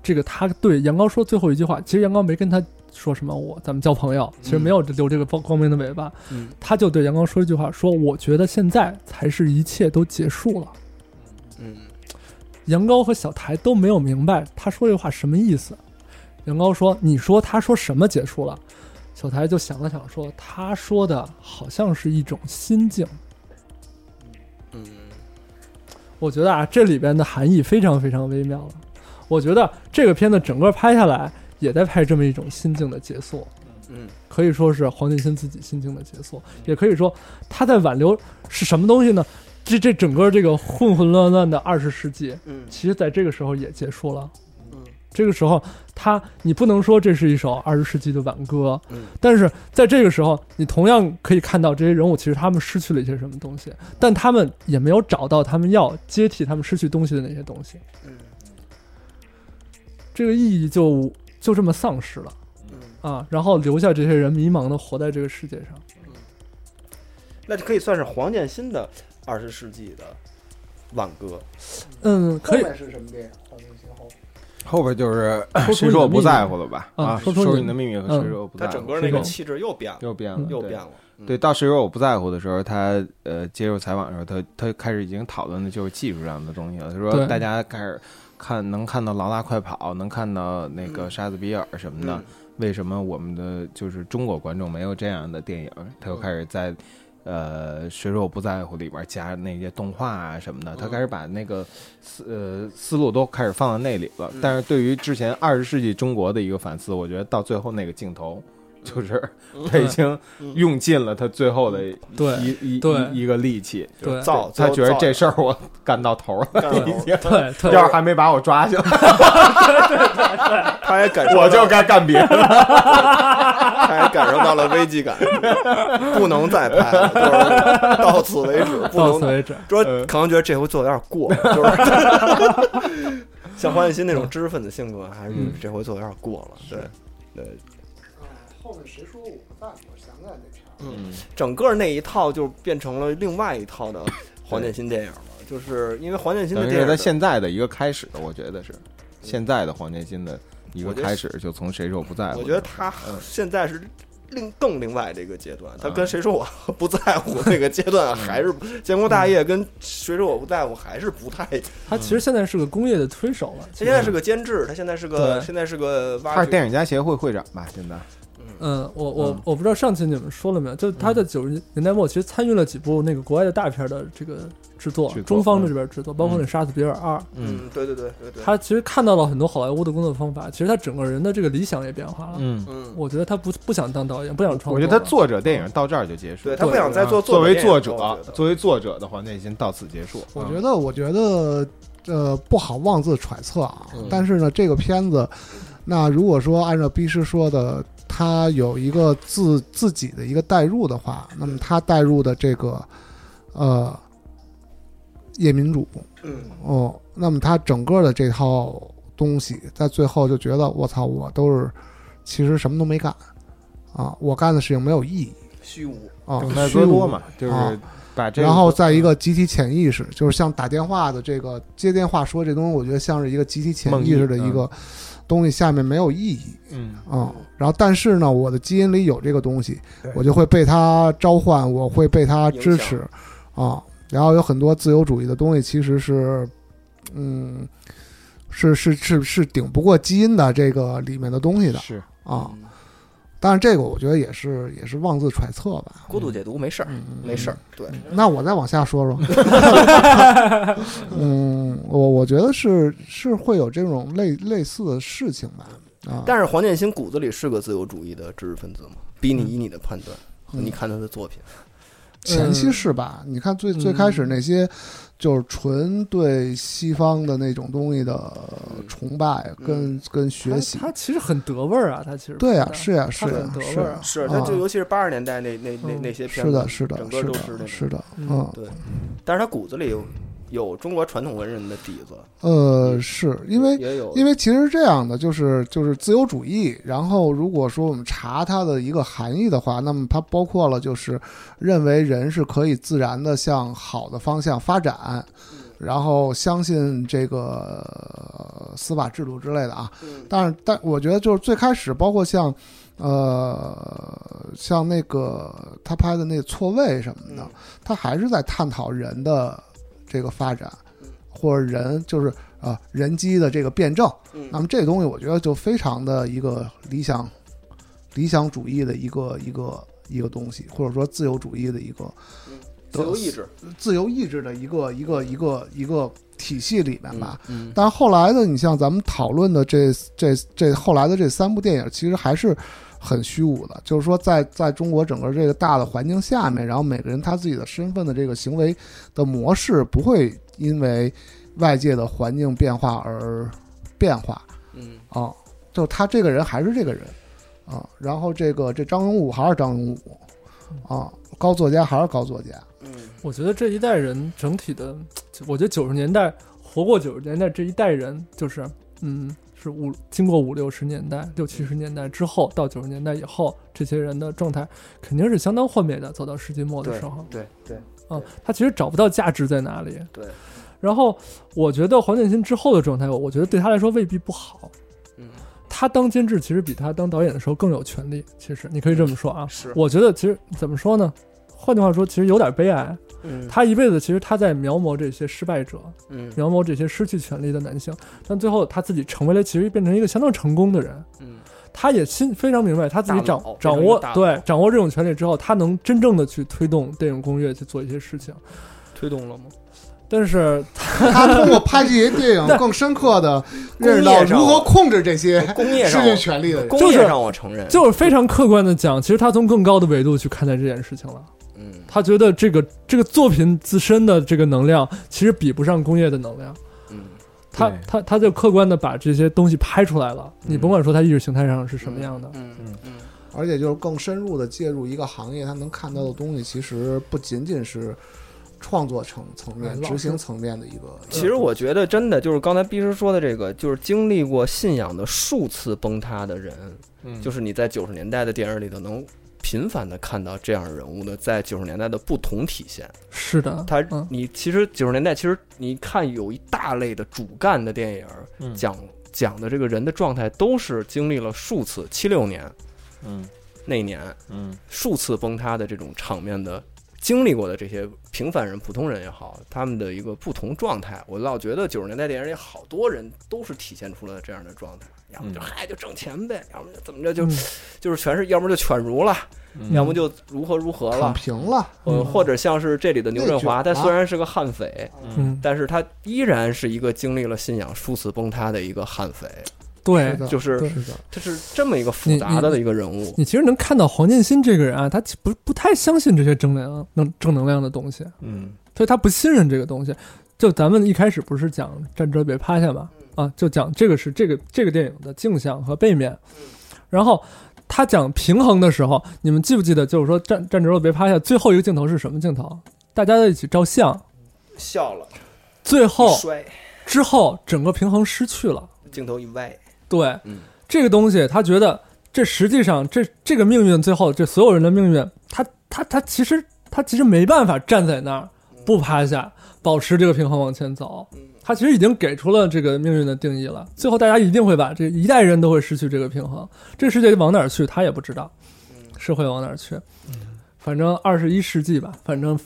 S6: 这个他对杨高说最后一句话，其实杨高没跟他说什么我咱们交朋友，其实没有留这个光光明的尾巴，
S7: 嗯
S6: 他就对杨高说一句话，说我觉得现在才是一切都结束了。
S7: 嗯
S6: 杨高和小台都没有明白他说这话什么意思。杨高说：“你说他说什么结束了？”小台就想了想说：“他说的好像是一种心境。”
S7: 嗯，
S6: 我觉得啊，这里边的含义非常非常微妙了。我觉得这个片子整个拍下来，也在拍这么一种心境的结束。
S7: 嗯，
S6: 可以说是黄建新自己心境的结束，也可以说他在挽留是什么东西呢？这这整个这个混混乱乱的二十世纪，
S7: 嗯
S6: 其实在这个时候也结束了。
S7: 嗯
S6: 这个时候，他你不能说这是一首二十世纪的挽歌，
S7: 嗯
S6: 但是在这个时候，你同样可以看到这些人物其实他们失去了一些什么东西，但他们也没有找到他们要接替他们失去东西的那些东西，
S7: 嗯
S6: 这个意义就就这么丧失了
S7: 嗯，
S6: 啊，然后留下这些人迷茫的活在这个世界上。
S7: 那就可以算是黄建新的二十世纪的挽歌。
S6: 嗯，可以
S3: 是什么电影？黄金星后
S4: 后边就是
S6: 出
S4: 谁
S6: 你
S4: 说
S6: 的
S4: 我不
S6: 秘密
S4: 在乎了吧？
S6: 啊
S4: 啊，
S6: 说
S4: 说
S6: 出你
S4: 你的秘密和
S6: 嗯
S4: 谁说我不在
S7: 他
S4: 乎？
S7: 整个那个
S6: 是
S7: 气质又变了，
S4: 又变了，
S7: 又
S4: 对
S7: 变了。嗯
S4: 对，，到时候我不在乎的时候，他呃接受采访的时候，他他开始已经讨论的就是技术上的东西了。他
S6: 对
S4: 说大家开始看能看到劳拉快跑，能看到那个沙子比尔什么的，
S7: 嗯
S4: 为什么我们的就是中国观众没有这样的电影？他又开始在。呃，谁说我不在乎里边加那些动画啊什么的，他开始把那个思呃思路都开始放在那里了。但是对于之前二十世纪中国的一个反思，我觉得到最后那个镜头，就是他已经用尽了他最后的
S6: 对
S4: 一一
S6: 对
S4: 一一个力气，
S6: 对
S7: 造
S4: 他觉得这事
S7: 儿
S4: 儿我干到头了，
S7: 干到头
S4: 已经。
S6: 对
S4: *laughs*
S6: 对，
S4: 要是还没把我抓起来，
S7: 他也感受到
S4: 我就该干别的。
S7: 他也感受到了危
S4: *laughs*
S7: 机感，不能再拍了，就是到此
S4: *laughs*
S7: 为止，不
S6: 到此
S7: 能。
S6: 为止。
S7: 说
S4: 嗯
S7: 可能觉得这回做的有点过，就是 *laughs* 像黄建新那种知识分子性格，还是
S4: 嗯
S7: 这回做的有点过了。对，对，
S3: 后面谁说我不在？我想起来那片儿，
S7: 整个那一套就变成了另外一套的黄建新电影了，就是因为黄建新的
S4: 等于
S7: 电
S4: 是
S7: 影
S4: 他现在的一个开始，我觉得是现在的黄建新的一个开始，就从谁说不在乎。
S7: 我觉得他
S4: 嗯
S7: 现在是另更另外的一个阶段，他跟谁说我不在乎那个阶
S4: 嗯
S7: 段还是建功大业，跟谁说我不在乎还是不太。他
S6: 他其实现在是个工业的推手了。
S7: 现
S3: 嗯
S7: 在是个监制，他现在是个
S6: 对
S7: 现在是个
S4: 他
S7: 挖
S4: 是
S7: 掘，
S4: 电影家协会会长吧？现在
S6: 嗯，我我我不知道上期你们说了没有，就是他在九十年代末其实参与了几部那个国外的大片的这个制作
S4: 制，作
S6: 中方
S4: 嗯
S6: 的这边制作，包括那《杀死比尔二》，
S7: 嗯，对对对对对，
S6: 他其实看到了很多好莱坞的工作方法，其实他整个人的这个理想也变化了。
S4: 嗯，
S7: 嗯，
S6: 我觉得他不不想当导演，不想创作
S4: 我
S6: 了。
S4: 觉得他作者电影到这儿就结束。
S7: 对他不想再
S3: 啊
S7: 做
S4: 作为作者
S7: 电影了我觉，得
S4: 作为作者的黄建新到此结束。啊
S3: 我
S7: 嗯
S3: 觉得，我觉得，呃，不好妄自揣测啊
S7: 嗯。
S3: 但是呢，这个片子，那如果说按照逼师说的，他有一个自自己的一个代入的话，那么他代入的这个，呃，夜民主，
S7: 嗯
S3: 哦，那么他整个的这套东西，在最后就觉得我操，我都是其实什么都没干啊，我干的事情没有意义
S7: 虚无，
S3: 啊，
S4: 等待
S3: 虚
S4: 戈
S3: 无
S4: 多嘛，就是
S3: 啊
S4: 把这个。嗯
S3: 然后在一个集体潜意识，就是像打电话的这个接电话说这东西，我觉得像是一个集体潜意识的一个东西，下面没有意义
S4: 嗯，
S3: 啊、然后但是呢，我的基因里有这个东西
S7: 对，
S3: 我就会被它召唤，我会被它支持啊。然后有很多自由主义的东西其实是，嗯，是是是是顶不过基因的这个里面的东西的
S4: 是
S7: 哦
S3: 啊。但是这个我觉得也是也是妄自揣测吧。
S7: 孤独解读没事儿，
S3: 嗯，
S7: 没事儿，对，
S3: 那我再往下说
S4: *laughs*
S3: 说，
S6: *laughs*
S3: 嗯，我我觉得是是会有这种类类似的事情吧，啊，
S7: 但是黄建新骨子里是个自由主义的知识分子嘛，逼
S3: 嗯
S7: 你以你的判断和你看他的作品，啊
S3: 前期是吧？你看最最开始那些就是纯对西方的那种东西的崇拜跟跟学习
S6: 他，他其实很德味儿啊，他其实
S3: 对呀
S6: 啊，，
S3: 是呀，
S6: 他
S3: 是
S6: 很
S3: 呀
S6: 德，
S3: 是
S6: 味儿
S3: 呀
S6: 啊，
S7: 是他就
S3: 啊
S7: 尤其是八十年代那那那那些
S3: 嗯
S7: 片
S3: 是
S7: 子，
S3: 的，是的
S7: 整，个
S3: 是
S7: 都
S3: 的，
S7: 是那
S3: 是的是
S7: 种
S3: 的，
S6: 嗯
S3: 嗯，
S7: 对，但是他骨子里有有中国传统文人的底子，
S3: 呃，是因为
S7: 也有
S3: 因为其实是这样的，就是就是自由主义。然后如果说我们查它的一个含义的话，那么它包括了就是认为人是可以自然的向好的方向发展，然后相信这个、呃司法制度之类的啊。但是但我觉得就是最开始，包括像呃像那个他拍的那个错位什么的，他还是在探讨人的这个发展。或者人，就是啊、人机的这个辩证。
S7: 嗯
S3: 那么这东西，我觉得就非常的一个理想理想主义的一个一个一个东西，或者说自由主义的一个
S7: 嗯自由意志，
S3: 自由意志的一个一个一个一个体系里面吧。
S7: 嗯，
S3: 但是后来的，你像咱们讨论的这这这后来的这三部电影，其实还是很虚无的，就是说在在中国整个这个大的环境下面，然后每个人他自己的身份的这个行为的模式不会因为外界的环境变化而变化。
S7: 嗯，
S3: 啊，就他这个人还是这个人啊。然后这个这张永武还是张永武啊，高作家还是高作家。
S6: 我觉得这一代人整体的，我觉得九十年代活过九十年代这一代人，就是嗯，是五经过五六十年代、六七十年代之后，到九十年代以后，这些人的状态肯定是相当幻灭的。走到世纪末的时候，
S7: 对对
S6: 啊，他其实找不到价值在哪里。
S7: 对，
S6: 然后我觉得黄建新之后的状态，我觉得对他来说未必不好。
S7: 嗯，
S6: 他当监制其实比他当导演的时候更有权利。其实你可以这么说啊，
S7: 是
S6: 我觉得其实怎么说呢？换句话说，其实有点悲哀。
S7: 嗯
S6: 他一辈子其实他在描摹这些失败者，
S7: 嗯
S6: 描摹这些失去权利的男性，但最后他自己成为了，其实变成一个相当成功的人。
S7: 嗯，
S6: 他也心非常明白，他自己
S7: 大
S6: 掌
S7: 佬变
S6: 掌
S7: 成一
S6: 握
S7: 个大佬
S6: 对掌握这种权利之后，他能真正的去推动电影工业去做一些事情。
S5: 推动了吗？
S6: 但是
S3: 他通过拍这些电 *laughs* 影，更深刻的认识到如何控制这些
S7: 哎工业
S3: 失
S7: 上
S3: 去权利的人。
S7: 工
S6: 就是
S7: 业上我承认，
S6: 就是非常客观的讲，其实他从更高的维度去看待这件事情了。
S7: 嗯
S6: 他觉得这个这个作品自身的这个能量，其实比不上工业的能量。
S7: 嗯
S6: 他
S4: 对
S6: 他他就客观的把这些东西拍出来了，你甭管说它意识形态上是什么样的，
S7: 嗯嗯
S3: 而且就是更深入的介入一个行业，他能看到的东西其实不仅仅是创作层层面、执行层面的一个。
S7: 其实我觉得真的就是刚才毕师说的这个，就是经历过信仰的数次崩塌的人，
S5: 嗯
S7: 就是你在九十年代的电影里头能频繁的看到这样人物的在九十年代的不同体现。
S6: 是的，
S7: 他
S6: 嗯，
S7: 你其实九十年代其实你看有一大类的主干的电
S5: 嗯
S7: 影讲讲的这个人的状态都是经历了数次七六年
S5: 嗯
S7: 那年
S5: 嗯
S7: 数次崩塌的这种场面的经历过的这些平凡人、普通人也好，他们的一个不同状态，我老觉得九十年代电影里好多人都是体现出了这样的状态，要么就
S5: 嗯
S7: 嗨就挣钱呗，要么就怎么着就
S6: 嗯
S7: 就是全是，要么就犬儒了，
S5: 嗯
S7: 要么就如何如何
S3: 躺
S7: 了，
S3: 平了，
S7: 呃，或者像是这里的牛振华，
S3: 内卷
S7: 他
S3: 啊
S7: 虽然是个悍匪，
S6: 嗯，
S7: 但是他依然是一个经历了信仰数次崩塌的一个悍匪，
S6: 对
S3: 是的
S7: 就是
S6: 对
S3: 是的，
S7: 他是这么一个复
S6: 你
S7: 杂的一个人物，
S6: 你其实能看到黄建新这个人啊，他其不不太相信这些正能量能正能量的东西，
S5: 嗯
S6: 所以他不信任这个东西。就咱们一开始不是讲站着别趴下嘛，
S7: 嗯
S6: 啊，就讲这个是这个这个电影的镜像和背面，然后。他讲平衡的时候，你们记不记得？就是说站站直了别趴下，最后一个镜头是什么镜头？大家在一起照相，
S7: 笑了，
S6: 最
S3: 哦
S6: 后
S7: 摔，
S6: 之后整个平衡失去了。
S7: 镜头一歪，
S6: 对，
S7: 嗯
S6: 这个东西，他觉得这实际上这这个命运最后这所有人的命运，他他他其实他其实没办法站在那儿
S7: 嗯
S6: 不趴下，保持这个平衡往前走。他其实已经给出了这个命运的定义了，最后大家一定会把这一代人都会失去这个平衡，这个世界往哪儿去他也不知道，
S7: 嗯
S6: 是会往哪儿去。反正二十一世纪吧，反正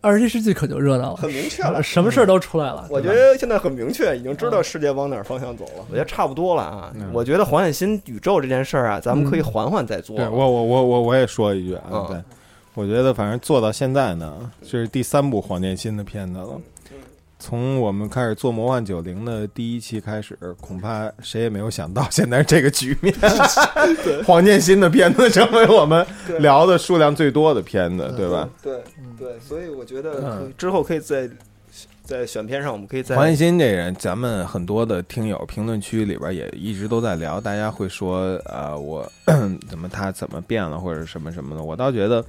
S6: 二十一世纪可就热闹了，
S7: 很明确
S6: 什么事儿都出来了。
S7: 我觉得现在很明确，已经知道世界往哪儿方向走了。嗯我觉得差不多了啊。我觉得黄远新宇宙这件事儿啊，咱们可以缓缓再做。
S4: 对我我我我我也说一句啊，
S7: 嗯
S4: 对，我觉得反正做到现在呢，这是第三部黄建新的片子
S7: 嗯
S4: 了。从我们开始做《魔幻九零》的第一期开始，恐怕谁也没有想到现在是这个局
S7: *laughs*
S4: 面。黄建新的片子成为我们聊的数量最多的片子，对吧？
S7: 对对，所以我觉得可以嗯之后可以在在选片上，我们可以再
S4: 黄建新这人，咱们很多的听友评论区里边也一直都在聊，大家会说呃，我 *clears throat* 怎么他怎么变了，或者什么什么的。我倒觉得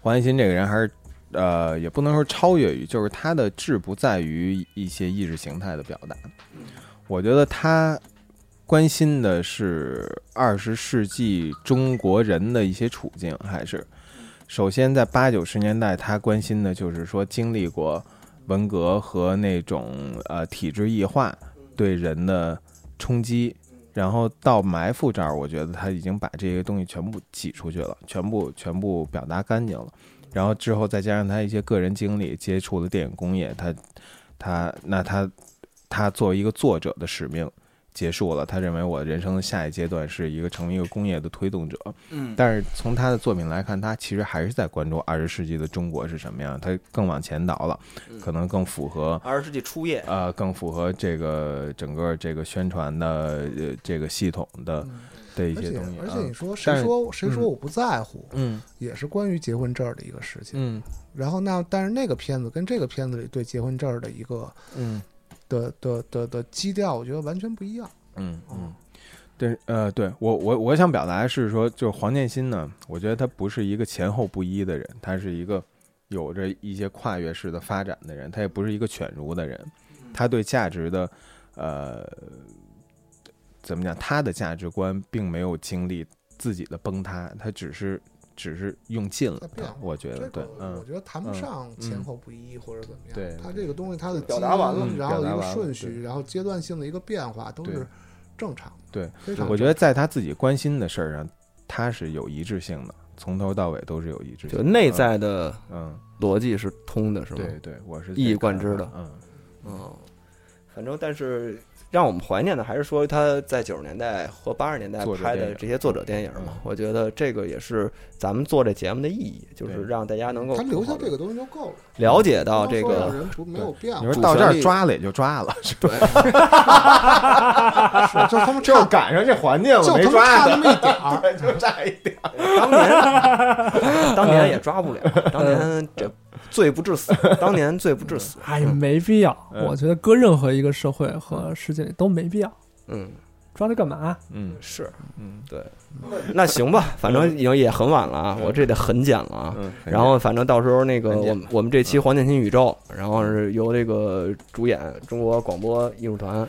S4: 黄建新这个人还是呃，也不能说超越于，就是他的志不在于一些意识形态的表达。我觉得他关心的是二十世纪中国人的一些处境，还是首先在八九十年代，他关心的就是说经历过。文革和那种呃体制异化对人的冲击，然后到埋伏这儿，我觉得他已经把这些东西全部挤出去了，全部全部表达干净了。然后之后再加上他一些个人经历，接触了电影工业，他他那他他作为一个作者的使命结束了。他认为我人生的下一阶段是一个成为一个工业的推动者。
S7: 嗯，
S4: 但是从他的作品来看，他其实还是在关注二十世纪的中国是什么样，他更往前倒了，可能更符合
S7: 二十世纪初叶，
S4: 呃，更符合这个整个这个宣传的呃这个系统的的
S3: 嗯
S4: 一
S3: 而
S4: 些
S3: 且
S4: 东西。
S3: 而且你
S4: 嗯
S3: 说
S4: 但
S3: 谁
S4: 是
S3: 说谁说我不在乎，
S4: 嗯
S3: 也是关于结婚证儿的一个事情。
S4: 嗯
S3: 然后那但是那个片子跟这个片子里对结婚证儿的一个
S4: 嗯
S3: 的的的的基调，我觉得完全不一样。
S4: 嗯嗯，对，呃，对我我我想表达的是说，就是黄建新呢，我觉得他不是一个前后不一的人，他是一个有着一些跨越式的发展的人，他也不是一个犬儒的人，他对价值的呃怎么讲，他的价值观并没有经历自己的崩塌，他只是只是用尽了
S3: 在变化，
S4: 我觉
S3: 这个
S4: 得对，嗯
S3: 我。觉得谈不上前后不一或者怎么样。
S4: 对嗯
S3: 它这个东西它的
S7: 表达完了
S3: 基因然后一
S4: 表达
S3: 个
S4: 完了
S3: 顺
S4: 对
S3: 序，然后阶段性的一个变化都
S4: 对
S3: 是正常的。
S4: 对
S3: 非常
S4: 我觉得在他自己关心的事儿上，他是有一致性的，从头到尾都是有一致性
S5: 就
S4: 的。
S5: 内在的
S4: 嗯，
S5: 逻辑是通的，是
S4: 嗯，
S5: 吗？
S4: 对对，我是
S5: 一以贯之的
S4: 嗯，
S5: 嗯，反正但是让我们怀念的还是说他在九十年代和八十年代
S4: 作者
S5: 拍
S4: 电
S5: 的
S4: 影
S5: 这些作者电影嘛
S4: 嗯。
S5: 我觉得这个也是咱们做这节目的意义，就是
S4: 对
S5: 让大家能够
S3: 他留下
S5: 更好地
S3: 这个东西就够了。
S5: 了解到
S4: 哦
S3: 不
S5: 这
S3: 能说让
S5: 个
S3: 人不没有变化，
S4: 你说
S5: 主
S4: 到这
S5: 旋
S4: 儿
S5: 律
S4: 抓了也就抓 *laughs* 了，是吧？
S3: 是就他
S7: *laughs*
S3: 们
S4: 就
S3: 差
S4: 赶上这环境了，
S3: 就他
S4: 没
S3: 们
S4: 抓
S3: 差那
S4: 着，
S3: 么一点儿。
S4: 对，就差一点。
S5: 当
S6: *laughs*
S5: 年，当年也抓不了，当年这罪不至死，当年罪不至死，
S6: 哎，没必要。
S4: 嗯
S6: 我觉得搁任何一个社会和世界里都没必要，
S5: 嗯。
S6: 抓它干嘛？
S4: 嗯
S5: 是，
S4: 嗯，
S5: 对， *laughs* 那行吧，反正已经也很晚了啊，我这得很剪了啊。
S4: 嗯，
S5: 然后反正到时候那个
S4: 很嗯简
S5: 我们我们这期黄建新宇宙，然后是由这个主演中国广播艺术团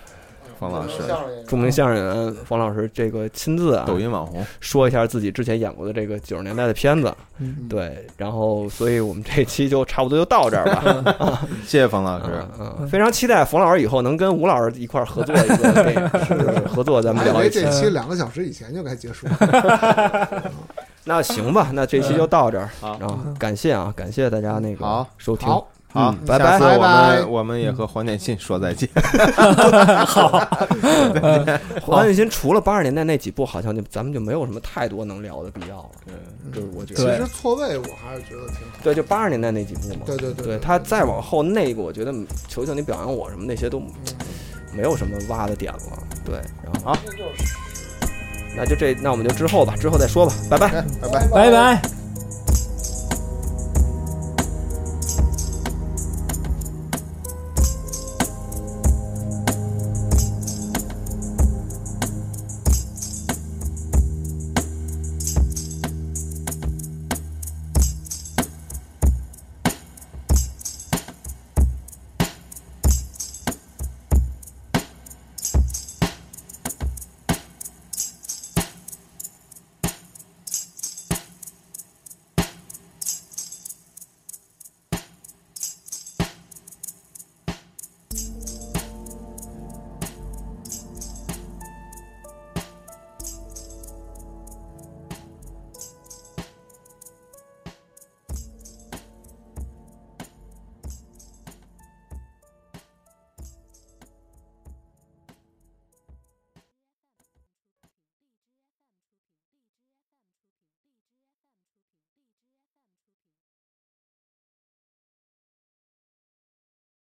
S4: 方老师，
S5: 著名相声演员冯老师这个亲自啊
S4: 抖音网红，
S5: 说一下自己之前演过的这个九十年代的片子，
S6: 嗯，
S5: 对，然后所以我们这期就差不多就到这儿吧。
S4: 谢谢方老师
S5: 嗯，嗯，非常期待冯老师以后能跟吴老师一块儿合作一个电
S4: *laughs*
S5: 影，是合作咱们
S3: 我以
S4: 哎
S5: 聊
S3: 为
S5: 一期。
S3: 这
S4: 嗯
S3: 期两个小时以前就该结束了。
S4: *laughs*
S5: 那行吧，那这期就到这儿。
S4: 嗯好
S5: 然
S6: 嗯
S5: 后感谢啊，感谢大家那个
S4: 好
S5: 收听。
S3: 好，
S4: 好，
S5: 嗯拜
S4: 下
S5: 拜
S4: 次我
S3: 拜拜
S4: 们我们也和黄建新说再见。
S5: 黄建新除了八十年代那几部，好像就咱们就没有什么太多能聊的必要了。就是我觉
S3: 其
S5: 得，
S3: 实错位我还是觉得挺好。
S5: 对，就八十年代那几部嘛。
S3: 对对对对
S5: 对，他再往后那个，我觉得求求你表扬我什么那些都没有什么挖的点了。对，然
S3: 哎
S5: 后好，那就这，那我们就之后吧，之后再说吧，拜拜。
S6: 拜拜。